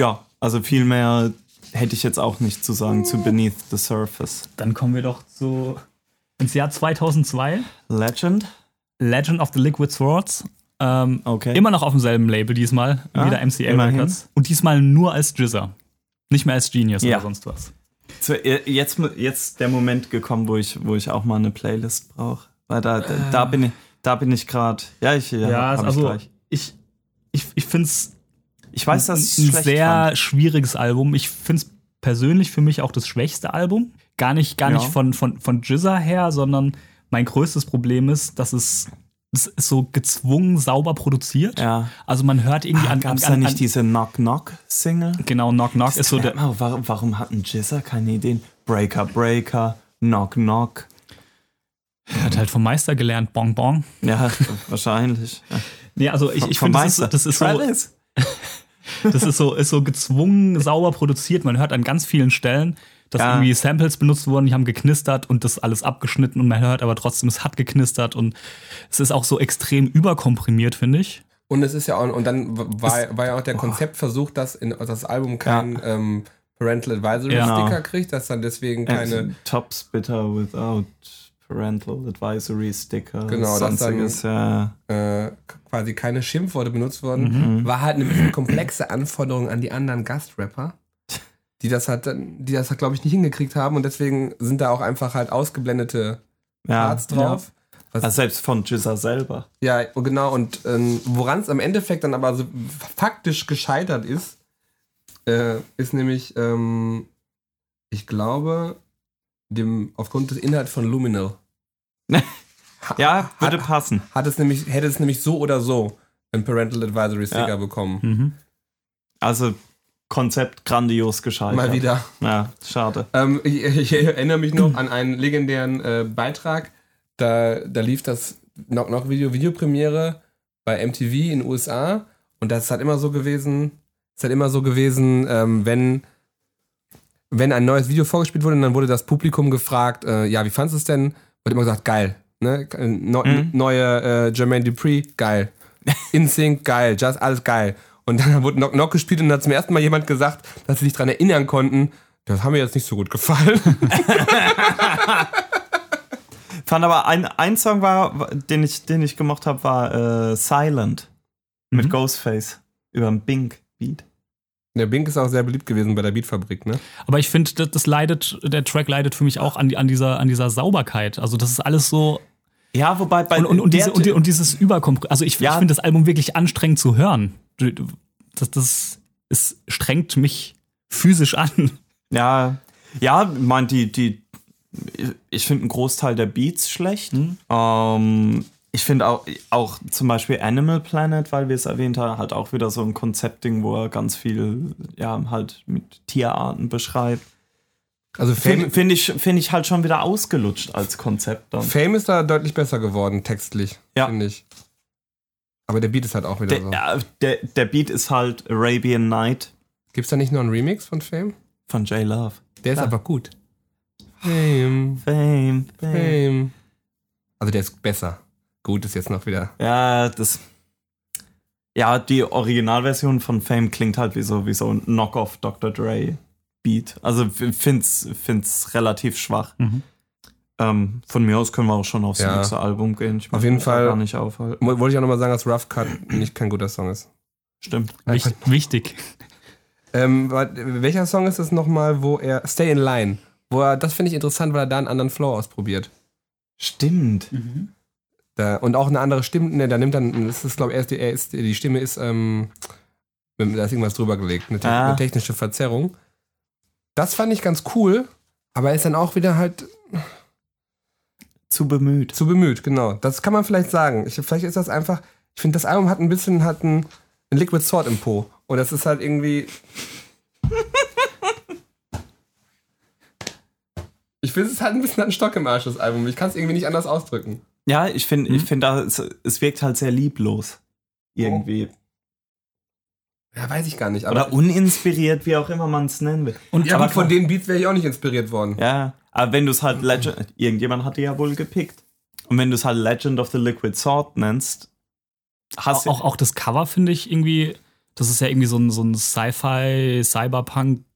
Ja, also viel mehr hätte ich jetzt auch nicht zu sagen zu Beneath the Surface. Dann kommen wir doch zu ins Jahr 2002. Legend? Legend of the Liquid Swords. Ähm, Okay. Immer noch auf demselben Label diesmal. Ah, wieder MCA immerhin. Records. Und diesmal nur als Jizzer. Nicht mehr als Genius Ja. oder sonst was. So, äh, jetzt, mu- jetzt der Moment gekommen, wo ich, wo ich auch mal eine Playlist brauche. Weil da, da, Äh. da bin ich, da bin ich gerade. Ja, ich ja, hab also ich gleich. ich, ich, ich finde es Ich weiß, ein dass ich schlecht sehr fand. schwieriges Album. Ich finde es persönlich für mich auch das schwächste Album. Gar nicht, gar Ja. nicht von, von, von Jizzer her, sondern mein größtes Problem ist, dass es, es ist so gezwungen sauber produziert. Ja. Also man hört irgendwie Ah, an. gab's an, da an, nicht an, diese Knock Knock Single? Genau, Knock Knock ist so der, Wow, warum, warum hatten Jizzer keine Ideen? Breaker Breaker, Knock Knock. hat halt vom Meister gelernt, Bong Bong. Ja, wahrscheinlich. Nee, also ich, ich finde, das ist, das ist so, Travis. Das ist so, ist so gezwungen, sauber produziert. Man hört an ganz vielen Stellen, dass Ja. irgendwie Samples benutzt wurden, die haben geknistert und das alles abgeschnitten und man hört aber trotzdem, es hat geknistert und es ist auch so extrem überkomprimiert, finde ich. Und es ist ja auch, und dann w- war, war ja auch der Konzeptversuch, dass in, dass das Album kein ähm, Parental Advisory Ja. Genau. Sticker kriegt, dass dann deswegen keine. Keine Top Spitter without Parental Advisory Sticker. Genau, das sonstiges. Ja. äh, quasi keine Schimpfworte benutzt Mhm. wurden, war halt eine bisschen komplexe Anforderung an die anderen Gastrapper, die das halt, dann- die das halt, glaube ich, nicht hingekriegt haben und deswegen sind da auch einfach halt ausgeblendete Ja. Parts drauf. Ja. Also selbst von Jizzer selber. Ja, und genau. Und ähm, woran es am Endeffekt dann aber so faktisch gescheitert ist, äh, ist nämlich, ähm, ich glaube, dem, aufgrund des Inhalts von Luminal Ja, würde passen. Hat es nämlich, hätte es nämlich so oder so einen Parental Advisory Sticker Ja. Hm. bekommen. Also Konzept grandios gescheitert. Mal wieder. Ja, schade. Ähm, ich, ich erinnere mich noch an einen legendären äh, Beitrag. Da, da lief das Knock Knock Video, Videopremiere bei MTV in den USA. Und das hat immer so gewesen, es hat immer so gewesen, ähm, wenn, wenn ein neues Video vorgespielt wurde, dann wurde das Publikum gefragt, äh, ja, wie fandest du es denn? Wird immer gesagt, geil. Ne? Neu- Mhm. Neue äh, Jermaine Dupree, geil. InSync, geil. Just alles geil. Und dann wurde Knock Knock gespielt und dann hat zum ersten Mal jemand gesagt, dass sie sich daran erinnern konnten, das haben mir jetzt nicht so gut gefallen. Fand aber ein, ein Song war, den ich, den ich gemocht habe, war äh, Silent Mhm. mit Ghostface über einen Bink Beat. Der Bink ist auch sehr beliebt gewesen bei der Beatfabrik, ne? Aber ich finde, das, das leidet, der Track leidet für mich auch an, die- an, dieser, an dieser Sauberkeit. Also das ist alles so. Ja, wobei bei Und, und, und, Äh, der- diese, und, die- und dieses Überkompr. Also ich, Ja. ich finde das Album wirklich anstrengend zu hören. Du- du- Das, das es strengt mich physisch an. ja, ja, man die die ich finde einen Großteil der Beats schlecht. Ähm, ich finde auch, auch zum Beispiel Animal Planet, weil wir es erwähnt haben, halt auch wieder so ein Konzeptding, wo er ganz viel ja halt mit Tierarten beschreibt. Also Finde Fame, find ich, find ich halt schon wieder ausgelutscht als Konzept dann. Fame ist da deutlich besser geworden, textlich, Ja. finde ich. Aber der Beat ist halt auch wieder Der, so. ja, der, der Beat ist halt Arabian Night Gibt's da nicht noch einen Remix von Fame? von J. Love. Der ist Klar. aber gut. Fame, Fame, fame. Fame. Also der ist besser. Gut ist jetzt noch wieder. Ja, das. Ja, die Originalversion von Fame klingt halt wie so, wie so ein Knockoff Dr. Dre Beat. Also f- find's, find's relativ schwach. Ähm, von mir aus können wir auch schon aufs Mhm. Ja. nächste Album gehen. Ich Auf mach jeden mich da Fall. Gar nicht aufhalten. Mo- Wollte ich auch nochmal sagen, dass Rough Cut nicht kein guter Song ist. Stimmt. Wicht, wichtig. Ähm, wa- welcher Song ist es nochmal, wo er. Stay in Line. Wo er, das finde ich interessant, weil er da einen anderen Flow ausprobiert. Stimmt. Da, und auch eine andere Stimme, ne, da nimmt dann, das ist glaube ich, erst die, er ist, die Stimme ist, ähm, mit- da ist irgendwas drüber gelegt, eine, te Ah. eine technische Verzerrung. Das fand ich ganz cool, aber ist dann auch wieder halt Zu bemüht. zu bemüht, genau. Das kann man vielleicht sagen. Ich, vielleicht ist das einfach, ich finde, das Album hat ein bisschen, hat ein, ein Liquid Sword im Po. Und das ist halt irgendwie. ich finde, es hat ein bisschen einen Stock im Arsch, das Album. Ich kann es irgendwie nicht anders ausdrücken. Ja, ich finde, Mhm. ich finde, da- es, es wirkt halt sehr lieblos. Irgendwie. Ja, weiß ich gar nicht. Oder uninspiriert, wie auch immer man es nennen will. Und Ja, aber aber von den Beats wäre ich auch nicht inspiriert worden. Ja, aber wenn du es halt Legend, irgendjemand hatte ja wohl gepickt. Und wenn du es halt Legend of the Liquid Sword nennst, hast auch, du auch, auch das Cover finde ich irgendwie. Das ist ja irgendwie so ein, so ein Sci-Fi,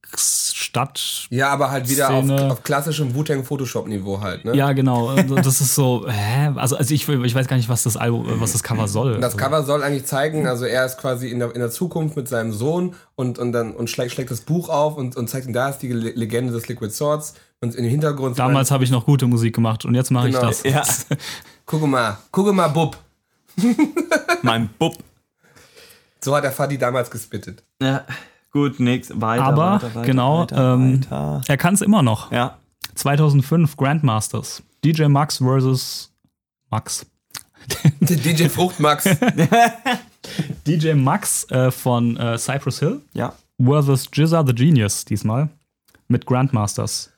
Cyberpunk-Stadt. Ja, aber halt wieder auf, Szene. auf klassischem Wu-Tang Photoshop-Niveau halt, ne? Ja, genau. Das ist so, hä? Also, also ich, ich weiß gar nicht, was das Album, was das Cover soll. Also, Das Cover soll eigentlich zeigen, also er ist quasi in der, in der Zukunft mit seinem Sohn und, und dann und schlägt, schlägt das Buch auf und, und zeigt ihm, da ist die Le- Legende des Liquid Swords und in dem Hintergrund Damals habe ich noch gute Musik gemacht und jetzt mache Genau. ich das. Ja. guck mal, guck mal, Bub. mein Bub. So hat der Fadi damals gespittet. Ja. Gut, nix, weiter. Aber, weiter, weiter, genau, Weiter, ähm, weiter. Er kann es immer noch. Ja, 2005 Grandmasters. DJ Max versus Max. Der DJ Fruchtmax. DJ Max äh, von äh, Cypress Hill ja. versus Jizza the Genius diesmal mit Grandmasters.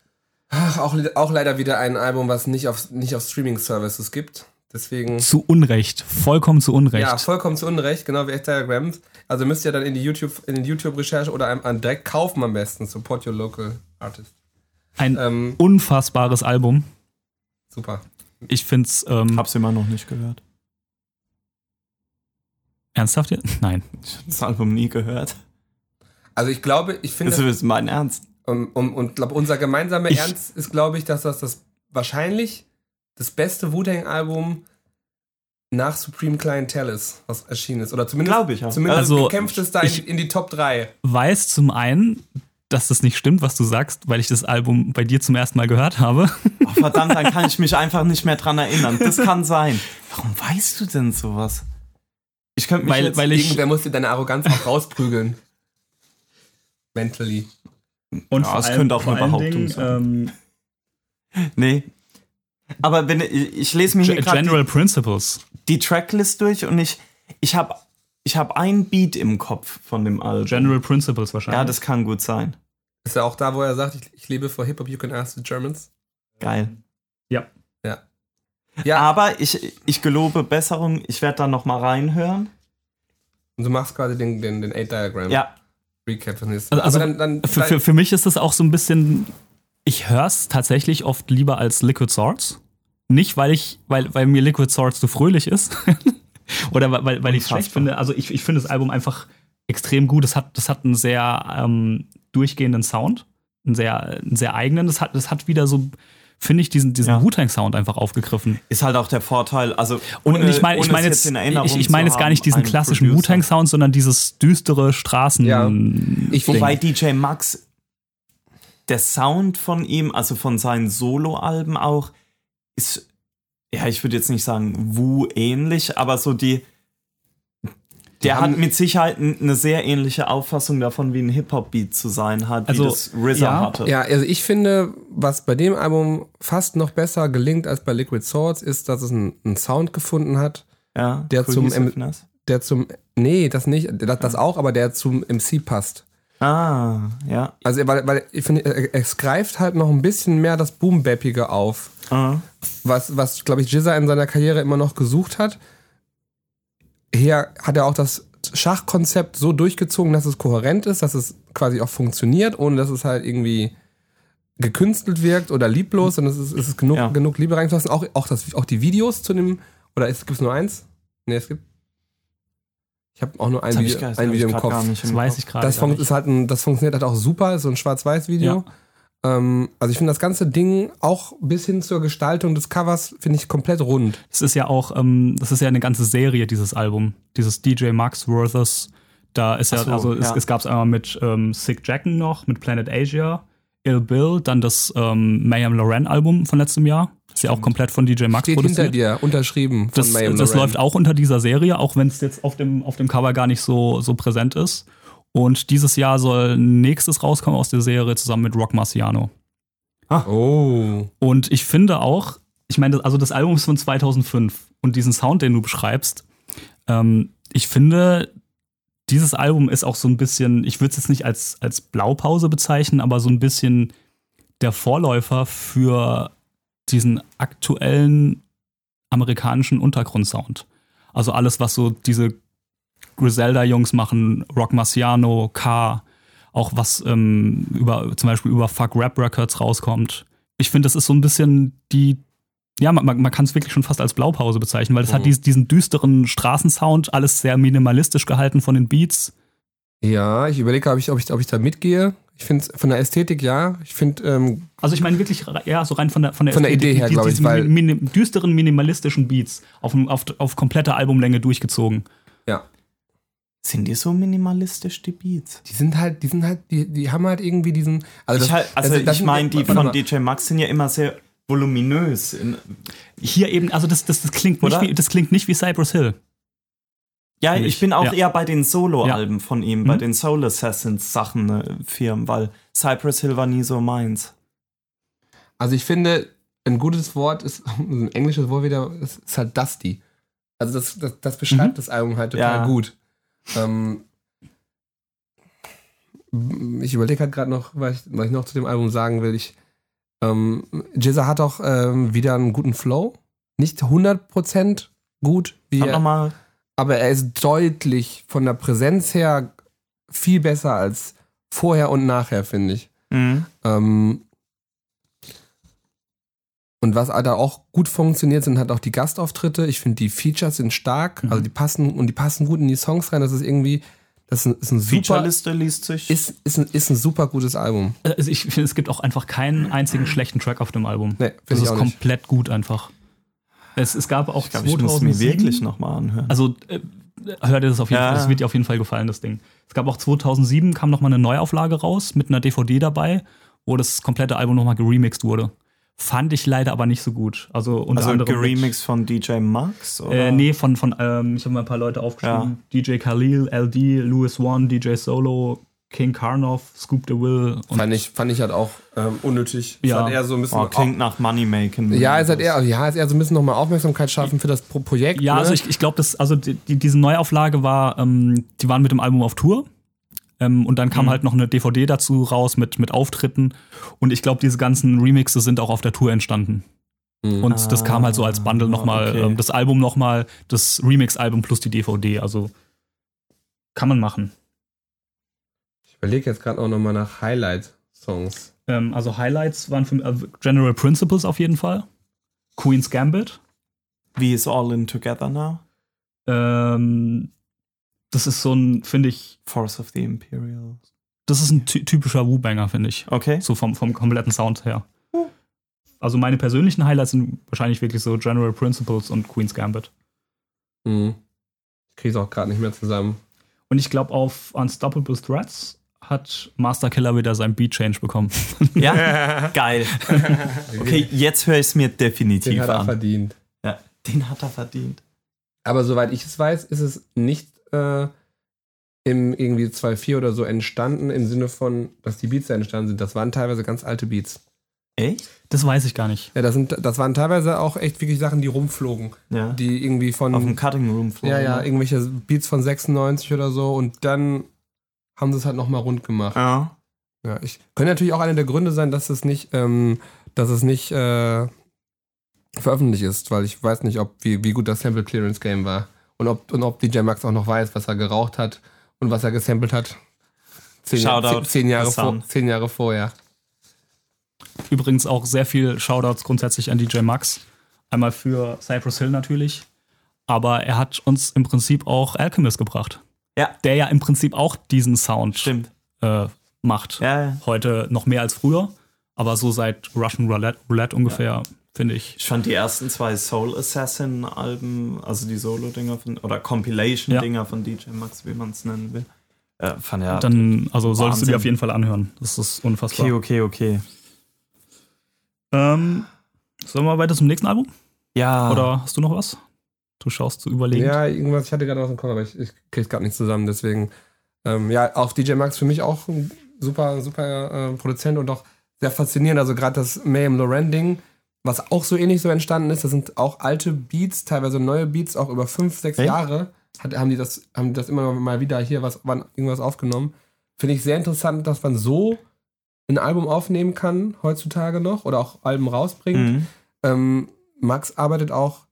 Ach, auch, auch leider wieder ein Album, was nicht auf, nicht auf Streaming-Services gibt. Deswegen. Zu Unrecht, vollkommen zu Unrecht. Ja, vollkommen zu Unrecht, genau wie Instagrams. Also müsst ihr dann in die YouTube, in den YouTube-Recherche oder einem, einem direkt kaufen am besten. Support your local artist. Ein Ähm, unfassbares Album. super. Ich finde es ähm, Hab's immer noch nicht gehört. ernsthaft. jetzt? Nein. Ich hab das Album nie gehört. Also ich glaube, ich Das finde, ist mein Ernst. um, um, und glaub, unser gemeinsamer Ich- Ernst ist, glaube ich, dass das, das wahrscheinlich das beste Wu-Tang-Album nach Supreme Clientele ist, was erschienen ist. Oder zumindest, Glaube ich auch. zumindest Also, kämpft es da in, ich- in die Top 3. Weiß zum einen, dass das nicht stimmt, was du sagst, weil ich das Album bei dir zum ersten Mal gehört habe. Oh, verdammt, dann kann ich mich einfach nicht mehr dran erinnern. Das kann sein. Warum weißt du denn sowas? Ich könnte mich Weil, jetzt weil ich Irgendwer muss dir deine Arroganz auch rausprügeln. Mentally. Und Ja, es könnte auch eine Behauptung sein. Ähm, Nee. Aber wenn, ich, ich lese mir hier gerade General die, Principles. die Tracklist durch und ich, ich habe ich hab einen Beat im Kopf von dem Album. General Principles wahrscheinlich. ja, das kann gut sein. Ist ja auch da, wo er sagt, ich, ich lebe vor Hip-Hop, you can ask the Germans. Geil. Ja, Aber ich, ich gelobe Besserung, ich werde da nochmal reinhören. und du machst quasi den, den, den Eight-Diagramm. Ja, Recap von Also- also dann, dann, für, für, für mich ist das auch so ein bisschen. Ich höre es tatsächlich oft lieber als Liquid Swords. Nicht, weil ich, weil, weil mir Liquid Swords zu fröhlich ist. Oder weil- weil, weil ich es schlecht Unfassbar. finde. Also ich, ich finde das Album einfach extrem gut. Das hat, das hat einen sehr ähm, durchgehenden Sound. Einen sehr, einen sehr eigenen. Das hat, das hat wieder so, finde ich, diesen, diesen Ja. Wu-Tang-Sound einfach aufgegriffen. ist halt auch der Vorteil. Also, Und ohne- ich meine ich ohne mein es jetzt, in Erinnerung ich, ich zu mein jetzt gar haben, nicht diesen einen klassischen Producer. Wu-Tang-Sound, sondern dieses düstere Straßen. Ja. Ich- Ding. Wobei DJ Max, der Sound von ihm, also von seinen Solo-Alben auch, ist, ja, ich würde jetzt nicht sagen Wu-ähnlich, aber so die. Der haben- hat mit Sicherheit n- eine sehr ähnliche Auffassung davon, wie ein Hip-Hop-Beat zu sein hat, Also, wie das RZA ja. hatte. Ja, also ich finde, was bei dem Album fast noch besser gelingt als bei Liquid Swords, ist, dass es einen, einen Sound gefunden hat, Ja, der zum- Cohesiveness. der zum. Nee, das nicht, das, das auch, aber der zum MC passt. Ah, ja. Also, weil, weil ich finde, er- es greift halt noch ein bisschen mehr das boom bappige auf. Ah. Was, was glaube ich, Jizza in seiner Karriere immer noch gesucht hat. Hier hat er auch das Schachkonzept so durchgezogen, dass es kohärent ist, dass es quasi auch funktioniert, ohne dass es halt irgendwie gekünstelt wirkt oder lieblos. Und es ist, es ist genug, Ja. genug Liebe reingeflossen. Auch, auch, das, auch die Videos zu dem. Oder gibt es nur eins? Nee, es gibt. Ich habe auch nur ein Das hab ich Video, gar- das ein hab Video im ich grad Kopf. gar nicht im Das weiß Kopf. ich gerade. Das, gar fun nicht. ist halt ein, das funktioniert halt auch super, ist so ein Schwarz-Weiß-Video. Ähm, also ich finde das ganze Ding auch bis hin zur Gestaltung des Covers, finde ich komplett rund. Es ist ja auch, ähm, das ist ja eine ganze Serie, dieses Album. Dieses DJ Max Worthers. Da ist ja, Ach so, also es, ja. es gab es einmal mit ähm, Sick Jacken noch, mit Planet Asia, Ill Bill, dann das ähm, Mayhem Loren Album von letztem Jahr. Ist ja auch komplett von DJ Max Steht hinter produziert. dir, unterschrieben von Das, Mayhem das Loren. läuft auch unter dieser Serie, auch wenn es jetzt auf dem, auf dem Cover gar nicht so, so präsent ist. Und dieses Jahr soll nächstes rauskommen aus der Serie zusammen mit Rock Marciano. Oh. Und ich finde auch, ich meine, das- also das Album ist von 2005 und diesen Sound, den du beschreibst, ähm, ich finde, dieses Album ist auch so ein bisschen, ich würde es jetzt nicht als, als Blaupause bezeichnen, aber so ein bisschen der Vorläufer für diesen aktuellen amerikanischen Untergrundsound. Also alles, was so diese Griselda-Jungs machen, Rock Marciano, K, auch was ähm, über, zum Beispiel über Fuck Rap Records rauskommt ich finde, das ist so ein bisschen die, ja, man, man, man kann es wirklich schon fast als Blaupause bezeichnen, weil es Mhm. hat dies, diesen düsteren Straßensound, alles sehr minimalistisch gehalten von den Beats. Ja, ich überlege, ob ich, ob, ich, ob ich da mitgehe. Ich finde es von der Ästhetik ja. Ich finde, ähm, Also ich meine wirklich, ja, so rein von der von der, Von der Ästhetik, Idee her, die- glaub ich, diese weil- mini- düsteren minimalistischen Beats auf, dem- auf, auf komplette Albumlänge durchgezogen. ja. Sind die so minimalistisch, die Beats? Die sind halt, die sind halt, die, die haben halt irgendwie diesen. Also, Ich halt, also, ich meine, die von DJ Max sind ja immer sehr voluminös. In, Hier eben, also das, das, das klingt nicht Oder? wie, das klingt nicht wie Cypress Hill. ja, Finde ich ich, bin auch ja. eher bei den Solo-Alben von ihm, bei Mhm. den Soul Assassins-Sachen, äh, Firmen, weil Cypress Hill war nie so meins. Also ich finde, ein gutes Wort ist, ein englisches Wort wieder, ist, ist halt Dusty. Also das, das, das beschreibt das Album halt total Ja. gut. Ähm, ich überlege halt gerade noch, was ich, was ich noch zu dem Album sagen will. Ich, ähm, Jizza hat auch ähm, wieder einen guten Flow. Nicht 100% gut, wie Sag er, nochmal, aber er ist deutlich von der Präsenz her viel besser als vorher und nachher, finde ich. mhm. Ähm, und was da auch gut funktioniert, sind halt auch die Gastauftritte. Ich finde, die Features sind stark, Mhm. also die passen und die passen gut in die Songs rein. Das ist irgendwie, das ist ein, ist ein super, Featureliste liest sich. ist, ist, ein, ist ein super gutes Album. Also ich finde, es gibt auch einfach keinen einzigen schlechten Track auf dem Album. das Nee, finde ich ist auch nicht. komplett gut einfach. Es, es gab auch ich glaube, ich muss mir 2007 wirklich nochmal anhören. Also äh, hört ihr das auf jeden Ja. Fall. Das wird dir auf jeden Fall gefallen, das Ding. Es gab auch 2007 kam noch mal eine Neuauflage raus mit einer DVD dabei, wo das komplette Album noch mal geremixed wurde. Fand ich leider aber nicht so gut. Also unter Also, anderem mit- geremixed von DJ Max? Oder? äh, nee, von, von ähm, ich habe mal ein paar Leute aufgeschrieben. DJ Khalil, LD, Louis One, DJ Solo, King Karnoff, Scoop the Will und Fand ich, fand ich halt auch ähm, unnötig. Ja. Es hat eher so ein bisschen. Oh, klingt nach Moneymaking. ja, es hat eher, ja, es hat eher so ein bisschen nochmal Aufmerksamkeit schaffen für das Pro Projekt. Ja, ne? also ich, ich glaube, das, also die, die, diese Neuauflage war, ähm, die waren mit dem Album auf Tour. Ähm, und dann kam halt noch eine DVD dazu raus mit, mit Auftritten. Und ich glaube, diese ganzen Remixe sind auch auf der Tour entstanden. Mhm. Und das kam halt so als Bundle nochmal, okay. ähm, das Album nochmal, das Remix-Album plus die DVD. Also kann man machen. ich überlege jetzt gerade auch nochmal nach Highlight-Songs. Ähm, also Highlights waren für äh, General Principles auf jeden Fall. Queen's Gambit. Wie ist All In Together Now? Ähm, das ist so ein, finde ich, Force of the Imperial. das ist ein ty typischer Wu-Banger, finde ich. Okay. So vom, vom kompletten Sound her. Also meine persönlichen Highlights sind wahrscheinlich wirklich so General Principles und Queen's Gambit. Mhm. Ich krieg's auch gerade nicht mehr zusammen. Und ich glaube, auf Unstoppable Threats hat Master Killer wieder sein Beat Change bekommen. Ja, geil. Okay, jetzt höre ich es mir Den definitiv hat er an. verdient. Ja, den hat er verdient. Aber soweit ich es weiß, ist es nicht äh, im irgendwie 2.4 oder so entstanden, im Sinne von, dass die Beats da entstanden sind. Das waren teilweise ganz alte Beats. Echt? Das weiß ich gar nicht. Ja, das, sind, das waren teilweise auch echt wirklich Sachen, die rumflogen. Ja. Die irgendwie von. Auf dem Mhm. Cutting Room Floor. ne? ja, ja, irgendwelche Beats von 96 oder so. Und dann haben sie es halt nochmal rund gemacht. ja. Ja, ich könnte natürlich auch einer der Gründe sein, dass es nicht, ähm, dass es nicht äh, veröffentlicht ist, weil ich weiß nicht, ob wie, wie gut das Sample Clearance Game war und ob und ob DJ Max auch noch weiß, was er geraucht hat und was er gesampelt hat. Zehn, Jahr- Shoutout, zehn, zehn Jahre Hassan. vor, zehn Jahre vorher. Übrigens auch sehr viel Shoutouts grundsätzlich an DJ Max. Einmal für Cypress Hill natürlich. Aber er hat uns im Prinzip auch Alchemist gebracht. Ja. Der ja im Prinzip auch diesen Sound Stimmt. äh, macht. Ja, ja. Heute noch mehr als früher. Aber so seit Russian Roulette, Roulette ungefähr, finde ich. Ich fand die ersten zwei Soul Assassin Alben, also die Solo-Dinger von, oder Compilation-Dinger von DJ Max, wie man es nennen will, äh, fand ja. Dann, also solltest du Wahnsinn. dir auf jeden Fall anhören. Das ist unfassbar. okay, okay, okay. Ähm, sollen wir weiter zum nächsten Album? Ja. Oder hast du noch was? Du schaust zu überlegen. Ja, irgendwas, ich hatte gerade was im Kopf, aber ich, ich krieg's gerade nicht zusammen, deswegen. Ähm, ja, auch DJ Max für mich auch ein super, super äh, Produzent und auch sehr faszinierend. Also gerade das Mayhem Loren Ding, was auch so ähnlich so entstanden ist, das sind auch alte Beats, teilweise neue Beats, auch über fünf, sechs Echt? Jahre hat, haben die das, haben die das immer mal wieder hier was, wann irgendwas aufgenommen. Finde ich sehr interessant, dass man so ein Album aufnehmen kann heutzutage noch oder auch Alben rausbringt. Mhm. Ähm, Max arbeitet auch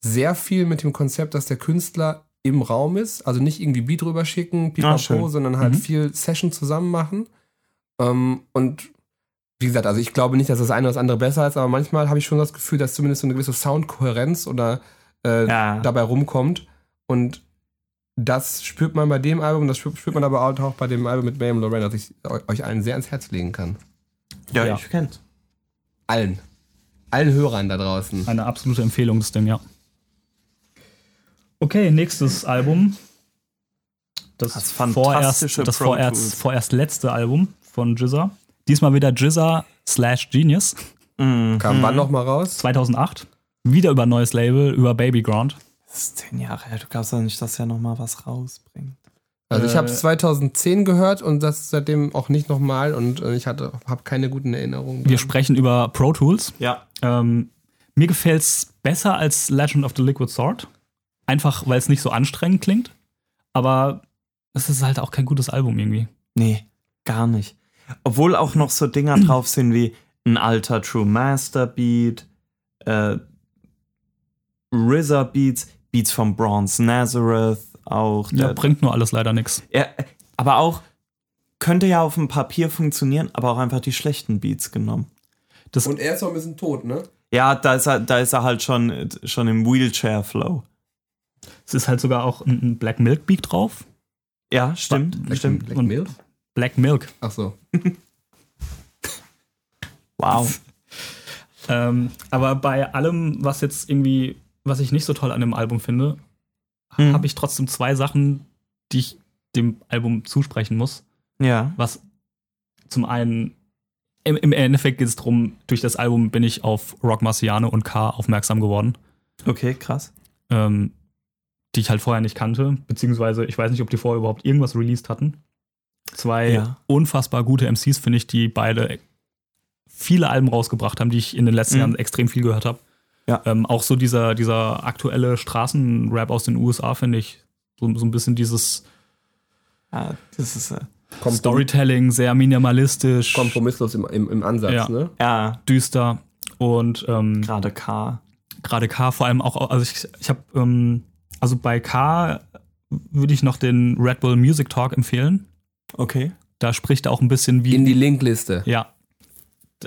sehr viel mit dem Konzept, dass der Künstler im Raum ist, also nicht irgendwie Beat rüberschicken, Ah, pipapo, schön. sondern halt Mhm. viel Session zusammen machen. Ähm, und wie gesagt, also ich glaube nicht, dass das eine oder das andere besser ist, aber manchmal habe ich schon das Gefühl, dass zumindest so eine gewisse Soundkohärenz oder äh, Ja. dabei rumkommt. Und das spürt man bei dem Album, das spürt, spürt man aber auch bei dem Album mit Mayhem Lorraine, dass ich eu- euch allen sehr ans Herz legen kann. ja, Ja. ich kenn's. Allen. Allen Hörern da draußen. Eine absolute Empfehlung, das Ding, ja. Okay, nächstes Album. Das, Das vorerst, fantastische das Pro vorerst, Tools. vorerst letzte Album von Jizza. Diesmal wieder Jizza slash Genius, Mhm. Kam Mhm. wann noch mal raus? 2008. Wieder über ein neues Label, über Babyground. Das ist zehn Jahre her. Du glaubst doch nicht, dass er nochmal was rausbringt. Also ich Äh, habe es 2010 gehört und das seitdem auch nicht nochmal und äh, ich hatte habe keine guten Erinnerungen. Wir sprechen über Pro Tools. Ja. Ähm, mir gefällt es besser als Legend of the Liquid Sword. Einfach, weil es nicht so anstrengend klingt. Aber es ist halt auch kein gutes Album irgendwie. Nee, gar nicht. Obwohl auch noch so Dinger drauf sind wie ein alter True Master Beat, äh, RZA Beats, Beats von Bronze Nazareth auch. Ja, der- bringt nur alles leider nichts. er, aber auch könnte ja auf dem Papier funktionieren, aber auch einfach die schlechten Beats genommen. und er ist auch ein bisschen tot, ne? Ja, da ist er, da ist er halt schon, schon im Wheelchair-Flow. Es ist halt sogar auch ein, ein Black Milk Beat drauf. Ja, stimmt, stimmt. Black Hm, Und- Milk? Black Milk. Ach so. Wow. Ähm, aber bei allem, was jetzt irgendwie, was ich nicht so toll an dem Album finde, Mhm. habe ich trotzdem zwei Sachen, die ich dem Album zusprechen muss. Ja. was zum einen im, im Endeffekt geht es darum, durch das Album bin ich auf Rock Marciano und K aufmerksam geworden, Okay, krass. ähm, die ich halt vorher nicht kannte, beziehungsweise ich weiß nicht, ob die vorher überhaupt irgendwas released hatten. Zwei Ja. unfassbar gute MCs, finde ich, die beide viele Alben rausgebracht haben, die ich in den letzten Mhm. Jahren extrem viel gehört habe. Ja. Ähm, auch so dieser, dieser aktuelle Straßenrap aus den USA, finde ich, so, so ein bisschen dieses Ja, das ist, äh, Komprom- Storytelling, sehr minimalistisch, Kompromisslos im, im, im Ansatz, Ja. ne? ja, düster und ähm, gerade K. gerade K vor allem auch, also ich, ich habe, ähm, also bei K würde ich noch den Red Bull Music Talk empfehlen. Okay. Da spricht er auch ein bisschen wie. In die Linkliste. ja.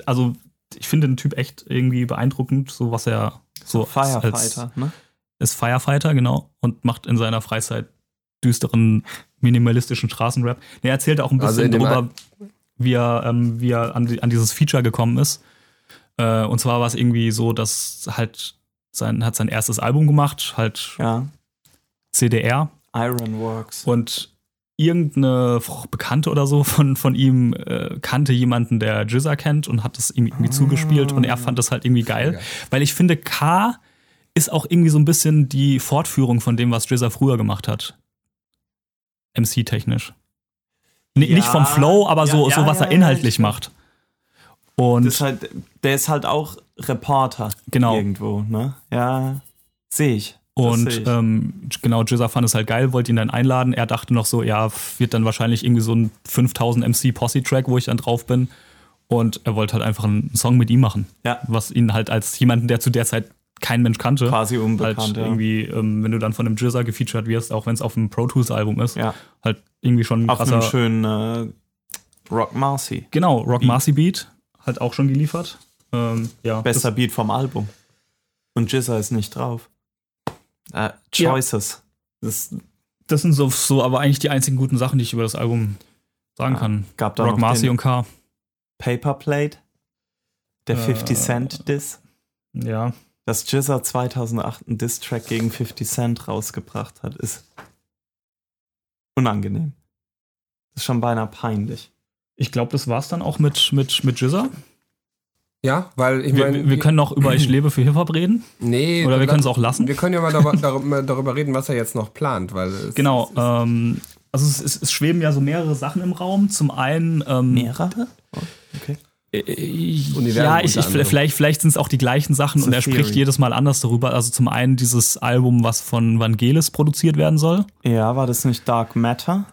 Also ich finde den Typ echt irgendwie beeindruckend, so was er so als- Firefighter, Als, ne? ist Firefighter, genau, und macht in seiner Freizeit düsteren, minimalistischen Straßenrap. Der erzählt auch ein Also in bisschen dem darüber, wie er, ähm, wie er an, die- an dieses Feature gekommen ist. Äh, und zwar war es irgendwie so, dass halt sein, hat sein erstes Album gemacht, halt Ja. CDR Ironworks. und irgendeine F- Bekannte oder so von, von ihm äh, kannte jemanden, der Jizza kennt und hat das ihm irgendwie zugespielt und er fand das halt irgendwie geil, Geil. weil ich finde, K ist auch irgendwie so ein bisschen die Fortführung von dem, was Jizza früher gemacht hat. MC-technisch. N- Ja, nicht vom Flow, aber so, ja, so ja, was ja, er ja, inhaltlich stimmt. macht. Und Das ist halt, der ist halt auch Reporter. Genau. Irgendwo, ne? Ja. Sehe ich. Das seh Und ich. ähm, genau, Jizza fand es halt geil, wollte ihn dann einladen. Er dachte noch so, ja, wird dann wahrscheinlich irgendwie so ein 5000 MC Posse-Track, wo ich dann drauf bin. Und er wollte halt einfach einen Song mit ihm machen. Ja. Was ihn halt als jemanden, der zu der Zeit kein Mensch kannte, quasi halt unbekannt. ja. irgendwie, ähm, wenn du dann von einem Jizza gefeatured wirst, auch wenn es auf einem Pro Tools Album ist, Ja. halt irgendwie schon ein Auf einem krasser. schönen äh, Rock Marcy. Genau, Rock Beat. Marcy Beat hat auch schon geliefert. Ähm, ja, Bester Beat vom Album. Und Jizza ist nicht drauf. Äh, Choices. Das das sind so, so aber eigentlich die einzigen guten Sachen, die ich über das Album sagen Ja, kann. gab da Rock noch Marcy den und K. Paper Plate. Der Äh, 50 Cent Diss. Ja. Dass Jizza 2008 einen Diss-Track gegen 50 Cent rausgebracht hat, ist unangenehm. Ist schon beinahe peinlich. Ich glaube, das war's dann auch mit, mit, mit Jizza. Ja, weil ich Wir, meine. wir können noch über Ich lebe für Hip-Hop reden. Nee, Oder wir la- können es auch lassen. Wir können ja mal darüber, darüber, darüber reden, was er jetzt noch plant, weil es, Genau. Ähm, also es, es, es schweben ja so mehrere Sachen im Raum. Zum einen. Ähm, Mehrere? Oh, Okay. äh, äh, Universum ja, ich, unter ich, anderem. vielleicht, vielleicht sind es auch die gleichen Sachen It's und a er spricht theory. jedes Mal anders darüber. Also zum einen dieses Album, was von Vangelis produziert werden soll. Ja, war das nicht Dark Matter?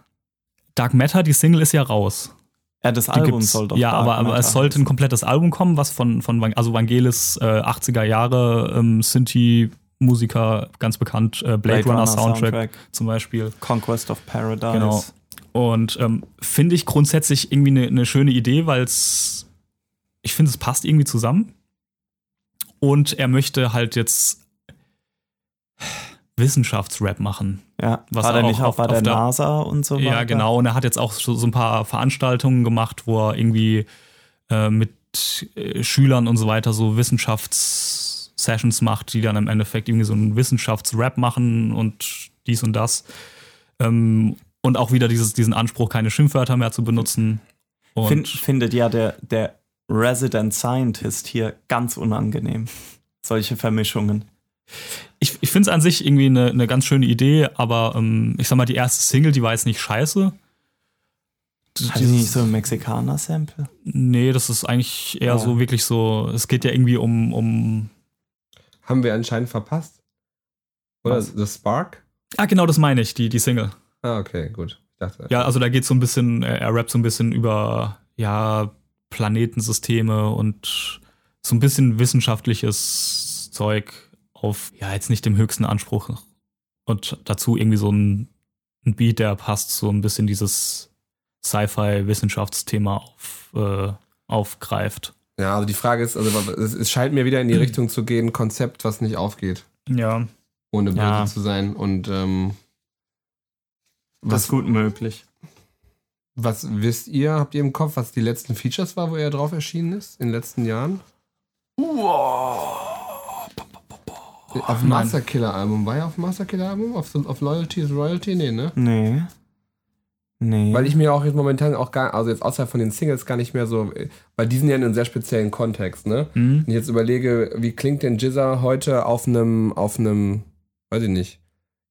Dark Matter, die Single ist ja raus. Ja, das Die Album gibt's- soll doch ja, Dark aber, aber Matter es sollte ein heißen. komplettes Album kommen, was von, von Van, also Vangelis äh, 80er Jahre ähm, Sinti-Musiker, ganz bekannt, äh, Blade, Runner, Soundtrack zum Beispiel. Conquest of Paradise. Genau. Und ähm, finde ich grundsätzlich irgendwie eine ne schöne Idee, weil es, ich finde, es passt irgendwie zusammen. Und er möchte halt jetzt Wissenschaftsrap machen. Ja, Was was war der auch nicht auch auf- bei auf der der- NASA und so weiter? Ja, genau. Und er hat jetzt auch so, so ein paar Veranstaltungen gemacht, wo er irgendwie äh, mit äh, Schülern und so weiter so Wissenschaftssessions macht, die dann im Endeffekt irgendwie so einen Wissenschaftsrap machen und dies und das. Ähm, und auch wieder dieses, diesen Anspruch, keine Schimpfwörter mehr zu benutzen. Und Fin findet ja der, der Resident Scientist hier ganz unangenehm. Solche Vermischungen. ich, ich finde es an sich irgendwie eine eine ganz schöne Idee, aber ähm, ich sag mal, die erste Single, die war jetzt nicht scheiße. D- Hat die Also dieses- nicht so ein Mexikaner-Sample? Nee, das ist eigentlich eher Ja. so wirklich so, es geht ja irgendwie um, um haben wir anscheinend verpasst. Oder Was? The Spark? Ah, genau, das meine ich, die, die Single. Ah, okay, gut. Ich dachte, Ja, also da geht so ein bisschen, er, er rappt so ein bisschen über, ja, Planetensysteme und so ein bisschen wissenschaftliches Zeug auf, ja, jetzt nicht dem höchsten Anspruch. Und dazu irgendwie so ein, ein Beat, der passt so ein bisschen dieses Sci-Fi-Wissenschaftsthema auf, äh, aufgreift. ja, also die Frage ist, also es, es scheint mir wieder in die Richtung zu gehen, Konzept, was nicht aufgeht, Ja. ohne böse Ja. zu sein. Und ähm, Das was, ist gut möglich. was wisst ihr, habt ihr im Kopf, was die letzten Features war, wo er drauf erschienen ist in den letzten Jahren? Auf dem Mann. Masterkiller-Album. War er auf dem Masterkiller-Album? Auf, so- auf Loyalty is Royalty? Nee, ne? Nee. Nee. Weil ich mir auch jetzt momentan auch gar, also jetzt außerhalb von den Singles gar nicht mehr so, weil die sind ja in einem sehr speziellen Kontext, ne? Mhm. Wenn ich jetzt überlege, wie klingt denn Jizza heute auf einem, auf einem, weiß ich nicht,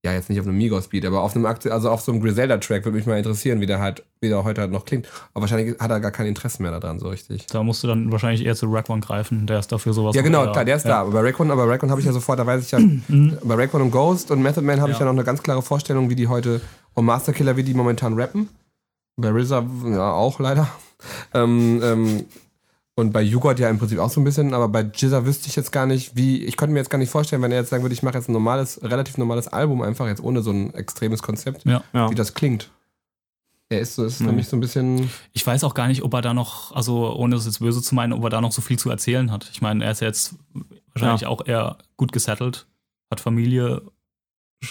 ja, jetzt nicht auf einem Migos-Beat, aber auf einem Akti- also auf so einem Griselda-Track würde mich mal interessieren, wie der halt, wie der heute halt noch klingt. Aber wahrscheinlich hat er gar kein Interesse mehr daran, so richtig. Da musst du dann wahrscheinlich eher zu Red One greifen, der ist dafür sowas. Ja, noch genau, eher klar, der ist ja. da. Aber bei Raycon, aber Raycon habe ich ja sofort, da weiß ich ja, bei Raycon und Ghost und Method Man habe ich ja noch eine ganz klare Vorstellung, wie die heute, und Masterkiller, wie die momentan rappen. Bei RZA, ja, auch leider. Ähm, ähm, und bei YouGod ja im Prinzip auch so ein bisschen, aber bei Jizza wüsste ich jetzt gar nicht, wie, ich könnte mir jetzt gar nicht vorstellen, wenn er jetzt sagen würde, ich mache jetzt ein normales, relativ normales Album einfach, jetzt ohne so ein extremes Konzept, Ja. Ja. wie das klingt. Er ist, so, ist für Mhm. mich so ein bisschen, Ich weiß auch gar nicht, ob er da noch, also ohne es jetzt böse zu meinen, ob er da noch so viel zu erzählen hat. Ich meine, er ist ja jetzt wahrscheinlich Ja. auch eher gut gesettelt, hat Familie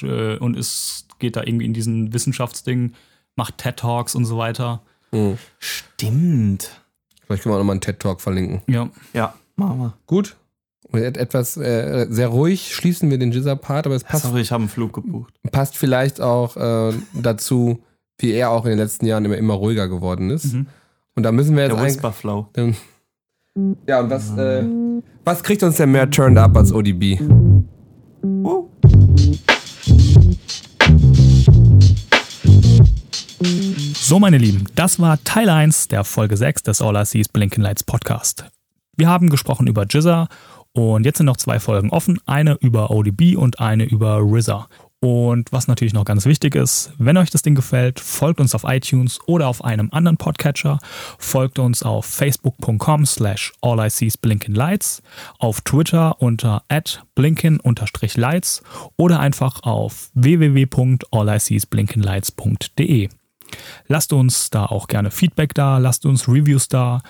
äh, und ist, geht da irgendwie in diesen Wissenschaftsding, macht TED-Talks und so weiter. hm. Stimmt. vielleicht können wir auch nochmal einen TED-Talk verlinken. Ja, Ja, Mama. Gut. Und et- Etwas äh, sehr ruhig schließen wir den Jizza-Part, aber es passt, Sorry, ich habe einen Flug gebucht. passt vielleicht auch äh, dazu, wie er auch in den letzten Jahren immer, immer ruhiger geworden ist. Mhm. Und da müssen wir jetzt Der eigentlich. Whisper Flow. Ja, und was, äh, was kriegt uns denn mehr Turned Up als ODB? So, meine Lieben, das war Teil 1 der Folge 6 des All I See's Blinking Lights Podcast. Wir haben gesprochen über Jizza und jetzt sind noch zwei Folgen offen, eine über ODB und eine über RZA. Und was natürlich noch ganz wichtig ist, wenn euch das Ding gefällt, folgt uns auf iTunes oder auf einem anderen Podcatcher, folgt uns auf facebook.com slash alliceesblinkinlights, auf Twitter unter at blinkin-lights oder einfach auf www.alliceesblinkinlights.de. Lasst uns da auch gerne Feedback da, lasst uns Reviews da,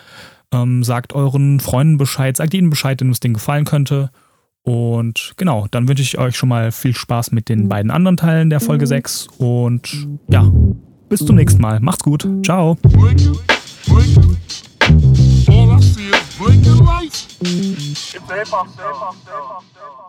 ähm, sagt euren Freunden Bescheid, sagt ihnen Bescheid, wenn es denen gefallen könnte. Und genau, dann wünsche ich euch schon mal viel Spaß mit den beiden anderen Teilen der Folge 6 und ja, bis zum nächsten Mal. Macht's gut. Ciao. blinking, blinking. All I see is blinking lights. It's a hip hop show.